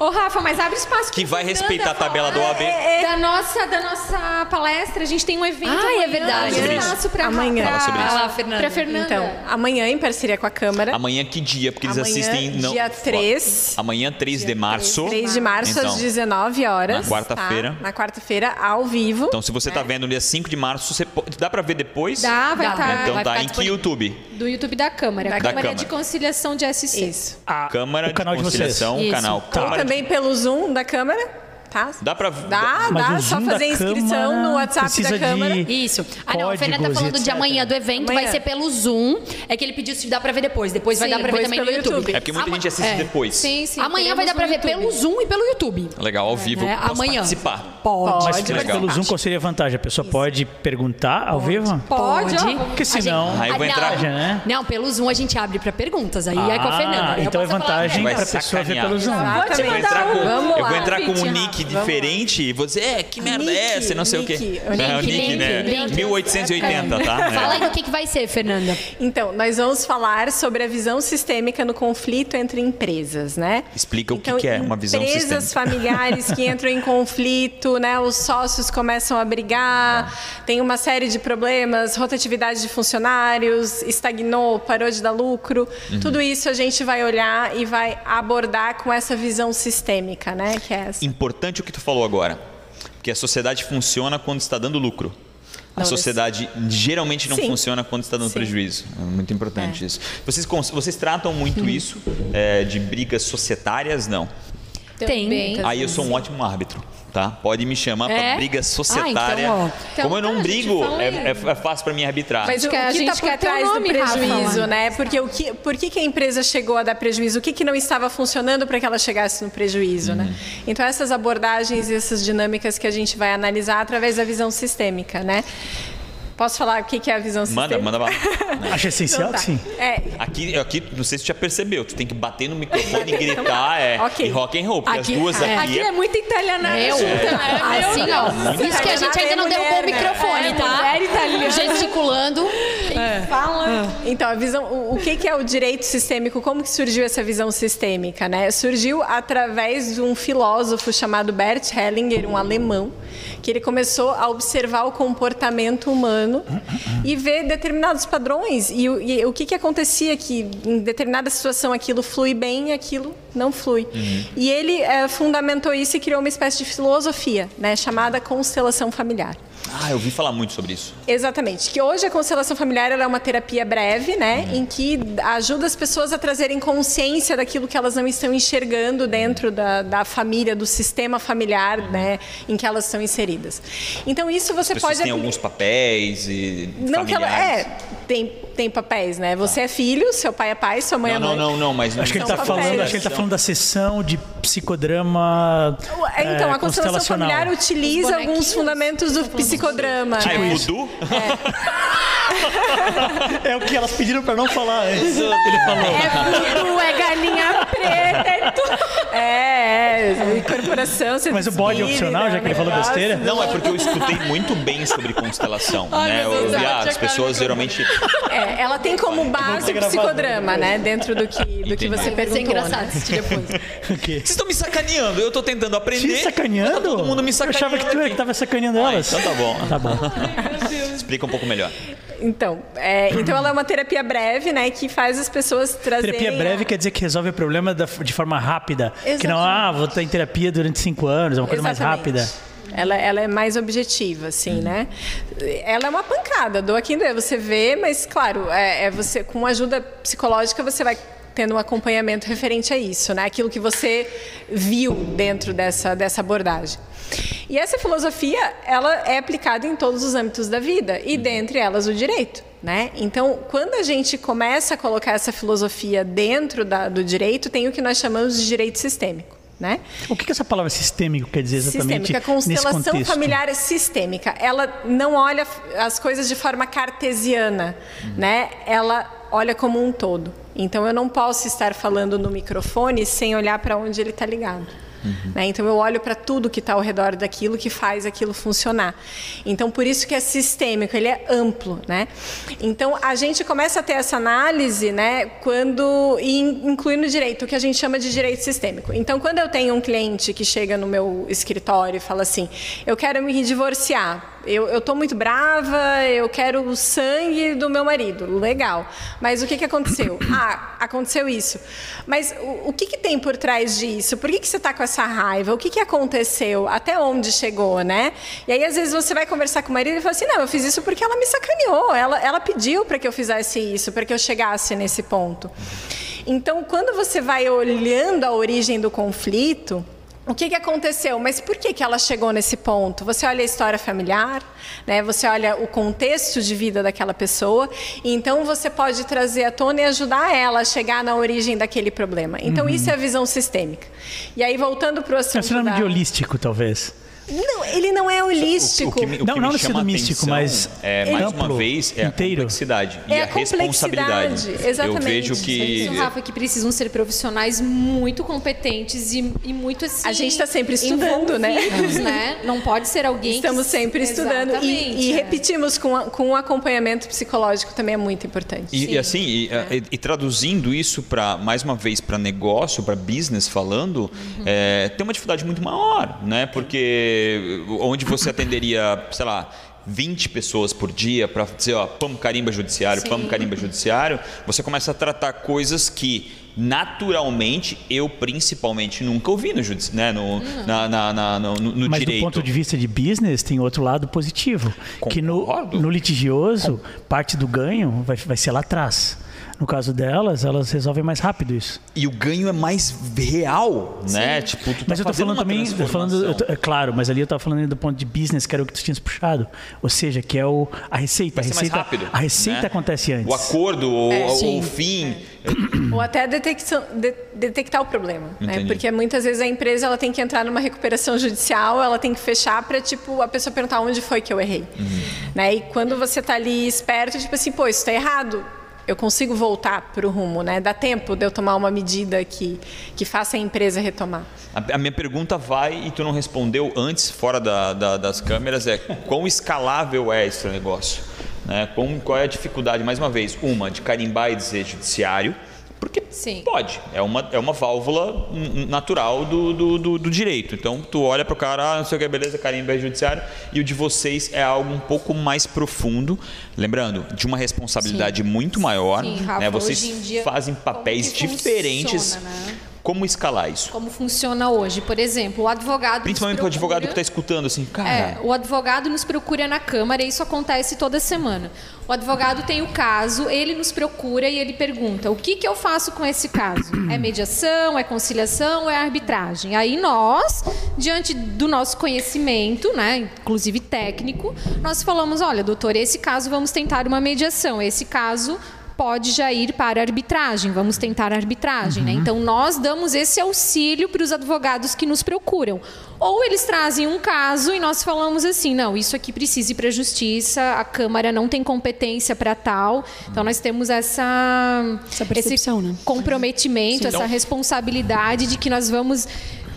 Speaker 4: Ô, Rafa, mas abre espaço
Speaker 3: Que
Speaker 4: pro
Speaker 3: vai
Speaker 4: Fernanda
Speaker 3: respeitar a
Speaker 4: falar É
Speaker 3: tabela do OAB.
Speaker 4: Da nossa, da nossa palestra, a gente tem um evento.
Speaker 5: Ah, é
Speaker 4: amanhã,
Speaker 5: verdade.
Speaker 4: abre
Speaker 3: Sobre isso.
Speaker 4: espaço pra,
Speaker 6: Amanhã.
Speaker 4: Pra,
Speaker 6: Fala
Speaker 3: sobre isso.
Speaker 5: Vai lá, Fernanda.
Speaker 4: Pra Fernanda.
Speaker 6: Então, amanhã, em parceria com a
Speaker 4: É.
Speaker 6: Câmara,
Speaker 3: Amanhã que dia? Porque eles
Speaker 6: Amanhã,
Speaker 3: assistem. Não,
Speaker 6: dia 3.
Speaker 3: Ó, Amanhã, 3 de março.
Speaker 6: 3 de março,
Speaker 3: Então,
Speaker 6: às 19 horas.
Speaker 3: na quarta-feira.
Speaker 6: tá? Na quarta-feira, ao vivo.
Speaker 3: Então, se você tá vendo no dia 5 de março, você po- dá pra ver depois?
Speaker 4: Dá, vai
Speaker 5: Dá.
Speaker 4: estar
Speaker 3: Então
Speaker 5: Vai
Speaker 3: tá
Speaker 5: ficar
Speaker 3: em que
Speaker 5: disponível.
Speaker 3: YouTube?
Speaker 4: do YouTube da Câmara.
Speaker 6: Da
Speaker 4: Câmara, é
Speaker 3: Câmara.
Speaker 4: de Conciliação de SC.
Speaker 6: Isso.
Speaker 1: Ah,
Speaker 3: Câmara
Speaker 1: o canal
Speaker 3: de
Speaker 1: de vocês.
Speaker 3: Conciliação,
Speaker 5: Isso.
Speaker 3: canal
Speaker 6: Ou
Speaker 3: Câmara.
Speaker 6: também pelo Zoom da Câmara, tá?
Speaker 3: Dá pra-
Speaker 6: Dá,
Speaker 1: Mas o
Speaker 6: dá. Só
Speaker 1: Zoom da
Speaker 6: fazer a inscrição
Speaker 1: Câmara
Speaker 6: no WhatsApp
Speaker 1: precisa
Speaker 6: da Câmara.
Speaker 1: de-
Speaker 5: Isso. Ah, não, a Fernanda tá
Speaker 1: Códigos,
Speaker 5: falando de
Speaker 1: etc.
Speaker 5: amanhã do evento,
Speaker 6: Amanhã.
Speaker 5: vai ser pelo Zoom. É que ele pediu se dá pra ver depois. Depois vai
Speaker 4: Sim,
Speaker 5: dar pra ver
Speaker 6: depois
Speaker 5: também no
Speaker 6: pelo
Speaker 5: YouTube.
Speaker 6: YouTube.
Speaker 3: É porque muita
Speaker 5: Ama-
Speaker 3: gente assiste
Speaker 5: é.
Speaker 3: depois.
Speaker 4: Sim, sim.
Speaker 5: Amanhã vai dar pra ver
Speaker 4: teremos no
Speaker 5: pelo
Speaker 4: YouTube.
Speaker 5: Zoom e pelo YouTube.
Speaker 3: Legal, ao vivo.
Speaker 5: É,
Speaker 3: posso
Speaker 5: amanhã.
Speaker 3: participar.
Speaker 7: Pode.
Speaker 1: Mas
Speaker 6: Pode,
Speaker 1: pelo-
Speaker 3: legal.
Speaker 1: pelo Zoom, qual seria a vantagem? A pessoa pode perguntar ao vivo?
Speaker 4: Pode,
Speaker 5: Pode.
Speaker 4: ó.
Speaker 1: Porque
Speaker 5: A gente-
Speaker 1: senão...
Speaker 3: Aí eu vou
Speaker 5: Ah,
Speaker 3: entrar.
Speaker 5: não.
Speaker 1: Né?
Speaker 5: Não, pelo Zoom a gente abre pra perguntas. Aí é com a
Speaker 1: Ah,
Speaker 5: Fernanda. Eu
Speaker 1: então é
Speaker 5: posso falar,
Speaker 1: vantagem
Speaker 3: Vai
Speaker 1: para a pessoa ver
Speaker 3: sacanear.
Speaker 1: pelo Zoom.
Speaker 4: Vou te
Speaker 3: Eu vou
Speaker 4: mandar
Speaker 3: entrar
Speaker 4: um-
Speaker 3: com,
Speaker 6: Vamos
Speaker 3: eu vou
Speaker 6: lá,
Speaker 3: entrar com um
Speaker 4: Pitty,
Speaker 3: nick
Speaker 4: Rafa,
Speaker 3: diferente e você, é, que merda
Speaker 6: Nick,
Speaker 3: é essa? E Não sei o quê.
Speaker 6: nick,
Speaker 3: é, o
Speaker 5: nick,
Speaker 3: nick, né?
Speaker 5: nick.
Speaker 3: 1880, tá?
Speaker 5: Fala aí
Speaker 3: É.
Speaker 5: do que, que vai ser, Fernanda.
Speaker 6: Então, nós vamos falar sobre a visão sistêmica no conflito entre empresas, né?
Speaker 3: Explica o que
Speaker 6: Então,
Speaker 3: que é uma visão
Speaker 6: Empresas
Speaker 3: sistêmica.
Speaker 6: familiares que entram em conflito, né? Os sócios começam a
Speaker 3: Ah.
Speaker 6: brigar, tem uma série de problemas, rotatividade de funcionários, estagnou, parou de dar lucro.
Speaker 3: Uhum.
Speaker 6: Tudo isso a gente vai olhar e vai abordar com essa visão sistêmica, né? Que é essa.
Speaker 3: Importante o que tu falou agora. Porque a sociedade funciona quando está dando lucro. A sociedade geralmente não
Speaker 6: Sim.
Speaker 3: funciona quando está dando
Speaker 6: Sim.
Speaker 3: prejuízo. É muito importante isso. Vocês, cons- vocês tratam muito isso é, de brigas societárias? Não.
Speaker 8: Tem.
Speaker 4: Também.
Speaker 3: Aí eu sou um ótimo árbitro. Tá? Pode me chamar pra
Speaker 5: É?
Speaker 3: briga
Speaker 5: Ah,
Speaker 3: societária.
Speaker 5: então, ó.
Speaker 4: Então
Speaker 3: Como eu não
Speaker 4: tá,
Speaker 3: brigo,
Speaker 4: gente, fala
Speaker 3: é,
Speaker 4: aí.
Speaker 3: é- é fácil pra mim arbitrar.
Speaker 6: Mas
Speaker 4: Acho
Speaker 6: o
Speaker 4: que
Speaker 6: que
Speaker 4: a gente
Speaker 6: está por
Speaker 4: quer ter
Speaker 6: trás
Speaker 4: o
Speaker 6: do
Speaker 4: nome, Rafa,
Speaker 6: prejuízo,
Speaker 4: lá.
Speaker 6: né? Porque o que, por que, que a empresa chegou a dar prejuízo? O que, que não estava funcionando para que ela chegasse no prejuízo, né? Então essas abordagens e essas dinâmicas que a gente vai analisar através da visão sistêmica, né? Posso falar o que, que é a visão
Speaker 3: Manda,
Speaker 6: sistêmica?
Speaker 3: manda bala.
Speaker 1: Acho essencial
Speaker 6: Então tá.
Speaker 1: que sim.
Speaker 6: É,
Speaker 3: Aqui, aqui, não sei se você já percebeu, tu tem que bater no microfone e gritar, é,
Speaker 6: Ok.
Speaker 3: e rock and roll, porque
Speaker 5: Aqui-
Speaker 3: as duas
Speaker 5: é.
Speaker 3: aqui,
Speaker 4: Aqui é muito italiana.
Speaker 8: Eu?
Speaker 6: Então, é
Speaker 8: Assim, ó. Isso que a gente ainda não
Speaker 6: um
Speaker 5: É,
Speaker 8: derrubou
Speaker 6: né?
Speaker 8: o
Speaker 5: né?
Speaker 8: microfone, tá?
Speaker 4: mulher italiana.
Speaker 8: Gesticulando.
Speaker 6: Então, a visão, o, o que, que é o direito sistêmico? Como que surgiu essa visão sistêmica? Né? Surgiu através de um filósofo chamado Bert Hellinger, um alemão, que ele começou a observar o comportamento humano e ver determinados padrões e, o- e o que, que acontecia que em determinada situação aquilo flui bem e aquilo não flui. E ele eh, fundamentou isso e criou uma espécie de filosofia, né, chamada constelação familiar.
Speaker 3: Ah, eu ouvi falar muito sobre isso.
Speaker 6: Exatamente. Que hoje a constelação familiar ela é uma terapia breve, né?
Speaker 3: Uhum.
Speaker 6: Em que ajuda as pessoas a trazerem consciência daquilo que elas não estão enxergando dentro da, da família, do sistema familiar, né? Em que elas estão inseridas. Então, isso você
Speaker 3: Uhum. As pessoas
Speaker 6: pode.
Speaker 3: têm
Speaker 6: apli-
Speaker 3: alguns papéis e
Speaker 6: Não que ela.
Speaker 3: familiares. Tá.
Speaker 6: É, tem, tem papéis, né? Você é filho, seu pai é pai, sua mãe é
Speaker 3: Não, não,
Speaker 6: mãe.
Speaker 3: não, não, mas...
Speaker 1: Acho que ele
Speaker 6: Então,
Speaker 1: está
Speaker 6: tá
Speaker 1: falando,
Speaker 6: velho.
Speaker 1: acho que ele tá falando da sessão de psicodrama.
Speaker 6: É, Então,
Speaker 1: é,
Speaker 6: a constelação
Speaker 1: constelacional.
Speaker 6: familiar utiliza alguns
Speaker 8: bonequinhos?
Speaker 6: fundamentos do psicodrama.
Speaker 3: Ah, é
Speaker 6: né?
Speaker 3: voodoo?
Speaker 1: É o que elas pediram para não falar antes. Ele falou.
Speaker 6: Tu é galinha preta, é tu. É, é, incorporação, você
Speaker 1: Mas o bode é
Speaker 6: despira,
Speaker 1: opcional, já que ele falou
Speaker 6: negócio.
Speaker 1: besteira? Tá
Speaker 3: Não, é porque eu escutei muito bem sobre constelação, né?
Speaker 8: meu
Speaker 3: Eu
Speaker 8: Deus,
Speaker 3: ouvi,
Speaker 8: eu
Speaker 3: ah,
Speaker 8: vou
Speaker 3: as
Speaker 8: checar
Speaker 3: pessoas geralmente...
Speaker 6: É, ela tem como base o psicodrama, né? Dentro do que, do
Speaker 3: Entendi.
Speaker 6: que
Speaker 5: é
Speaker 6: você
Speaker 8: Vai ser
Speaker 6: perguntou.
Speaker 8: engraçado
Speaker 6: né?
Speaker 8: assistir depois.
Speaker 3: Vocês estão me sacaneando, eu tô tentando aprender.
Speaker 1: Te sacaneando?
Speaker 3: Tá todo mundo me
Speaker 1: Eu
Speaker 3: sacaneando
Speaker 1: achava que tu é era
Speaker 3: aqui.
Speaker 1: que tava sacaneando elas.
Speaker 3: então tá bom.
Speaker 1: Tá bom.
Speaker 3: Explica um pouco melhor.
Speaker 6: Então, é, então ela é uma terapia breve, né? Que faz as pessoas trazerem...
Speaker 1: Terapia breve quer dizer que resolve o problema da- de forma rápida. Que não, ah, vou estar em terapia durante cinco anos, é uma coisa mais
Speaker 6: Exatamente.
Speaker 1: rápida.
Speaker 6: Ela, ela é mais objetiva, assim, né? Ela é uma pancada, do aqui doer. Você vê, mas claro, é, é você com ajuda psicológica você vai tendo um acompanhamento referente a isso, né? Aquilo que você viu dentro dessa, dessa abordagem. E essa filosofia, ela é aplicada em todos os âmbitos da vida e dentre elas o direito. Né? Então, quando a gente começa a colocar essa filosofia dentro da- do direito, tem o que nós chamamos de direito sistêmico. Né?
Speaker 1: O que, que essa palavra sistêmico quer dizer exatamente?
Speaker 6: Sistêmica,
Speaker 1: nesse
Speaker 6: constelação
Speaker 1: contexto?
Speaker 6: familiar é sistêmica. Ela não olha f- as coisas de forma cartesiana,
Speaker 1: Uhum.
Speaker 6: né? Ela olha como um todo. Então eu não posso estar falando no microfone sem olhar para onde ele está ligado.
Speaker 1: Uhum.
Speaker 6: né? Então eu olho para tudo que está ao redor daquilo que faz aquilo funcionar. Então por isso que é sistêmico, ele é amplo, né? Então a gente começa a ter essa análise, né? Quando e in- incluindo o direito, o que a gente chama de direito sistêmico. Então quando eu tenho um cliente que chega no meu escritório e fala assim, eu quero me divorciar, eu, eu tô muito brava, eu quero o sangue do meu marido. Legal. Mas o que, que aconteceu? Ah, aconteceu isso. Mas o, o que, que tem por trás disso? Por que, que você tá com essa raiva? O que, que aconteceu? Até onde chegou, né? E aí, às vezes, você vai conversar com o marido e fala assim: não, eu fiz isso porque ela me sacaneou, ela, ela pediu para que eu fizesse isso, para que eu chegasse nesse ponto. Então, quando você vai olhando a origem do conflito, o que, que aconteceu? Mas por que, que ela chegou nesse ponto? Você olha a história familiar, né? você olha o contexto de vida daquela pessoa, e então você pode trazer à tona e ajudar ela a chegar na origem daquele problema. Então,
Speaker 3: Uhum.
Speaker 6: isso é a visão sistêmica. E aí, voltando para o assunto.
Speaker 1: É o
Speaker 3: Tá
Speaker 1: sinônimo
Speaker 6: da-
Speaker 1: de holístico, talvez.
Speaker 6: Não, ele não é
Speaker 3: O
Speaker 6: holístico.
Speaker 3: que me, o
Speaker 1: Não,
Speaker 3: que
Speaker 1: não
Speaker 3: me
Speaker 1: no
Speaker 3: chama
Speaker 1: sentido místico,
Speaker 3: atenção
Speaker 1: mas
Speaker 3: é, mais uma
Speaker 1: amplo,
Speaker 3: vez é
Speaker 1: inteiro.
Speaker 3: a complexidade e
Speaker 6: É
Speaker 3: a
Speaker 6: a complexidade,
Speaker 3: responsabilidade. Eu
Speaker 6: exatamente.
Speaker 3: vejo
Speaker 4: É
Speaker 3: que
Speaker 4: isso, Rafa, que precisam ser profissionais muito competentes e, e muito assim.
Speaker 6: A gente tá sempre estudando, né?
Speaker 4: envolvidos, né? Não pode ser alguém. que-
Speaker 6: Estamos sempre estudando
Speaker 4: Exatamente,
Speaker 6: e, e
Speaker 4: é.
Speaker 6: repetimos com, a- com o acompanhamento psicológico também é muito importante.
Speaker 3: E, e assim, e, e- e traduzindo isso para, mais uma vez, para negócio, para business falando, é, tem uma dificuldade muito maior, né? Porque onde você atenderia, sei lá, 20 pessoas por dia para dizer, ó, vamos carimba judiciário, vamos carimba judiciário, você começa a tratar coisas que naturalmente eu principalmente nunca ouvi no judiciário, né, no, na- na- na- no, no- no
Speaker 1: Mas
Speaker 3: direito.
Speaker 1: do ponto de vista de business, tem outro lado positivo. Que no,
Speaker 3: Concordo.
Speaker 1: no litigioso, parte do ganho vai, vai ser lá atrás. No caso delas, elas resolvem mais rápido isso.
Speaker 3: E o ganho é mais real, né? Tipo, tu tá
Speaker 1: Mas eu tô
Speaker 3: fazendo
Speaker 1: falando
Speaker 3: uma
Speaker 1: também, eu tô falando, eu tô-
Speaker 3: transformação.
Speaker 1: é claro, mas ali eu tava falando do ponto de business, que era o que tu tinhas puxado. Ou seja, que é o, a receita. a
Speaker 3: Vai ser mais
Speaker 1: receita,
Speaker 3: rápido.
Speaker 1: a receita
Speaker 3: né?
Speaker 1: acontece antes.
Speaker 3: O acordo ou, ou
Speaker 5: sim.
Speaker 3: o fim.
Speaker 1: Hum.
Speaker 6: Ou até a detecção- de- detectar o problema. Né?
Speaker 3: Entendi.
Speaker 6: Porque muitas vezes a empresa ela tem que entrar numa recuperação judicial, ela tem que fechar para tipo, a pessoa perguntar onde foi que eu errei.
Speaker 1: Uhum.
Speaker 6: Né? E quando você tá ali esperto, tipo assim, pô, isso tá errado. Eu consigo voltar pro rumo, né? Dá tempo de eu tomar uma medida que, que faça a empresa retomar.
Speaker 3: A, a minha pergunta vai, e tu não respondeu antes, fora da- da- das câmeras, é quão escalável é esse negócio? Né? Quão- qual é a dificuldade, mais uma vez? Uma, de carimbar e dizer judiciário, porque
Speaker 4: Sim.
Speaker 3: pode, é uma, é uma válvula hum, natural do, do, do- do direito. Então, tu olha pro cara, ah, não sei o que, beleza, carimba é judiciário, e o de vocês é algo um pouco mais profundo, lembrando, de uma responsabilidade muito maior,
Speaker 4: Sim, Rafa,
Speaker 3: né? vocês
Speaker 4: hoje em dia,
Speaker 3: fazem papéis
Speaker 4: como que
Speaker 3: diferentes.
Speaker 4: funciona, né?
Speaker 3: Como escalar isso?
Speaker 4: Como funciona hoje? Por exemplo, o advogado. nos
Speaker 3: Principalmente para o
Speaker 4: procura-
Speaker 3: advogado que está escutando, assim, cara.
Speaker 4: É, o advogado nos procura na Câmara e isso acontece toda semana. O advogado tem o caso, ele nos procura e ele pergunta: o que, que eu faço com esse caso? É mediação, é conciliação, é arbitragem? Aí nós, diante do nosso conhecimento, né, inclusive técnico, nós falamos: olha, doutor, esse caso vamos tentar uma mediação, esse caso pode já ir para a arbitragem, vamos tentar a arbitragem,
Speaker 3: Uhum.
Speaker 4: né? Então nós damos esse auxílio para os advogados que nos procuram. Ou eles trazem um caso e nós falamos assim, não, isso aqui precisa ir para a justiça, a Câmara não tem competência para tal. Então nós temos essa
Speaker 5: Essa percepção,
Speaker 4: esse
Speaker 5: né?
Speaker 4: comprometimento, essa
Speaker 3: Então-
Speaker 4: responsabilidade de que nós vamos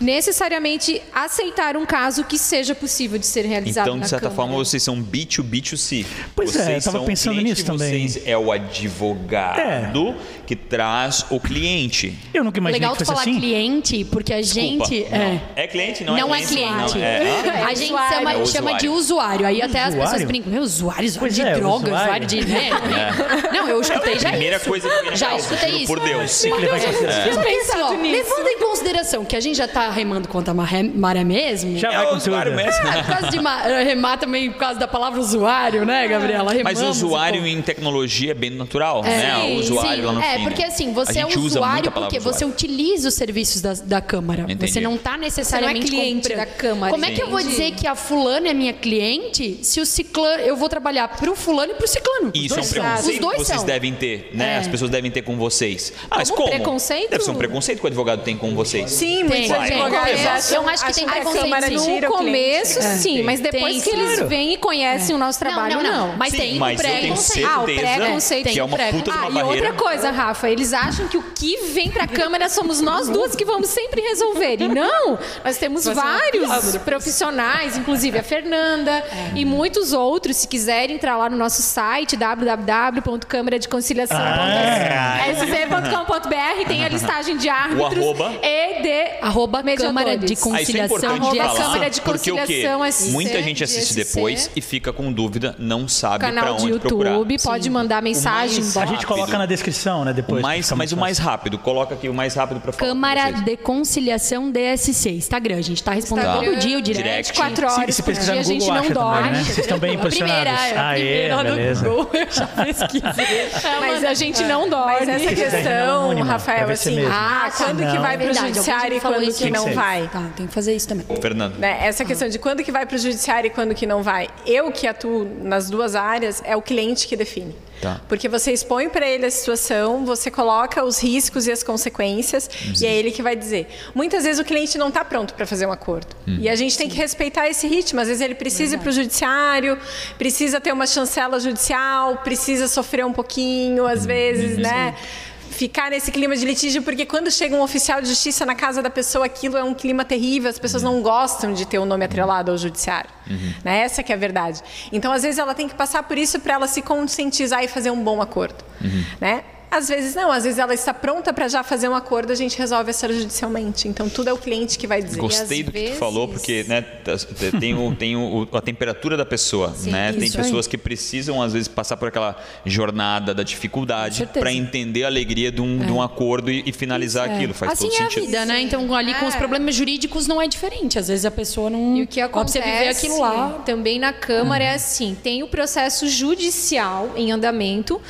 Speaker 4: necessariamente aceitar um caso que seja possível de ser realizado
Speaker 3: Então,
Speaker 4: na
Speaker 3: de certa
Speaker 4: Câmara.
Speaker 3: forma, vocês são B2B2C.
Speaker 1: Pois é,
Speaker 3: vocês
Speaker 1: eu tava
Speaker 3: são
Speaker 1: pensando
Speaker 3: cliente
Speaker 1: nisso
Speaker 3: de
Speaker 1: também. É.
Speaker 3: Vocês é o advogado que traz o cliente.
Speaker 1: Eu nunca imaginei
Speaker 8: Legal
Speaker 1: que
Speaker 8: tu
Speaker 1: fosse
Speaker 8: falar
Speaker 1: assim.
Speaker 8: cliente, porque a
Speaker 3: Opa,
Speaker 8: gente.
Speaker 3: não.
Speaker 5: é.
Speaker 3: é cliente, não,
Speaker 8: Não
Speaker 3: é
Speaker 8: é
Speaker 3: cliente.
Speaker 8: cliente.
Speaker 3: Não, é,
Speaker 8: A gente chama,
Speaker 3: É o
Speaker 8: chama
Speaker 3: usuário.
Speaker 8: de usuário. Aí até as pessoas
Speaker 1: Usuário?
Speaker 8: brincam, meu, usuário, usuário
Speaker 1: Pois
Speaker 8: de
Speaker 1: é,
Speaker 8: droga,
Speaker 1: usuário.
Speaker 8: usuário de. né? Não, eu escutei
Speaker 3: É. a
Speaker 8: já é
Speaker 3: primeira
Speaker 8: isso.
Speaker 3: coisa que me vem na
Speaker 8: Já
Speaker 3: cabeça,
Speaker 8: escutei
Speaker 3: juro
Speaker 8: isso.
Speaker 3: Por Deus.
Speaker 1: Sim, que levar em consideração.
Speaker 3: É.
Speaker 8: Mas pensa, ó,
Speaker 6: nisso.
Speaker 8: levando em consideração que a gente já tá remando contra a maré, maré mesmo.
Speaker 1: Já
Speaker 3: É
Speaker 1: vai
Speaker 3: o
Speaker 1: com
Speaker 3: usuário
Speaker 1: tudo.
Speaker 3: mesmo.
Speaker 8: É, por causa de ma- remar também, por causa da palavra usuário, né, Gabriela?
Speaker 3: Mas
Speaker 8: Remamos
Speaker 3: o
Speaker 8: um
Speaker 3: usuário
Speaker 8: pouco.
Speaker 3: em tecnologia é bem natural, né?
Speaker 8: Sim,
Speaker 3: o usuário
Speaker 8: sim.
Speaker 3: lá no
Speaker 8: É,
Speaker 3: fim,
Speaker 8: porque
Speaker 3: né?
Speaker 8: assim,
Speaker 3: A
Speaker 8: você é
Speaker 3: gente usa muito a
Speaker 8: usuário
Speaker 3: palavra
Speaker 8: porque
Speaker 3: usuário.
Speaker 8: você utiliza os serviços da, da Câmara.
Speaker 3: Entendi.
Speaker 8: Você não está necessariamente
Speaker 4: Você não é cliente
Speaker 8: comprando.
Speaker 4: da Câmara,
Speaker 8: Como é que eu vou
Speaker 4: entendi.
Speaker 8: dizer que a fulana é minha cliente se o ciclano... Eu vou trabalhar pro fulano e pro ciclano. Os
Speaker 3: Isso é um
Speaker 8: dois são.
Speaker 3: preconceito
Speaker 8: Os dois
Speaker 3: que vocês
Speaker 8: são.
Speaker 3: devem ter, né?
Speaker 8: É.
Speaker 3: As pessoas devem ter com vocês. Ah, mas
Speaker 4: Como
Speaker 3: como?
Speaker 4: preconceito?
Speaker 3: Deve ser um preconceito que o advogado tem com vocês.
Speaker 6: Sim,
Speaker 8: Tem,
Speaker 6: muitos
Speaker 8: tem.
Speaker 6: advogados
Speaker 8: Eu
Speaker 6: acham,
Speaker 8: acho que tem
Speaker 4: é
Speaker 6: acham a
Speaker 8: preconceito,
Speaker 6: Câmara
Speaker 8: sim.
Speaker 6: tira
Speaker 4: No
Speaker 6: o cliente.
Speaker 4: começo, sim, mas depois
Speaker 8: Tem,
Speaker 4: que eles
Speaker 8: claro.
Speaker 4: vêm e conhecem o nosso trabalho,
Speaker 8: não,
Speaker 4: É. não.
Speaker 8: não, Mas tem um
Speaker 3: mas eu tenho
Speaker 8: preconceito.
Speaker 3: certeza
Speaker 4: Ah, o preconceito
Speaker 3: que é uma
Speaker 8: tem
Speaker 3: puta de uma
Speaker 4: ah, e
Speaker 3: barreira.
Speaker 4: outra coisa, Rafa, eles acham que o que vem pra Câmara somos nós duas que vamos sempre resolver. E não, nós temos vários profissionais, inclusive a Fernanda e muitos outros. Se quiserem entrar lá no nosso site,
Speaker 3: Ah,
Speaker 4: www.câmaradeconciliação.sc.com.br, tem a listagem de árbitros
Speaker 3: arroba?
Speaker 4: e de
Speaker 8: Arroba Câmara de
Speaker 4: mediadores.
Speaker 3: Ah, isso é
Speaker 8: Conciliação
Speaker 3: importante
Speaker 8: de é
Speaker 4: Arroba
Speaker 3: falar,
Speaker 4: Câmara de
Speaker 3: porque o quê?
Speaker 4: Conciliação, SC,
Speaker 3: Muita gente assiste
Speaker 4: SC.
Speaker 3: depois e fica com dúvida, não sabe para
Speaker 4: canal
Speaker 3: onde
Speaker 4: de
Speaker 3: procurar.
Speaker 4: YouTube, pode mandar mensagem.
Speaker 3: mais-
Speaker 1: A gente coloca
Speaker 3: Rápido.
Speaker 1: na descrição, né? Depois.
Speaker 3: O mais,
Speaker 1: pra ficar
Speaker 3: mas o mais rápido, coloca aqui o mais rápido para falar. com
Speaker 8: Câmara
Speaker 3: vocês.
Speaker 8: de Conciliação DSC. Instagram, a gente tá respondendo
Speaker 3: Instagram,
Speaker 8: todo dia o direct.
Speaker 3: direct.
Speaker 4: 24
Speaker 1: fácil.
Speaker 4: horas
Speaker 1: se, se
Speaker 4: por
Speaker 1: pesquisar no
Speaker 4: dia, a gente
Speaker 1: Google,
Speaker 4: não
Speaker 1: acha também,
Speaker 4: dorme.
Speaker 1: né? Vocês estão bem posicionados.
Speaker 8: a
Speaker 1: Aê,
Speaker 8: primeira
Speaker 1: beleza.
Speaker 8: do Google, eu já pesquisei.
Speaker 4: Mas a gente não dorme.
Speaker 6: Mas é assim, essa questão,
Speaker 1: anônima, pra
Speaker 6: Rafael,
Speaker 1: ver se é
Speaker 6: assim,
Speaker 1: mesmo.
Speaker 6: ah, quando que
Speaker 1: Não.
Speaker 6: vai para o
Speaker 8: Verdade, alguém
Speaker 6: judiciário e
Speaker 8: falou
Speaker 6: quando
Speaker 8: isso.
Speaker 6: que
Speaker 8: Tem
Speaker 1: que
Speaker 6: não
Speaker 1: ser.
Speaker 6: vai?
Speaker 5: Tá, tem que fazer isso também.
Speaker 3: Fernando.
Speaker 6: Né? Essa questão de quando que vai para o judiciário e quando que não vai. Eu que atuo nas duas áreas, é o cliente que define.
Speaker 3: Tá.
Speaker 6: Porque você expõe para ele a situação, você coloca os riscos e as consequências, e é ele que vai dizer. Muitas vezes o cliente não está pronto para fazer um acordo. E a gente tem que respeitar esse ritmo. Às vezes ele precisa ir para o judiciário, precisa ter uma chancela judicial, precisa sofrer um pouquinho, às vezes, né? ficar nesse clima de litígio, porque quando chega um oficial de justiça na casa da pessoa, aquilo é um clima terrível, as pessoas não gostam de ter o nome atrelado ao judiciário. Né? Essa que é a verdade. Então, às vezes, ela tem que passar por isso para ela se conscientizar e fazer um bom acordo. Né? Às vezes não, às vezes ela está pronta para já fazer um acordo, a gente resolve extrajudicialmente. Então tudo é o cliente que vai dizer.
Speaker 3: Gostei
Speaker 6: Às
Speaker 3: do que
Speaker 6: vezes-
Speaker 3: tu falou, porque né, t- t- tem, o, tem o- a temperatura da pessoa. né? Tem
Speaker 5: isso aí.
Speaker 3: pessoas que precisam, às vezes, passar por aquela jornada da dificuldade
Speaker 5: certeza.
Speaker 3: para entender a alegria de um, de um acordo e, e finalizar aquilo. Faz
Speaker 5: assim
Speaker 3: todo
Speaker 5: é
Speaker 3: sentido.
Speaker 5: a vida, né? Então ali com os
Speaker 4: É.
Speaker 5: problemas jurídicos não é diferente. Às vezes a pessoa não
Speaker 4: E o que
Speaker 5: opta
Speaker 4: acontece
Speaker 5: por viver aquilo lá.
Speaker 4: também na Câmara é assim: tem o processo judicial em andamento.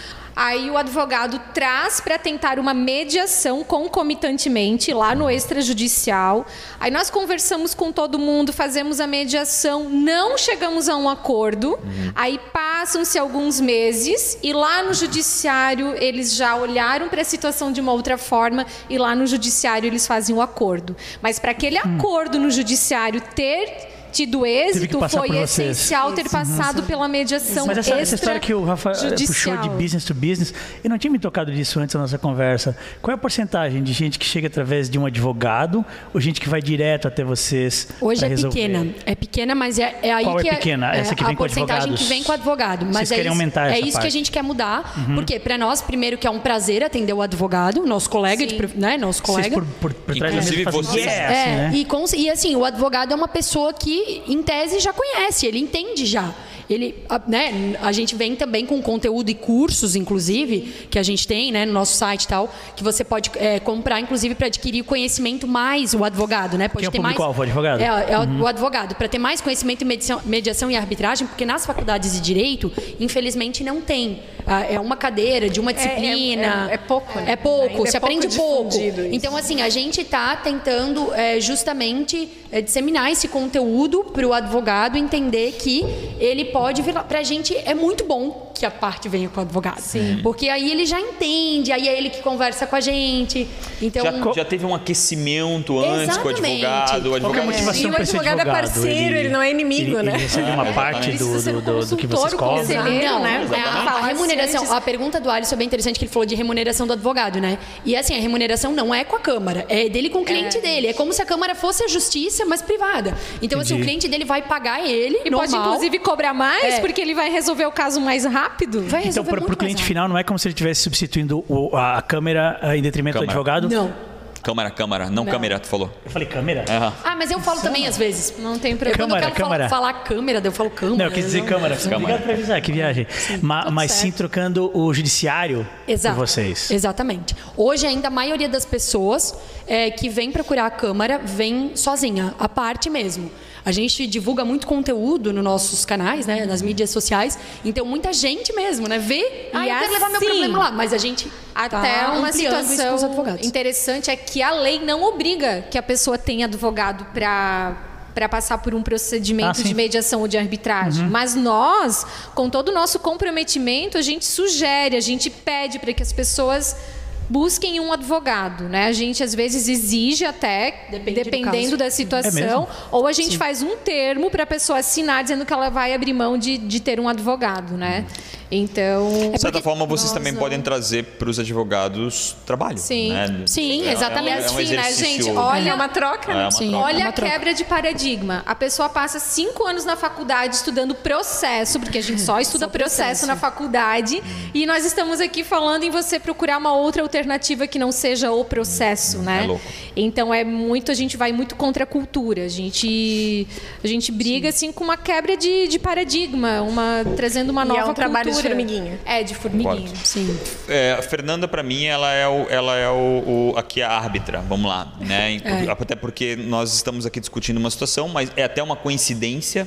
Speaker 4: Aí o advogado traz para tentar uma mediação concomitantemente lá no extrajudicial. Aí nós conversamos com todo mundo, fazemos a mediação, não chegamos a um acordo. Aí passam-se alguns meses e lá no judiciário eles já olharam para a situação de uma outra forma e lá no judiciário eles fazem o acordo. Mas para aquele acordo no judiciário ter tido
Speaker 1: Teve
Speaker 4: êxito
Speaker 1: que passar
Speaker 4: foi
Speaker 1: por vocês.
Speaker 4: essencial ter passado pela mediação
Speaker 1: Mas essa, essa história que o Rafa eh, puxou
Speaker 4: extrajudicial.
Speaker 1: de business to business, eu não tinha me tocado disso antes da nossa conversa. Qual é a porcentagem de gente que chega através de um advogado ou gente que vai direto até vocês?
Speaker 5: Hoje
Speaker 1: pra
Speaker 5: é
Speaker 1: resolver?
Speaker 5: pequena. É pequena, mas é, é aí
Speaker 1: Qual é
Speaker 5: que
Speaker 1: pequena? Essa que
Speaker 5: a
Speaker 1: vem com
Speaker 5: porcentagem
Speaker 1: advogados?
Speaker 5: que vem com o advogado. Mas
Speaker 1: Vocês
Speaker 5: é
Speaker 1: querem
Speaker 5: isso,
Speaker 1: aumentar
Speaker 5: é
Speaker 1: essa
Speaker 5: isso que a
Speaker 1: parte. Uhum.
Speaker 5: gente quer mudar. Porque para nós, primeiro, que é um prazer atender o advogado, nosso colega, de prof- né? Nosso
Speaker 1: Vocês
Speaker 5: colega.
Speaker 1: por, por, por trás da
Speaker 3: Inclusive
Speaker 1: mesa fazem
Speaker 3: vocês-
Speaker 1: yes,
Speaker 5: É,
Speaker 1: né?
Speaker 5: e, cons- e assim, o advogado é uma pessoa que, em tese, já conhece, ele entende já. Ele, a, né, a gente vem também com conteúdo e cursos, inclusive, que a gente tem né, no nosso site e tal, que você pode é, comprar, inclusive, para adquirir conhecimento mais o advogado, né? Pode
Speaker 1: Quem é o
Speaker 5: ter mais.
Speaker 1: público-alvo, o advogado? Uhum.
Speaker 5: É, é o- o advogado, para ter mais conhecimento em medição- mediação e arbitragem, porque nas faculdades de direito, infelizmente, não tem. Ah, É uma cadeira de uma disciplina.
Speaker 6: é- é pouco, né?
Speaker 5: É pouco,
Speaker 6: Ainda é
Speaker 5: se aprende
Speaker 6: pouco
Speaker 5: pouco.
Speaker 6: difundido isso.
Speaker 5: Então, assim, a gente está tentando é, justamente é, disseminar esse conteúdo para o advogado entender que ele pode vir lá. Para a gente é muito bom que a parte venha com o advogado. Sim. Porque aí ele já entende, aí é ele que conversa com a gente. Então,
Speaker 3: já, já teve um aquecimento antes com o
Speaker 5: Exatamente.
Speaker 3: advogado. O
Speaker 1: Qual que é a
Speaker 3: advogado
Speaker 1: motivação
Speaker 6: E o
Speaker 1: para esse
Speaker 6: um advogado é
Speaker 1: advogado?
Speaker 6: parceiro, ele não é inimigo,
Speaker 1: ele-
Speaker 6: né?
Speaker 1: Ele recebe uma parte
Speaker 3: exatamente.
Speaker 1: do,
Speaker 6: Precisa ser
Speaker 1: do, do, do que vocês
Speaker 6: consultor,
Speaker 1: cobram.
Speaker 6: conselheiro.
Speaker 1: né?
Speaker 5: Não,
Speaker 6: né?
Speaker 5: é a, a remuneração. A pergunta do Alisson é bem interessante que ele falou de remuneração do advogado, né? E assim, a remuneração não é com a Câmara, é dele com o cliente dele. É como se a Câmara fosse a justiça, mas privada. Então, assim, o
Speaker 1: Entendi.
Speaker 5: cliente dele vai pagar ele.
Speaker 4: E pode,
Speaker 5: normal.
Speaker 4: inclusive, cobrar mais,
Speaker 5: É.
Speaker 4: porque ele vai resolver o caso mais rápido.
Speaker 5: Vai
Speaker 1: Então,
Speaker 5: resolver
Speaker 1: para o
Speaker 5: muito
Speaker 1: cliente
Speaker 5: mais rápido.
Speaker 1: final, não é como se ele estivesse substituindo o- a, a câmera eh, em detrimento do
Speaker 3: Câmara.
Speaker 1: advogado?
Speaker 5: Não.
Speaker 3: Câmara, câmara, não, câmera, tu falou. É.
Speaker 1: Eu falei câmera?
Speaker 5: Ah, mas eu falo também às vezes.
Speaker 4: Não tem
Speaker 5: Eu,
Speaker 4: problema.
Speaker 5: quando eu
Speaker 1: Câmara, câmara.
Speaker 5: quero falar- falar câmera, daí eu falo né? câmera.
Speaker 1: Não, eu quis dizer câmara. Obrigado por avisar, que viagem. Ma-
Speaker 4: tudo
Speaker 1: mas
Speaker 4: certo.
Speaker 1: sim trocando o judiciário
Speaker 5: Exato.
Speaker 1: por vocês.
Speaker 5: Exatamente. Hoje, ainda a maioria das pessoas é, que vem procurar a Câmara vem sozinha, à parte mesmo. A gente divulga muito conteúdo nos nossos canais, né, nas mídias sociais. Então, muita gente mesmo, né? Vê, ah,
Speaker 4: E
Speaker 5: eu quero levar meu
Speaker 4: assim,
Speaker 5: problema lá. Mas a gente
Speaker 4: Até
Speaker 5: tá
Speaker 4: uma
Speaker 5: ampliando isso com os
Speaker 4: situação
Speaker 5: advogados.
Speaker 4: interessante é que a lei não obriga que a pessoa tenha advogado para para passar por um procedimento
Speaker 1: Ah, sim. Uhum.
Speaker 4: de mediação ou de arbitragem. Mas nós, com todo o nosso comprometimento, a gente sugere, a gente pede para que as pessoas busquem um advogado, né? A gente às vezes exige até,
Speaker 5: Depende do
Speaker 4: dependendo
Speaker 5: caso.
Speaker 4: da
Speaker 1: É
Speaker 4: situação, ou a gente faz um termo para a pessoa assinar dizendo que ela vai abrir mão de, de ter um advogado, né?
Speaker 1: Uhum.
Speaker 5: É
Speaker 4: Então,
Speaker 1: tá
Speaker 3: De certa forma, vocês
Speaker 4: nós
Speaker 3: também
Speaker 4: não-
Speaker 3: podem trazer para os advogados trabalho.
Speaker 4: Sim.
Speaker 3: né?
Speaker 5: Sim,
Speaker 3: É- é-
Speaker 5: exatamente.
Speaker 3: É um
Speaker 4: Sim, né,
Speaker 3: exercício...
Speaker 4: gente? Olha,
Speaker 6: É uma troca, né?
Speaker 3: É uma
Speaker 5: Sim.
Speaker 3: troca.
Speaker 4: Olha
Speaker 5: uma
Speaker 4: a
Speaker 5: troca.
Speaker 4: quebra de paradigma. A pessoa passa cinco anos na faculdade estudando processo, porque a gente só estuda processo, na faculdade,
Speaker 3: Hum.
Speaker 4: e nós estamos aqui falando em você procurar uma outra alternativa que não seja o processo, né?
Speaker 3: é louco.
Speaker 4: Então é muito, a gente vai muito contra a cultura. A gente, a gente briga assim com uma quebra de, de paradigma, uma trazendo uma
Speaker 6: E é
Speaker 4: nova
Speaker 6: um trabalho de
Speaker 4: cultura.
Speaker 6: formiguinha.
Speaker 4: É, de formiguinha.
Speaker 3: Concordo.
Speaker 5: Sim.
Speaker 3: É, a Fernanda, pra mim, ela é, o, ela é o, o- aqui a árbitra, vamos lá. Né? E por- Até porque nós estamos aqui discutindo uma situação, mas é até uma coincidência.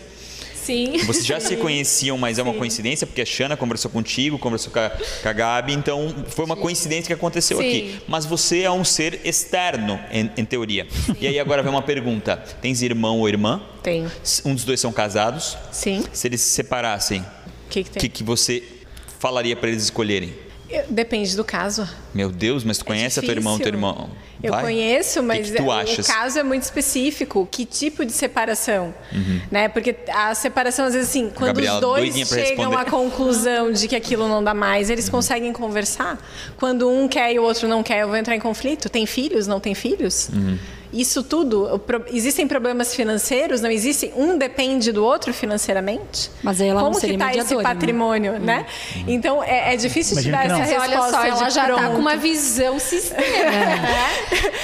Speaker 4: Sim.
Speaker 3: Vocês já se conheciam, mas é uma coincidência, porque a Xana conversou contigo, conversou com a, com a Gabi, então foi uma coincidência que aconteceu
Speaker 4: Sim.
Speaker 3: aqui. Mas você é um ser externo, em, em teoria. E aí agora vem uma pergunta: tens irmão ou irmã?
Speaker 6: Tem.
Speaker 3: Um dos dois são casados.
Speaker 6: Sim.
Speaker 3: Se eles se separassem,
Speaker 6: O que, que
Speaker 3: o
Speaker 6: tem?
Speaker 3: que, que você falaria pra eles escolherem?
Speaker 6: Eu- Depende do caso.
Speaker 3: Meu Deus, mas tu conhece a tua irmã ou teu
Speaker 6: É Difícil.
Speaker 3: irmão?
Speaker 6: Eu
Speaker 3: Vai.
Speaker 6: conheço, mas
Speaker 3: que tu
Speaker 6: é-
Speaker 3: achas?
Speaker 6: o caso é muito específico. Que tipo de separação? Né? Porque a separação, às vezes, assim, quando
Speaker 3: Uhum. Gabriela,
Speaker 6: os dois
Speaker 3: doidinha pra
Speaker 6: chegam
Speaker 3: responder. Uhum.
Speaker 6: à conclusão de que aquilo não dá mais, eles conseguem
Speaker 3: Uhum.
Speaker 6: conversar. Quando um quer e o outro não quer, eu vou entrar em conflito. Tem filhos? Não tem filhos? Isso tudo, o pro- existem problemas financeiros? Não existe? Um depende do outro financeiramente?
Speaker 5: Mas aí ela não
Speaker 6: Como
Speaker 5: seria
Speaker 6: que tá esse
Speaker 5: mediadora, né?
Speaker 6: patrimônio, né?
Speaker 3: Uhum.
Speaker 6: Então, é, é difícil
Speaker 1: Imagino
Speaker 6: te
Speaker 1: que
Speaker 6: dar
Speaker 1: não.
Speaker 6: essa
Speaker 4: Mas
Speaker 6: resposta
Speaker 4: olha só, ela
Speaker 6: de
Speaker 4: já tá
Speaker 6: pronto.
Speaker 4: com uma visão sistêmica, né?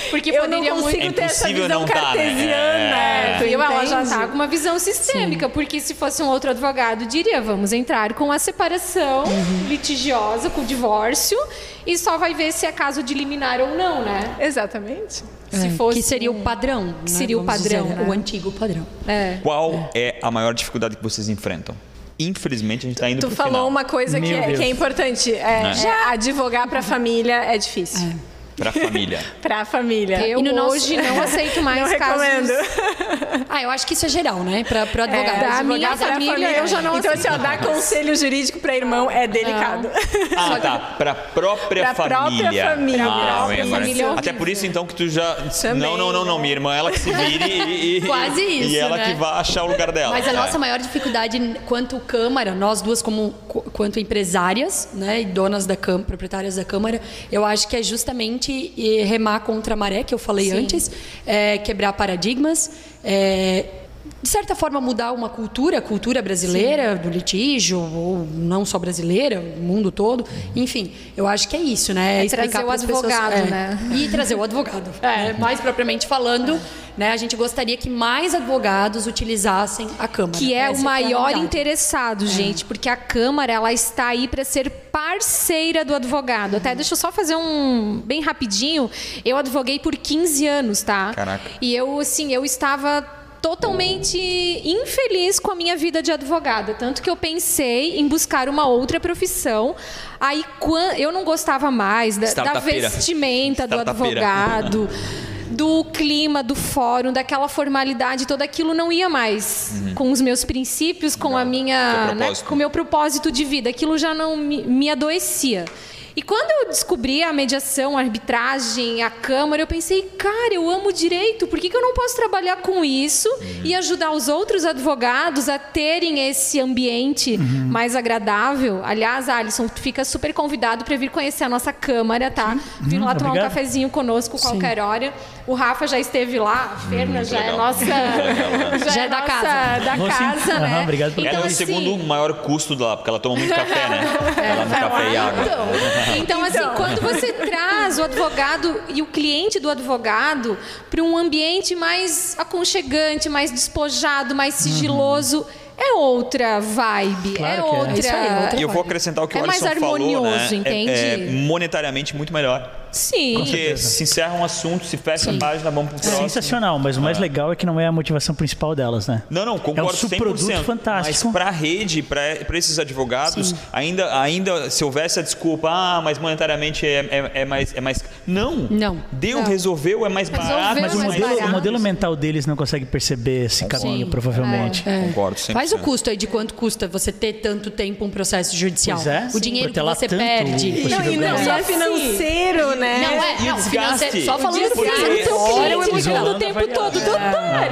Speaker 4: Porque
Speaker 6: Eu não
Speaker 4: poderia muito.
Speaker 6: consigo
Speaker 3: É
Speaker 6: ter essa
Speaker 3: impossível
Speaker 6: visão
Speaker 3: não dar, né?
Speaker 6: cartesiana.
Speaker 3: É.
Speaker 6: tu
Speaker 4: Entendeu? Ela já
Speaker 6: entende?
Speaker 4: tá com uma visão sistêmica, porque se fosse um outro advogado, diria: vamos entrar com a separação litigiosa, com o divórcio, e só vai ver se é caso de liminar ou não, né?
Speaker 6: Exatamente.
Speaker 4: Se
Speaker 5: É,
Speaker 4: fosse. um
Speaker 5: que seria o padrão. né,
Speaker 4: seria o
Speaker 5: vamos
Speaker 4: padrão,
Speaker 5: dizer,
Speaker 4: né?
Speaker 5: O antigo padrão.
Speaker 4: É.
Speaker 3: Qual é a maior dificuldade que vocês enfrentam? Infelizmente, a gente está indo
Speaker 6: Tu
Speaker 3: pro
Speaker 6: falou
Speaker 3: final.
Speaker 6: uma coisa que
Speaker 1: Meu
Speaker 6: é,
Speaker 1: Deus.
Speaker 6: que é importante. É, é, advogar para a família é difícil.
Speaker 3: Pra família.
Speaker 6: Para a família.
Speaker 4: É. Eu
Speaker 5: É, E no nosso-
Speaker 4: hoje não aceito mais
Speaker 6: não
Speaker 4: casos.
Speaker 6: recomendo.
Speaker 5: Ah, eu acho que isso é geral, né? Para o
Speaker 4: da
Speaker 5: advogado.
Speaker 4: minha
Speaker 6: É, Advogar pra
Speaker 4: família, eu já não
Speaker 6: Então, assim, ó, dar conselho jurídico para irmão é delicado.
Speaker 3: Ah, tá. Pra própria
Speaker 6: Pra própria
Speaker 3: família.
Speaker 6: família.
Speaker 3: Ah,
Speaker 6: Pra
Speaker 3: é, agora-
Speaker 4: família é horrível.
Speaker 3: Até por isso, então, que tu já.
Speaker 6: Também,
Speaker 3: não, não, não, não.
Speaker 6: né?
Speaker 3: Minha irmã, ela que se vire e. e-
Speaker 5: Quase isso,
Speaker 3: E ela
Speaker 5: né?
Speaker 3: que vai achar o lugar dela.
Speaker 5: Mas a
Speaker 3: tá?
Speaker 5: nossa maior dificuldade quanto Câmara, nós duas como qu- quanto empresárias, né, e donas da Câmara, proprietárias da Câmara, eu acho que é justamente eh, remar contra a maré, que eu falei antes, eh, quebrar paradigmas, eh, de certa forma mudar uma cultura, a cultura brasileira do litígio, ou não só brasileira, o mundo todo, enfim, eu acho que é isso, né?
Speaker 4: É trazer
Speaker 5: Explicar
Speaker 4: o
Speaker 5: pras
Speaker 4: advogado,
Speaker 5: é,
Speaker 4: né?
Speaker 5: e trazer o advogado. É, mais propriamente falando, né, a gente gostaria que mais advogados utilizassem a Câmara. né? É.
Speaker 4: Que é
Speaker 5: Essa
Speaker 4: o
Speaker 5: a
Speaker 4: maior
Speaker 5: realidade.
Speaker 4: interessado, gente, porque a Câmara ela está aí para ser parceira do advogado. Até deixa eu só fazer um bem rapidinho. Eu advoguei por 15 anos, tá?
Speaker 3: Caraca.
Speaker 4: E eu, assim, eu estava totalmente infeliz com a minha vida de advogada, tanto que eu pensei em buscar uma outra profissão. Aí quan- eu não gostava mais da, da
Speaker 3: Startupeira.
Speaker 4: vestimenta do
Speaker 3: Startupeira.
Speaker 4: advogado, do clima do fórum, daquela formalidade, toda aquilo não ia mais com os meus princípios, com a minha,
Speaker 3: Seu
Speaker 4: né,
Speaker 3: propósito.
Speaker 4: com o meu propósito de vida. Aquilo já não me, me adoecia. E quando eu descobri a mediação, a arbitragem, a Câmara, eu pensei, cara, eu amo direito, por que, que eu não posso trabalhar com isso e ajudar os outros advogados a terem esse ambiente mais agradável? Aliás, Alisson, tu fica super convidado para vir conhecer a nossa Câmara, tá? Vem lá tomar um
Speaker 1: obrigado.
Speaker 4: cafezinho conosco qualquer hora. O Rafa já esteve lá, a Ferna já é
Speaker 3: Hum, legal.
Speaker 4: nossa.
Speaker 5: Já é da
Speaker 4: nossa-
Speaker 5: casa.
Speaker 4: Tá, Da
Speaker 1: Vou sim.
Speaker 4: casa,
Speaker 1: Aham,
Speaker 4: né?
Speaker 1: obrigado por
Speaker 3: Ela é o
Speaker 4: assim,
Speaker 3: segundo maior custo lá, porque ela toma muito café, né?
Speaker 6: É,
Speaker 3: ela no café e água.
Speaker 4: então, então, assim, quando você traz o advogado e o cliente do advogado para um ambiente mais aconchegante, mais despojado, mais
Speaker 5: Uhum.
Speaker 4: sigiloso, é outra vibe,
Speaker 1: Claro
Speaker 4: é
Speaker 1: que é.
Speaker 4: outra.
Speaker 1: É
Speaker 5: isso aí, é outra
Speaker 3: E eu vou acrescentar o que
Speaker 4: É
Speaker 3: o
Speaker 4: mais
Speaker 3: Alisson falou, né?
Speaker 4: harmonioso, entende?
Speaker 3: É, é monetariamente muito melhor.
Speaker 4: Sim.
Speaker 3: Porque se encerra um assunto, se fecha a página, vamos pro próximo.
Speaker 1: É Sensacional, mas o mais legal é que não é a motivação principal delas, né?
Speaker 3: Não, não, concordo
Speaker 1: É um subproduto
Speaker 3: 100%.
Speaker 1: fantástico.
Speaker 3: Mas para a rede, para esses advogados, ainda, ainda se houvesse a desculpa, ah, mas monetariamente é, é- é mais, é mais... Não.
Speaker 5: Não.
Speaker 3: Deu, resolveu, é mais
Speaker 4: Resolveu,
Speaker 3: barato.
Speaker 1: Mas o
Speaker 4: Mas
Speaker 3: mais-
Speaker 1: modelo,
Speaker 4: barato.
Speaker 1: o modelo mental deles não consegue perceber esse caminho, provavelmente.
Speaker 3: Concordo, 100%.
Speaker 5: Faz o custo aí de quanto custa você ter tanto tempo um processo judicial.
Speaker 1: Pois é.
Speaker 5: O
Speaker 1: Sim.
Speaker 5: dinheiro que
Speaker 1: Protelar
Speaker 5: você
Speaker 1: tanto
Speaker 5: perde.
Speaker 1: o Não,
Speaker 6: E não
Speaker 1: É.
Speaker 6: só
Speaker 4: assim,
Speaker 6: financeiro, né?
Speaker 5: Não é,
Speaker 3: E o
Speaker 5: não,
Speaker 3: desgaste?
Speaker 5: financeiro- só falando
Speaker 3: Porque-
Speaker 4: assim,
Speaker 5: financeiro,
Speaker 3: Seu
Speaker 5: fora o
Speaker 1: cliente
Speaker 5: emocional.
Speaker 1: ligando
Speaker 4: O é tempo todo, doutor,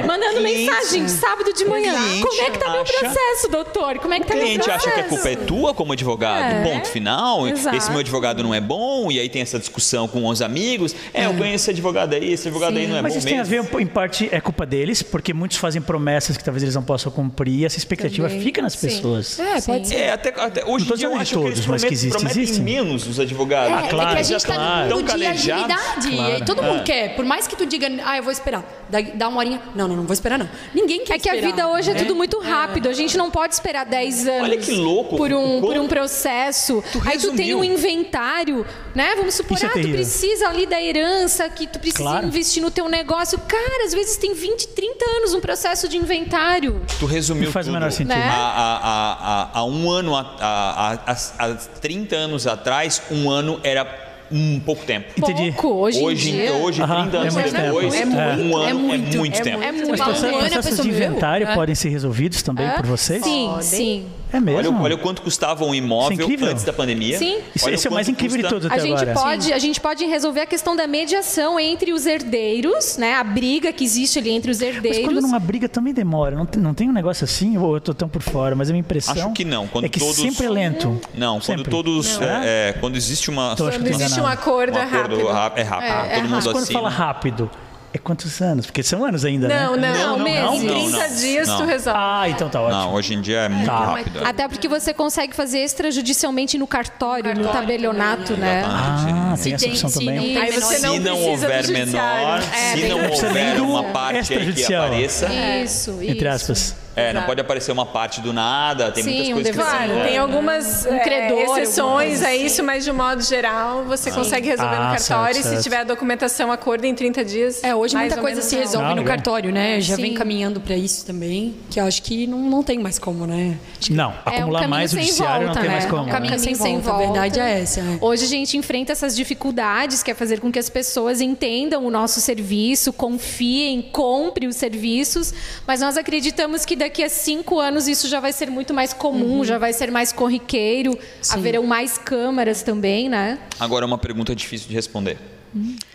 Speaker 4: mandando
Speaker 3: É. Cliente.
Speaker 4: mensagem sábado de manhã.
Speaker 3: Cliente
Speaker 4: Como é que tá meu
Speaker 3: acha-
Speaker 4: processo, doutor? Como é que
Speaker 3: O
Speaker 4: tá meu
Speaker 3: cliente
Speaker 4: processo?
Speaker 3: acha que a culpa é tua como advogado, ponto final.
Speaker 4: Exato.
Speaker 3: Esse meu advogado não é bom, e aí tem essa discussão com os amigos. É, eu ganho esse advogado aí, esse advogado aí não é
Speaker 1: Mas
Speaker 3: bom
Speaker 1: isso
Speaker 3: mesmo.
Speaker 1: tem a ver, em parte, é culpa deles, porque muitos fazem promessas que talvez eles não possam cumprir e essa expectativa fica nas pessoas.
Speaker 5: É, pode ser.
Speaker 3: É, até, até hoje
Speaker 1: Não tô dizendo de
Speaker 3: em dia eu acho que eles
Speaker 1: todos, mas que
Speaker 3: prometem,
Speaker 1: existem,
Speaker 3: prometem
Speaker 1: existem.
Speaker 3: menos os advogados. Tá
Speaker 1: Ah, claro.
Speaker 5: é que a gente
Speaker 1: já
Speaker 5: está
Speaker 4: tá
Speaker 1: claro. Então,
Speaker 5: no mundo
Speaker 3: Tão
Speaker 5: de
Speaker 3: calejados.
Speaker 5: agilidade. E aí É, todo
Speaker 3: É.
Speaker 5: mundo quer. Por mais que tu diga, ah, eu vou esperar. Dá, dá uma horinha. Não, não, não vou esperar, não. Ninguém quer
Speaker 4: É que a
Speaker 5: esperar,
Speaker 4: vida hoje é
Speaker 5: né?
Speaker 4: tudo muito rápido. A gente não pode esperar 10 anos.
Speaker 3: Olha que louco,
Speaker 4: Por um,
Speaker 3: o quão-
Speaker 4: por um processo.
Speaker 3: Tu
Speaker 4: Aí tu tem
Speaker 3: resumiu.
Speaker 4: um inventário, né? Vamos supor,
Speaker 1: Isso é
Speaker 4: ah, tu
Speaker 1: terrível.
Speaker 4: precisa ali da herança, que tu precisa
Speaker 1: Claro.
Speaker 4: investir no teu negócio. Cara, às vezes tem 20, 30 anos um processo de inventário.
Speaker 3: Tu resumiu
Speaker 1: Não faz o
Speaker 3: tudo.
Speaker 1: menor sentido.
Speaker 4: Né?
Speaker 3: Há, há- há- há- há um ano, há, há, há- há- há 30 anos atrás, um ano era um pouco tempo.
Speaker 1: Entendi.
Speaker 4: Pouco, hoje,
Speaker 3: hoje,
Speaker 4: em dia.
Speaker 3: hoje
Speaker 1: Aham,
Speaker 3: 30 anos
Speaker 1: é muito
Speaker 3: depois,
Speaker 1: tempo.
Speaker 3: um
Speaker 1: É
Speaker 3: ano é muito,
Speaker 5: muito,
Speaker 3: tempo.
Speaker 4: É
Speaker 5: Mas
Speaker 4: muito
Speaker 5: passa-
Speaker 4: bom.
Speaker 5: Ana, a
Speaker 1: Processos
Speaker 5: pessoa
Speaker 1: de
Speaker 5: viu,
Speaker 1: inventário
Speaker 5: né?
Speaker 1: podem ser resolvidos também por vocês?
Speaker 4: É. Sim, sim.
Speaker 1: É mesmo?
Speaker 3: Olha, o- olha o quanto custava um
Speaker 1: Isso é
Speaker 3: imóvel
Speaker 1: incrível.
Speaker 3: antes da pandemia.
Speaker 4: Sim.
Speaker 1: Isso-
Speaker 3: Olha
Speaker 1: esse é o
Speaker 3: quanto
Speaker 1: mais incrível de
Speaker 3: custa-
Speaker 1: todos
Speaker 4: A
Speaker 1: até
Speaker 4: gente,
Speaker 1: agora.
Speaker 4: pode, a gente pode resolver a questão da mediação entre os herdeiros, né? A briga que existe ali entre os
Speaker 1: Mas quando
Speaker 4: herdeiros.
Speaker 1: numa briga também demora. Não tem, não tem um negócio assim? Ou eu tô tão por fora? Mas a minha impressão
Speaker 3: Acho que não, quando
Speaker 1: é que
Speaker 3: todos-
Speaker 1: sempre é lento.
Speaker 3: Não, quando
Speaker 1: Sempre.
Speaker 3: todos. é, é, quando existe uma.
Speaker 1: Então, acho que
Speaker 6: Quando
Speaker 1: tô
Speaker 6: existe um
Speaker 1: enganado.
Speaker 6: acordo,
Speaker 3: um
Speaker 6: é
Speaker 3: acordo
Speaker 6: rápido.
Speaker 3: rápido. É rápido. todo
Speaker 1: Mas
Speaker 3: mundo
Speaker 1: quando
Speaker 3: assina.
Speaker 1: fala rápido, É quantos anos? Porque são anos ainda,
Speaker 6: Não,
Speaker 1: né?
Speaker 6: não,
Speaker 4: Não, então.
Speaker 6: mesmo.
Speaker 4: não,
Speaker 6: Em
Speaker 4: não,
Speaker 6: 30
Speaker 3: não.
Speaker 6: dias tu
Speaker 3: Não.
Speaker 6: resolve.
Speaker 1: Ah, então tá ótimo.
Speaker 3: Não, hoje em dia é muito
Speaker 1: Tá.
Speaker 3: rápido. é.
Speaker 6: Ah,
Speaker 4: Até porque você consegue fazer extrajudicialmente no cartório, no tabelionato, né?
Speaker 1: Ah, tem essa
Speaker 5: tem-
Speaker 1: opção
Speaker 5: se
Speaker 1: também.
Speaker 5: tem
Speaker 6: Aí
Speaker 5: menor
Speaker 6: você
Speaker 3: se
Speaker 6: não
Speaker 3: não
Speaker 6: precisa
Speaker 3: houver
Speaker 6: do judiciário.
Speaker 3: menor,
Speaker 6: É,
Speaker 3: se
Speaker 6: bem
Speaker 3: não
Speaker 4: um
Speaker 6: verdade.
Speaker 3: houver
Speaker 1: do
Speaker 3: uma parte aí que
Speaker 1: extrajudicial.
Speaker 3: apareça.
Speaker 4: Isso, isso.
Speaker 1: Entre aspas.
Speaker 3: É, não pode aparecer uma parte do nada, tem
Speaker 4: Sim,
Speaker 3: muitas
Speaker 4: um
Speaker 3: coisas que
Speaker 4: dever-
Speaker 6: Claro,
Speaker 3: são.
Speaker 6: tem
Speaker 3: é.
Speaker 6: algumas é,
Speaker 4: credor,
Speaker 6: exceções
Speaker 4: alguma
Speaker 6: a isso, mas de um modo geral você consegue resolver
Speaker 1: Ah,
Speaker 6: no cartório
Speaker 1: certo,
Speaker 6: e
Speaker 1: certo.
Speaker 6: se tiver a documentação a cor em 30 dias.
Speaker 9: É, hoje
Speaker 6: mais
Speaker 9: muita
Speaker 6: ou
Speaker 9: coisa
Speaker 6: menos
Speaker 9: se
Speaker 6: ela-
Speaker 9: resolve
Speaker 1: Ah,
Speaker 9: no
Speaker 1: legal.
Speaker 9: cartório, né? Já vem
Speaker 4: Sim.
Speaker 9: caminhando pra isso também, que eu acho que não, não tem mais como, né? Acho que
Speaker 1: Não,
Speaker 4: É um
Speaker 1: acumular
Speaker 4: caminho
Speaker 1: mais o
Speaker 4: sem
Speaker 1: judiciário
Speaker 4: volta,
Speaker 1: não tem
Speaker 4: né?
Speaker 1: mais como.
Speaker 4: É um
Speaker 1: né?
Speaker 4: caminho
Speaker 9: fica sem,
Speaker 4: sem
Speaker 9: volta,
Speaker 4: volta.
Speaker 9: a verdade é essa. né?
Speaker 4: Hoje a gente enfrenta essas dificuldades, que é fazer com que as pessoas entendam o nosso serviço, confiem, comprem os serviços, mas nós acreditamos que daqui a cinco anos isso já vai ser muito mais comum, já vai ser mais corriqueiro, haverão mais câmaras também, né?
Speaker 3: Agora uma pergunta difícil de responder.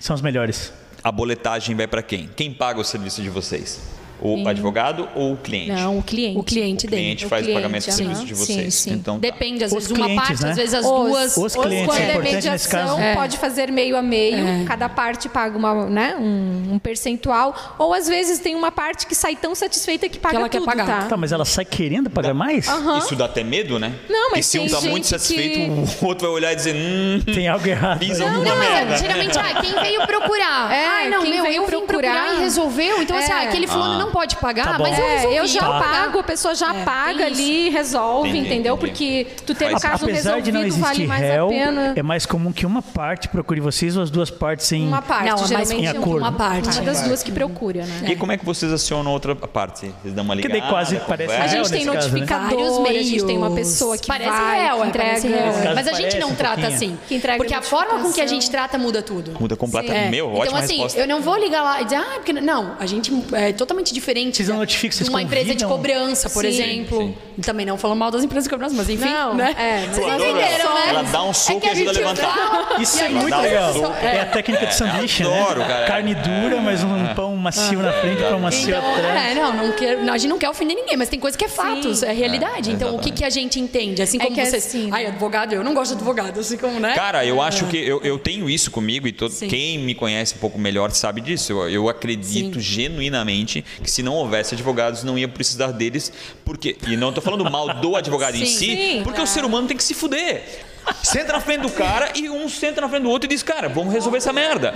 Speaker 1: São os melhores.
Speaker 3: A boletagem vai para quem? Quem paga o serviço de vocês? O advogado ou o cliente?
Speaker 4: Não, o cliente.
Speaker 9: O cliente
Speaker 3: O
Speaker 9: dele.
Speaker 3: cliente faz o
Speaker 4: cliente,
Speaker 3: pagamento do serviço de
Speaker 4: aham. Sim,
Speaker 3: vocês.
Speaker 4: sim.
Speaker 3: Então, tá.
Speaker 5: Depende, às
Speaker 1: Os
Speaker 5: vezes uma
Speaker 1: clientes,
Speaker 5: parte,
Speaker 1: né?
Speaker 5: às vezes as
Speaker 4: Os-
Speaker 5: duas.
Speaker 1: os clientes,
Speaker 4: Quando
Speaker 1: é
Speaker 4: é,
Speaker 1: importante nesse
Speaker 4: mediação,
Speaker 1: caso.
Speaker 4: pode fazer meio a meio, cada parte paga uma, né, um, um percentual. Ou às vezes tem uma parte que sai tão satisfeita que paga
Speaker 9: ela quer
Speaker 4: tudo,
Speaker 9: pagar.
Speaker 4: tá?
Speaker 1: Tá, mas ela sai querendo pagar mais?
Speaker 3: Isso dá até medo, né?
Speaker 4: Não, mas
Speaker 3: e se um
Speaker 4: tem
Speaker 3: tá
Speaker 4: gente
Speaker 3: muito satisfeito,
Speaker 4: que-
Speaker 3: o outro vai olhar e dizer, hum,
Speaker 1: Tem algo errado.
Speaker 3: fiz
Speaker 1: aí.
Speaker 3: alguma
Speaker 5: Não, mas
Speaker 3: merda.
Speaker 5: é, geralmente, ah, quem veio procurar?
Speaker 4: É,
Speaker 5: Ai, não,
Speaker 4: quem
Speaker 5: meu,
Speaker 4: veio
Speaker 5: eu vim procurar
Speaker 4: procurar
Speaker 5: e resolveu. Então, assim,
Speaker 4: É.
Speaker 5: ah, aquele fulano não pode pagar,
Speaker 1: Tá bom.
Speaker 5: mas eu
Speaker 4: É,
Speaker 5: resolvi.
Speaker 4: eu já
Speaker 1: Tá.
Speaker 4: pago, a pessoa já paga ali, resolve,
Speaker 3: Entendi,
Speaker 4: entendeu?
Speaker 3: entendi.
Speaker 4: Porque tu ter
Speaker 3: Mas
Speaker 4: o caso
Speaker 1: Apesar
Speaker 4: resolvido
Speaker 1: de não existir
Speaker 4: vale mais
Speaker 1: réu,
Speaker 4: a pena.
Speaker 1: é mais comum que uma parte procure vocês ou as duas partes em...
Speaker 4: Uma parte,
Speaker 9: Não, é mais
Speaker 4: geralmente
Speaker 1: em
Speaker 4: é
Speaker 1: acordo.
Speaker 4: uma parte.
Speaker 9: Uma
Speaker 4: Uma das duas que procura, né?
Speaker 3: E como é que vocês acionam a outra parte? Vocês dão uma
Speaker 1: Que
Speaker 3: ligada?
Speaker 1: daí quase parece
Speaker 4: A
Speaker 1: É,
Speaker 4: gente
Speaker 1: nesse
Speaker 4: tem
Speaker 1: caso, né?
Speaker 9: Vários
Speaker 4: notificador, a gente tem uma
Speaker 9: meios.
Speaker 4: pessoa que
Speaker 5: Parece
Speaker 4: vai,
Speaker 5: real,
Speaker 4: que
Speaker 5: é, parece
Speaker 4: entrega.
Speaker 5: real.
Speaker 1: caso
Speaker 5: Mas a gente
Speaker 1: parece
Speaker 5: não
Speaker 1: um
Speaker 5: trata
Speaker 1: pouquinho.
Speaker 5: assim.
Speaker 4: Que entrega
Speaker 5: Porque a
Speaker 4: notificação.
Speaker 5: forma com que a gente trata muda tudo.
Speaker 3: Muda completamente. Meu,
Speaker 5: então,
Speaker 3: ótima
Speaker 5: assim,
Speaker 3: resposta.
Speaker 5: eu não vou ligar lá e dizer, ah, porque. não." Não, a gente é totalmente diferente.
Speaker 1: Vocês não
Speaker 5: da-
Speaker 1: notificam, vocês
Speaker 5: de uma empresa de
Speaker 1: convidam?
Speaker 5: cobrança, por
Speaker 4: Sim.
Speaker 5: exemplo.
Speaker 3: Sim,
Speaker 5: Também não falando mal das empresas de cobrança, mas enfim.
Speaker 4: Não,
Speaker 5: né?
Speaker 4: é, mas
Speaker 5: Vocês
Speaker 3: Ela dá-
Speaker 5: entenderam, né?
Speaker 3: ela dá um soco
Speaker 5: que
Speaker 3: e ajuda a
Speaker 5: gente
Speaker 3: levantar.
Speaker 5: fala-
Speaker 1: Isso
Speaker 5: E
Speaker 1: é
Speaker 5: aí
Speaker 1: muito
Speaker 5: você
Speaker 1: legal.
Speaker 5: só-
Speaker 1: É a técnica de sanduíche,
Speaker 3: adoro,
Speaker 1: né?
Speaker 3: cara.
Speaker 1: Carne dura, mas um pão macio na frente, pão macio
Speaker 5: Então,
Speaker 1: atrás.
Speaker 5: é, não, não quer, a gente não quer ofender ninguém, mas tem coisa que é fatos, é realidade.
Speaker 3: É,
Speaker 5: então, o que,
Speaker 3: exatamente.
Speaker 5: que a gente entende? Assim
Speaker 4: É
Speaker 5: como
Speaker 4: que é
Speaker 5: vocês.
Speaker 4: assim, né?
Speaker 5: Ai, advogado, eu não gosto de advogado, assim como, né?
Speaker 3: Cara, eu acho que eu, eu tenho isso comigo e todo, quem me conhece um pouco melhor sabe disso. Eu, eu acredito genuinamente que se não houvesse advogados, não ia precisar deles, porque. E não tô falando mal do advogado em
Speaker 5: Sim.
Speaker 3: si,
Speaker 4: Sim.
Speaker 3: porque o ser humano tem que se fuder. Senta na frente do cara e um senta na frente do outro e diz, cara, vamos resolver essa merda.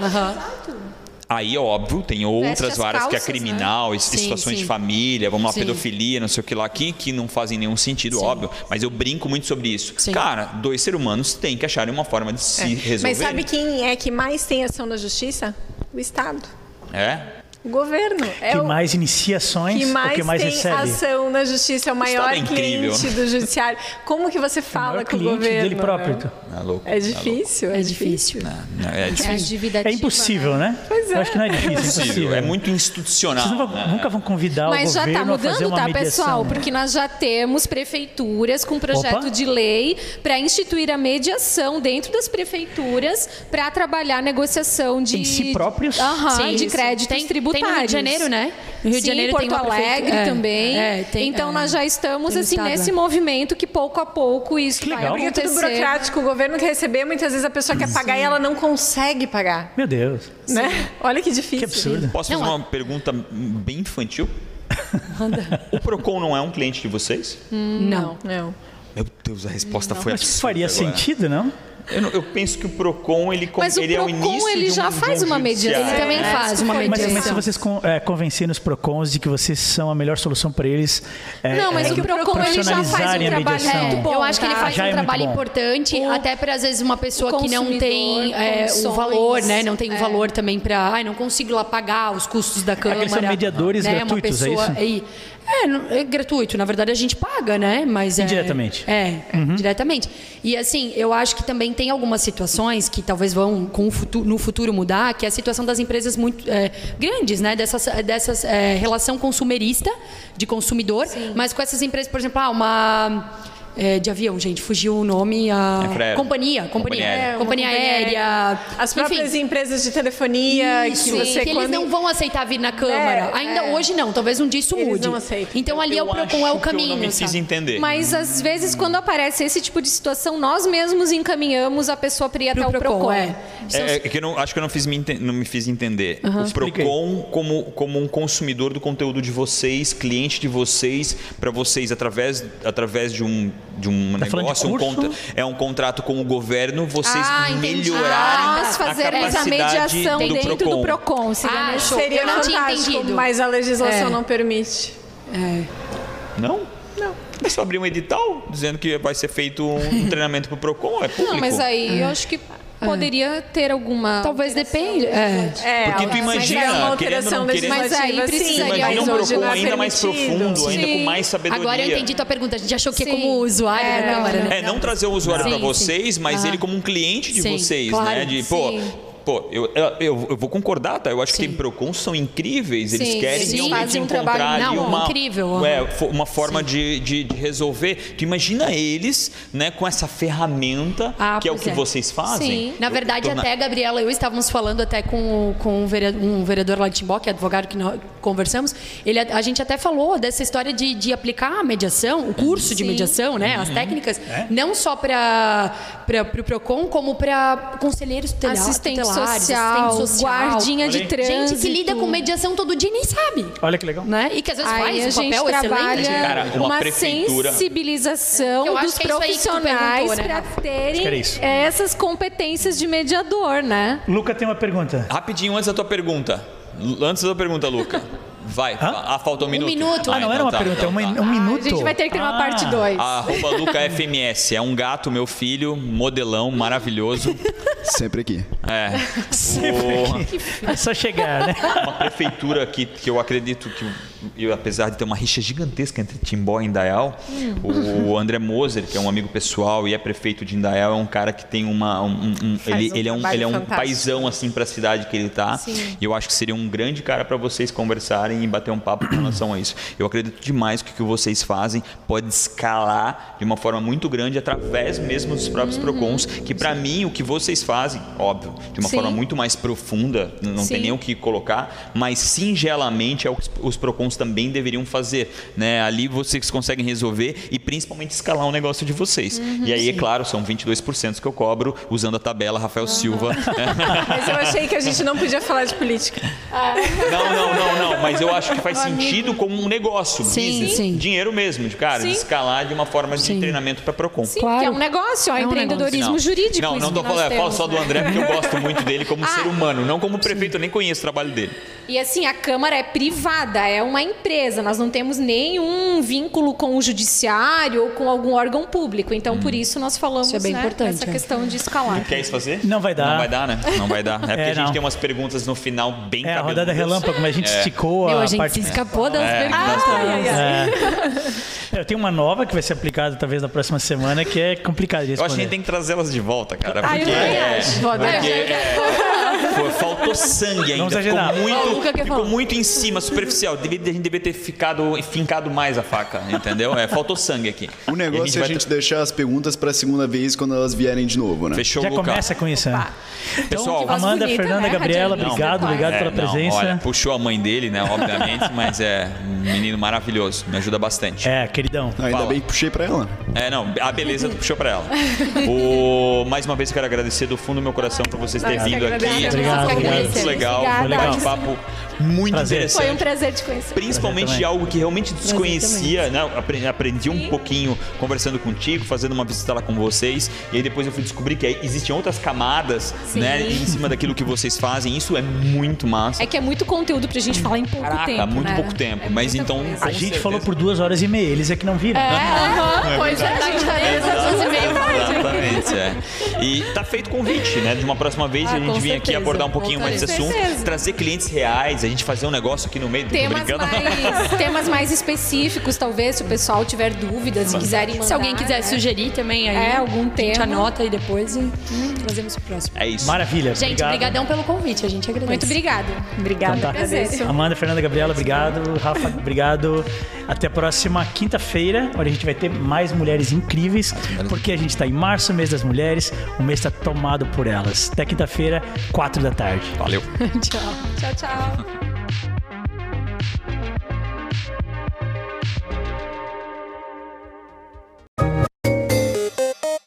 Speaker 3: Aí, é óbvio, tem outras
Speaker 4: as
Speaker 3: varas que é
Speaker 4: calças, né?
Speaker 3: criminal, e
Speaker 5: Sim,
Speaker 3: situações de
Speaker 5: sim.
Speaker 3: família, vamos lá,
Speaker 5: Sim.
Speaker 3: pedofilia, não sei o que lá, que, que não fazem nenhum sentido, óbvio. Mas eu brinco muito sobre isso.
Speaker 5: Sim.
Speaker 3: Cara, dois seres humanos têm que acharem uma forma de se resolver.
Speaker 6: Mas sabe quem é que mais tem ação na justiça? O Estado.
Speaker 3: É?
Speaker 6: O governo. É
Speaker 1: Que
Speaker 6: o
Speaker 1: mais iniciações,
Speaker 6: que mais,
Speaker 1: o que mais
Speaker 6: tem
Speaker 1: recebe.
Speaker 6: ação na justiça, é o
Speaker 3: Estado
Speaker 6: maior
Speaker 3: é incrível,
Speaker 6: cliente do judiciário. Como que você
Speaker 1: É O maior
Speaker 6: fala com o
Speaker 1: cliente
Speaker 6: governo?
Speaker 1: dele próprio. então.
Speaker 6: né?
Speaker 1: tu.
Speaker 3: É louco.
Speaker 6: É difícil, é,
Speaker 9: É
Speaker 6: difícil.
Speaker 9: difícil.
Speaker 3: Não, é
Speaker 4: É a
Speaker 3: difícil.
Speaker 4: dívida
Speaker 1: É
Speaker 4: ativa, né?
Speaker 1: impossil, né? Eu acho que não é difícil, é impossível.
Speaker 3: É muito institucional.
Speaker 1: Vocês não vão-
Speaker 3: né?
Speaker 1: nunca vão convidar Tá, o
Speaker 4: Mas já
Speaker 1: governo
Speaker 4: está
Speaker 1: a fazer
Speaker 4: mudando,
Speaker 1: uma
Speaker 4: tá,
Speaker 1: mediação.
Speaker 4: pessoal?
Speaker 1: né?
Speaker 4: Porque nós já temos prefeituras com projeto
Speaker 1: Opa.
Speaker 4: de lei para instituir a mediação dentro das prefeituras para trabalhar a negociação de
Speaker 1: Em si próprios?
Speaker 4: Aham,
Speaker 5: Sim,
Speaker 4: de
Speaker 5: isso.
Speaker 4: créditos
Speaker 5: Tem- tem no Rio de
Speaker 4: tributários.
Speaker 5: Janeiro, né? No Rio de
Speaker 4: Sim,
Speaker 5: Janeiro
Speaker 4: Porto
Speaker 5: tem uma prefeitura-
Speaker 4: Alegre
Speaker 5: é,
Speaker 4: também.
Speaker 5: é, tem-
Speaker 4: então
Speaker 5: é.
Speaker 4: nós já estamos
Speaker 5: Tem no
Speaker 4: assim
Speaker 5: estado,
Speaker 4: nesse
Speaker 5: é.
Speaker 4: movimento que pouco a pouco isso
Speaker 1: Que
Speaker 4: vai
Speaker 1: legal.
Speaker 6: Porque é
Speaker 4: acontecer.
Speaker 6: tudo burocrático, o governo quer receber, muitas vezes a pessoa quer pagar e ela não consegue pagar,
Speaker 1: Meu Deus,
Speaker 6: né? Olha que
Speaker 1: que
Speaker 6: difícil.
Speaker 1: absurdo.
Speaker 3: Posso fazer uma pergunta bem infantil? O Procon não é um cliente de vocês?
Speaker 9: Não.
Speaker 6: Não.
Speaker 3: Meu Deus, a resposta foi
Speaker 1: Mas
Speaker 3: absurda.
Speaker 1: faria
Speaker 3: agora.
Speaker 1: sentido, não?
Speaker 3: Eu, não- eu penso que o Procon ele, com-
Speaker 4: Mas o
Speaker 3: ele é o
Speaker 4: Procon,
Speaker 3: início
Speaker 4: ele
Speaker 3: de um-
Speaker 4: já
Speaker 3: de um
Speaker 4: faz uma
Speaker 3: judiciário.
Speaker 4: mediação.
Speaker 5: Ele também
Speaker 4: É,
Speaker 5: faz
Speaker 4: isso
Speaker 5: uma
Speaker 4: foi-
Speaker 1: Mas, mas se
Speaker 5: mediação.
Speaker 1: vocês con- eh, convencerem os PROCONs de que vocês são a melhor solução para eles... eh,
Speaker 4: Não, mas
Speaker 1: eh,
Speaker 4: o Procon, ele já faz um
Speaker 1: profissionalizarem a
Speaker 4: trabalho
Speaker 1: mediação.
Speaker 4: muito bom.
Speaker 5: Eu acho que ele
Speaker 4: tá?
Speaker 5: faz
Speaker 1: Já é
Speaker 5: um
Speaker 1: muito
Speaker 5: trabalho
Speaker 1: bom.
Speaker 5: importante, até para às vezes uma pessoa
Speaker 4: o
Speaker 5: que não tem
Speaker 4: consumidor,
Speaker 5: é, o
Speaker 4: condições,
Speaker 5: valor, né? Não tem o
Speaker 4: é.
Speaker 5: valor também para, ai, não consigo lá pagar os custos da
Speaker 1: É que
Speaker 5: câmara.
Speaker 1: eles são mediadores
Speaker 5: né? Uma
Speaker 1: gratuitos, é
Speaker 5: pessoa-
Speaker 1: isso?
Speaker 5: aí- é, não- é gratuito. Na verdade, a gente paga, né? Mas é-
Speaker 1: Indiretamente.
Speaker 5: É,
Speaker 3: Uhum.
Speaker 5: diretamente. E assim, eu acho que também tem algumas situações que talvez vão com o futu- no futuro mudar, que é a situação das empresas muito é, grandes, né? Dessas, dessas é, relação consumerista de consumidor, mas com essas empresas, por exemplo, ah, uma é, de avião, gente. Fugiu o nome. A...
Speaker 3: Embraer.
Speaker 5: companhia, companhia.
Speaker 3: É Companhia aérea.
Speaker 5: É, companhia aérea.
Speaker 6: As
Speaker 5: Enfim,
Speaker 6: próprias empresas de telefonia
Speaker 5: isso,
Speaker 6: que você
Speaker 5: que eles
Speaker 6: quando
Speaker 5: não vão aceitar vir na Câmara.
Speaker 6: É,
Speaker 5: Ainda hoje não, talvez um dia isso
Speaker 6: Eles
Speaker 5: mude.
Speaker 6: não aceitam.
Speaker 5: Então ali é o
Speaker 3: Eu acho
Speaker 5: Procon, é o
Speaker 3: que eu
Speaker 5: caminho.
Speaker 3: não me fiz
Speaker 5: sabe?
Speaker 3: entender.
Speaker 4: Mas às vezes, quando aparece esse tipo de situação, nós mesmos encaminhamos a pessoa para ir até
Speaker 5: Pro
Speaker 4: o
Speaker 5: Procon,
Speaker 4: PROCON.
Speaker 5: é.
Speaker 3: É, é que eu não, acho que eu não, fiz me enten- não me fiz entender. O Procon como, como um consumidor do conteúdo de vocês, cliente de vocês, para vocês através, através de um, de um
Speaker 1: Tá falando de
Speaker 3: negócio, um
Speaker 1: curso?
Speaker 3: conta- é um contrato com o governo, vocês
Speaker 4: Ah, entendi.
Speaker 3: melhorarem
Speaker 4: Ah, nós
Speaker 3: a
Speaker 4: fazeremos a
Speaker 3: capacidade
Speaker 4: mediação
Speaker 3: do
Speaker 4: dentro
Speaker 3: Procon.
Speaker 4: do PROCON. Se
Speaker 5: Ah,
Speaker 4: ah,
Speaker 5: show.
Speaker 6: seria
Speaker 5: Eu não tinha
Speaker 6: fantástico,
Speaker 5: entendido.
Speaker 6: mas a legislação
Speaker 5: É.
Speaker 6: não permite.
Speaker 3: Não? Não. É só abrir um edital dizendo que vai ser feito um treinamento pro Procon, é público.
Speaker 4: Não, mas aí eu acho que poderia ter alguma.
Speaker 8: É.
Speaker 4: tipo
Speaker 8: Talvez dependa. É.
Speaker 6: É,
Speaker 3: Porque tu imagina,
Speaker 6: mas é uma
Speaker 3: querendo ou
Speaker 6: alteração
Speaker 3: não querendo,
Speaker 6: legislativa,
Speaker 4: Mas aí
Speaker 6: sim,
Speaker 4: precisaria
Speaker 6: mas
Speaker 3: Imagina um
Speaker 4: hoje não é
Speaker 3: Procon
Speaker 6: é
Speaker 3: ainda mais
Speaker 6: permitido.
Speaker 3: profundo, ainda com mais sabedoria.
Speaker 8: Agora eu entendi tua pergunta, a gente já choquei
Speaker 4: Sim.
Speaker 8: como usuário
Speaker 4: É,
Speaker 8: da Câmara, né?
Speaker 3: É, não trazer o usuário
Speaker 8: Sim,
Speaker 3: para
Speaker 8: sim.
Speaker 3: vocês, mas
Speaker 8: Aham.
Speaker 3: ele como um cliente de
Speaker 8: Sim,
Speaker 3: vocês,
Speaker 8: claro,
Speaker 3: né? De, pô,
Speaker 4: sim.
Speaker 3: pô, eu, eu, eu vou concordar, tá? Eu acho que tem Procons são incríveis, eles
Speaker 4: Sim,
Speaker 3: querem
Speaker 4: eles
Speaker 3: realmente
Speaker 4: fazem um
Speaker 3: encontrar
Speaker 4: trabalho-
Speaker 3: ali
Speaker 8: Não,
Speaker 3: uma,
Speaker 8: incrível, aham.
Speaker 3: é, fo- uma forma de, de, de resolver. Tu imagina eles, né, com essa ferramenta
Speaker 8: Ah,
Speaker 3: que é o
Speaker 8: pois
Speaker 3: que
Speaker 8: é.
Speaker 3: vocês fazem.
Speaker 4: Sim.
Speaker 8: Na verdade,
Speaker 3: Torna-
Speaker 8: até a Gabriela e eu estávamos falando até com, o- com um, vereador, um vereador lá de Timbó, que é advogado que nós conversamos. Ele, a gente até falou dessa história de, de aplicar a mediação, o curso de
Speaker 4: Sim.
Speaker 8: mediação, né?
Speaker 3: Uhum.
Speaker 8: As técnicas,
Speaker 3: É.
Speaker 8: não só para o PROCON, como para conselheiros tutela- tutelares,
Speaker 4: Assistente social,
Speaker 8: assistente social.
Speaker 4: guardinha de
Speaker 3: Olha aí.
Speaker 8: Gente
Speaker 4: trânsito.
Speaker 8: que lida com mediação todo dia e nem sabe.
Speaker 1: Olha que legal.
Speaker 8: Né? E que às vezes
Speaker 4: Aí a
Speaker 8: faz um
Speaker 4: gente
Speaker 8: papel
Speaker 4: trabalha
Speaker 8: excelente.
Speaker 3: Cara, uma
Speaker 4: uma,
Speaker 3: prefeitura-
Speaker 4: sensibilização
Speaker 8: Eu acho
Speaker 4: dos
Speaker 8: que é isso aí que tu
Speaker 4: profissionais
Speaker 8: perguntou, né,
Speaker 4: para
Speaker 8: Rafa?
Speaker 1: Acho que era
Speaker 4: terem
Speaker 1: isso.
Speaker 4: essas competências de mediador, né?
Speaker 1: Luca tem uma pergunta.
Speaker 3: Rapidinho, antes da tua pergunta. Lu- Antes da tua pergunta, Luca. Vai. Ah, falta um minuto.
Speaker 8: minuto.
Speaker 1: Ah, não era uma
Speaker 3: tá,
Speaker 1: pergunta, é
Speaker 3: então
Speaker 1: uma-
Speaker 3: tá.
Speaker 1: um minuto.
Speaker 6: A gente vai ter que ter uma
Speaker 3: Ah.
Speaker 6: parte 2.
Speaker 3: Arroba Luca FMS. É um gato, meu filho, modelão, maravilhoso.
Speaker 10: Sempre aqui.
Speaker 3: É.
Speaker 1: É só chegar, né?
Speaker 3: Uma prefeitura aqui que eu acredito que, eu, apesar de ter uma rixa gigantesca entre Timbó e Indaial, o André Moser, que é um amigo pessoal e é prefeito de Indaial, é um cara que tem uma. um- um- um-
Speaker 6: Faz
Speaker 3: ele,
Speaker 6: um
Speaker 3: ele é um,
Speaker 6: trabalho
Speaker 3: ele é um
Speaker 6: fantástico.
Speaker 3: paizão assim para a cidade que ele tá. E eu acho que seria um grande cara para vocês conversarem e bater um papo com relação a isso. Eu acredito demais que o que vocês fazem pode escalar de uma forma muito grande através mesmo dos
Speaker 6: Uhum.
Speaker 3: próprios Procons, que para mim o que vocês fazem, óbvio, de uma
Speaker 4: Sim.
Speaker 3: forma muito mais profunda, n- não tem
Speaker 4: Sim.
Speaker 3: nem o que colocar, mas singelamente é o que os Procons também deveriam fazer, né? Ali vocês conseguem resolver e principalmente escalar o negócio de vocês.
Speaker 4: Uhum.
Speaker 3: e aí, é claro, são 22% que eu cobro usando a tabela
Speaker 4: Ah.
Speaker 3: Rafael Silva. né?
Speaker 6: Mas eu achei que a gente não podia falar de política.
Speaker 3: Não, não, não, não, mas eu acho que faz sentido como um negócio,
Speaker 8: Sim,
Speaker 3: business,
Speaker 8: sim.
Speaker 3: dinheiro mesmo, de cara, de escalar de uma forma de treinamento para Procon.
Speaker 4: Sim,
Speaker 8: Claro.
Speaker 4: que é um negócio, ó,
Speaker 8: É um
Speaker 4: empreendedorismo
Speaker 3: Não.
Speaker 4: jurídico.
Speaker 3: Não,
Speaker 4: isso
Speaker 3: não tô
Speaker 4: que nós
Speaker 3: falando, eu falo
Speaker 4: temos,
Speaker 3: só do
Speaker 4: né? Ah.
Speaker 3: André porque eu gosto muito dele como ser humano, não como prefeito, eu nem conheço o trabalho dele.
Speaker 4: E assim, a Câmara é privada, é uma empresa, nós não temos nenhum vínculo com o judiciário ou com algum órgão público. Então,
Speaker 3: Hum.
Speaker 4: por isso nós falamos
Speaker 8: Isso é bem
Speaker 4: né,
Speaker 8: importante,
Speaker 4: essa
Speaker 8: é.
Speaker 4: questão de escalar.
Speaker 3: Quer isso fazer?
Speaker 1: Não vai dar.
Speaker 3: Não vai dar, né? Não vai dar. É porque
Speaker 1: É,
Speaker 3: a gente
Speaker 1: não.
Speaker 3: tem umas perguntas no final bem
Speaker 1: É, a rodada
Speaker 3: cabeludas.
Speaker 1: relâmpago, mas a
Speaker 3: É.
Speaker 1: gente esticou
Speaker 8: Meu,
Speaker 1: a,
Speaker 8: a gente se
Speaker 1: parte.
Speaker 8: escapou das perguntas.
Speaker 4: Ah,
Speaker 1: É, Eu tenho uma nova que vai ser aplicada talvez na próxima semana, que é complicada de
Speaker 3: Eu acho que a
Speaker 1: responder.
Speaker 3: gente tem que trazê-las de volta, cara.
Speaker 6: Ah, eu
Speaker 3: Porque,
Speaker 6: também
Speaker 3: é,
Speaker 6: acho. Vou adorar.
Speaker 3: porque é, foi- faltou sangue ainda.
Speaker 1: Vamos exagerar.
Speaker 3: Ficou muito,
Speaker 8: Ó, o Luca quer
Speaker 3: ficou
Speaker 8: falar.
Speaker 3: muito em cima, superficial. Devia- a gente devia ter ficado, fincado mais a faca, entendeu? É, faltou sangue aqui.
Speaker 10: O
Speaker 3: E
Speaker 10: negócio é a
Speaker 3: vai
Speaker 10: gente
Speaker 3: tra-
Speaker 10: deixar as perguntas pra segunda vez quando elas vierem de novo, né?
Speaker 3: Fechou,
Speaker 1: Já
Speaker 3: Luca.
Speaker 1: começa com isso. né?
Speaker 3: Pessoal,
Speaker 1: Então, Amanda,
Speaker 8: bonita,
Speaker 1: Fernanda,
Speaker 8: né,
Speaker 1: Gabriela,
Speaker 8: Radialista,
Speaker 1: obrigado,
Speaker 8: claro.
Speaker 1: obrigado
Speaker 3: É,
Speaker 1: pela
Speaker 3: não,
Speaker 1: presença.
Speaker 3: olha, puxou a mãe dele, né? Obviamente, mas é um menino maravilhoso. Me ajuda bastante.
Speaker 1: É, queridão.
Speaker 10: Ainda
Speaker 3: Fala.
Speaker 10: bem que puxei pra ela.
Speaker 3: É, não, a beleza tu puxou pra ela. O, mais uma vez quero agradecer do fundo do meu coração pra vocês terem
Speaker 6: Nós que
Speaker 3: vindo aqui.
Speaker 6: agradecemos,
Speaker 1: Obrigado,
Speaker 3: Foi muito
Speaker 1: obrigado.
Speaker 3: legal, foi um
Speaker 1: Obrigada.
Speaker 3: bate-papo muito
Speaker 1: Prazer.
Speaker 3: interessante.
Speaker 4: Foi um prazer te conhecer.
Speaker 3: Principalmente
Speaker 1: também.
Speaker 3: de algo que realmente desconhecia, né? Eu apre- Aprendi um pouquinho conversando contigo, fazendo uma visita lá com vocês. E aí depois eu fui descobrir que aí existem outras camadas, né? Em cima daquilo que vocês fazem. Isso é muito massa.
Speaker 4: É que é muito conteúdo pra gente falar em pouco
Speaker 3: Caraca,
Speaker 4: tempo.
Speaker 3: muito
Speaker 4: né?
Speaker 3: pouco tempo.
Speaker 4: É
Speaker 3: mas
Speaker 4: muita
Speaker 3: então.
Speaker 4: coisa.
Speaker 1: A
Speaker 3: com
Speaker 1: gente
Speaker 3: certeza-
Speaker 1: falou por duas horas e meia, eles é que não viram.
Speaker 8: Aham, pois é, tá aqui, tá
Speaker 3: É,
Speaker 8: vendo?
Speaker 3: exato- Exatamente, é. E tá feito o convite, né? De uma próxima vez a gente
Speaker 8: Ah, com
Speaker 3: vir aqui
Speaker 8: certeza.
Speaker 3: abordar um pouquinho mais esse
Speaker 4: Voltaremos.
Speaker 3: assunto,
Speaker 4: Com certeza.
Speaker 3: trazer clientes reais a gente fazer um negócio aqui no meio do né?
Speaker 4: Temas
Speaker 3: brigando.
Speaker 4: mais, temas mais específicos, talvez, se o pessoal tiver dúvidas e quiserem mandar.
Speaker 5: Se alguém quiser
Speaker 4: né?
Speaker 5: sugerir também aí,
Speaker 4: É, algum
Speaker 5: a gente
Speaker 4: tema. Hum.
Speaker 5: anota e depois e trazemos o próximo.
Speaker 3: É isso.
Speaker 1: Maravilha.
Speaker 5: Gente,
Speaker 1: obrigado.
Speaker 5: brigadão pelo convite, a gente agradece.
Speaker 4: Muito obrigada.
Speaker 11: Obrigada,
Speaker 1: Então tá.
Speaker 11: agradeço.
Speaker 1: Amanda, Fernanda, Gabriela, obrigado. Rafa, obrigado. Até a próxima quinta-feira, onde a gente vai ter mais mulheres incríveis, porque a gente está em março, mês das mulheres, o mês tá está tomado por elas. Até quinta-feira, quatro da tarde.
Speaker 3: Valeu.
Speaker 4: Tchau, tchau.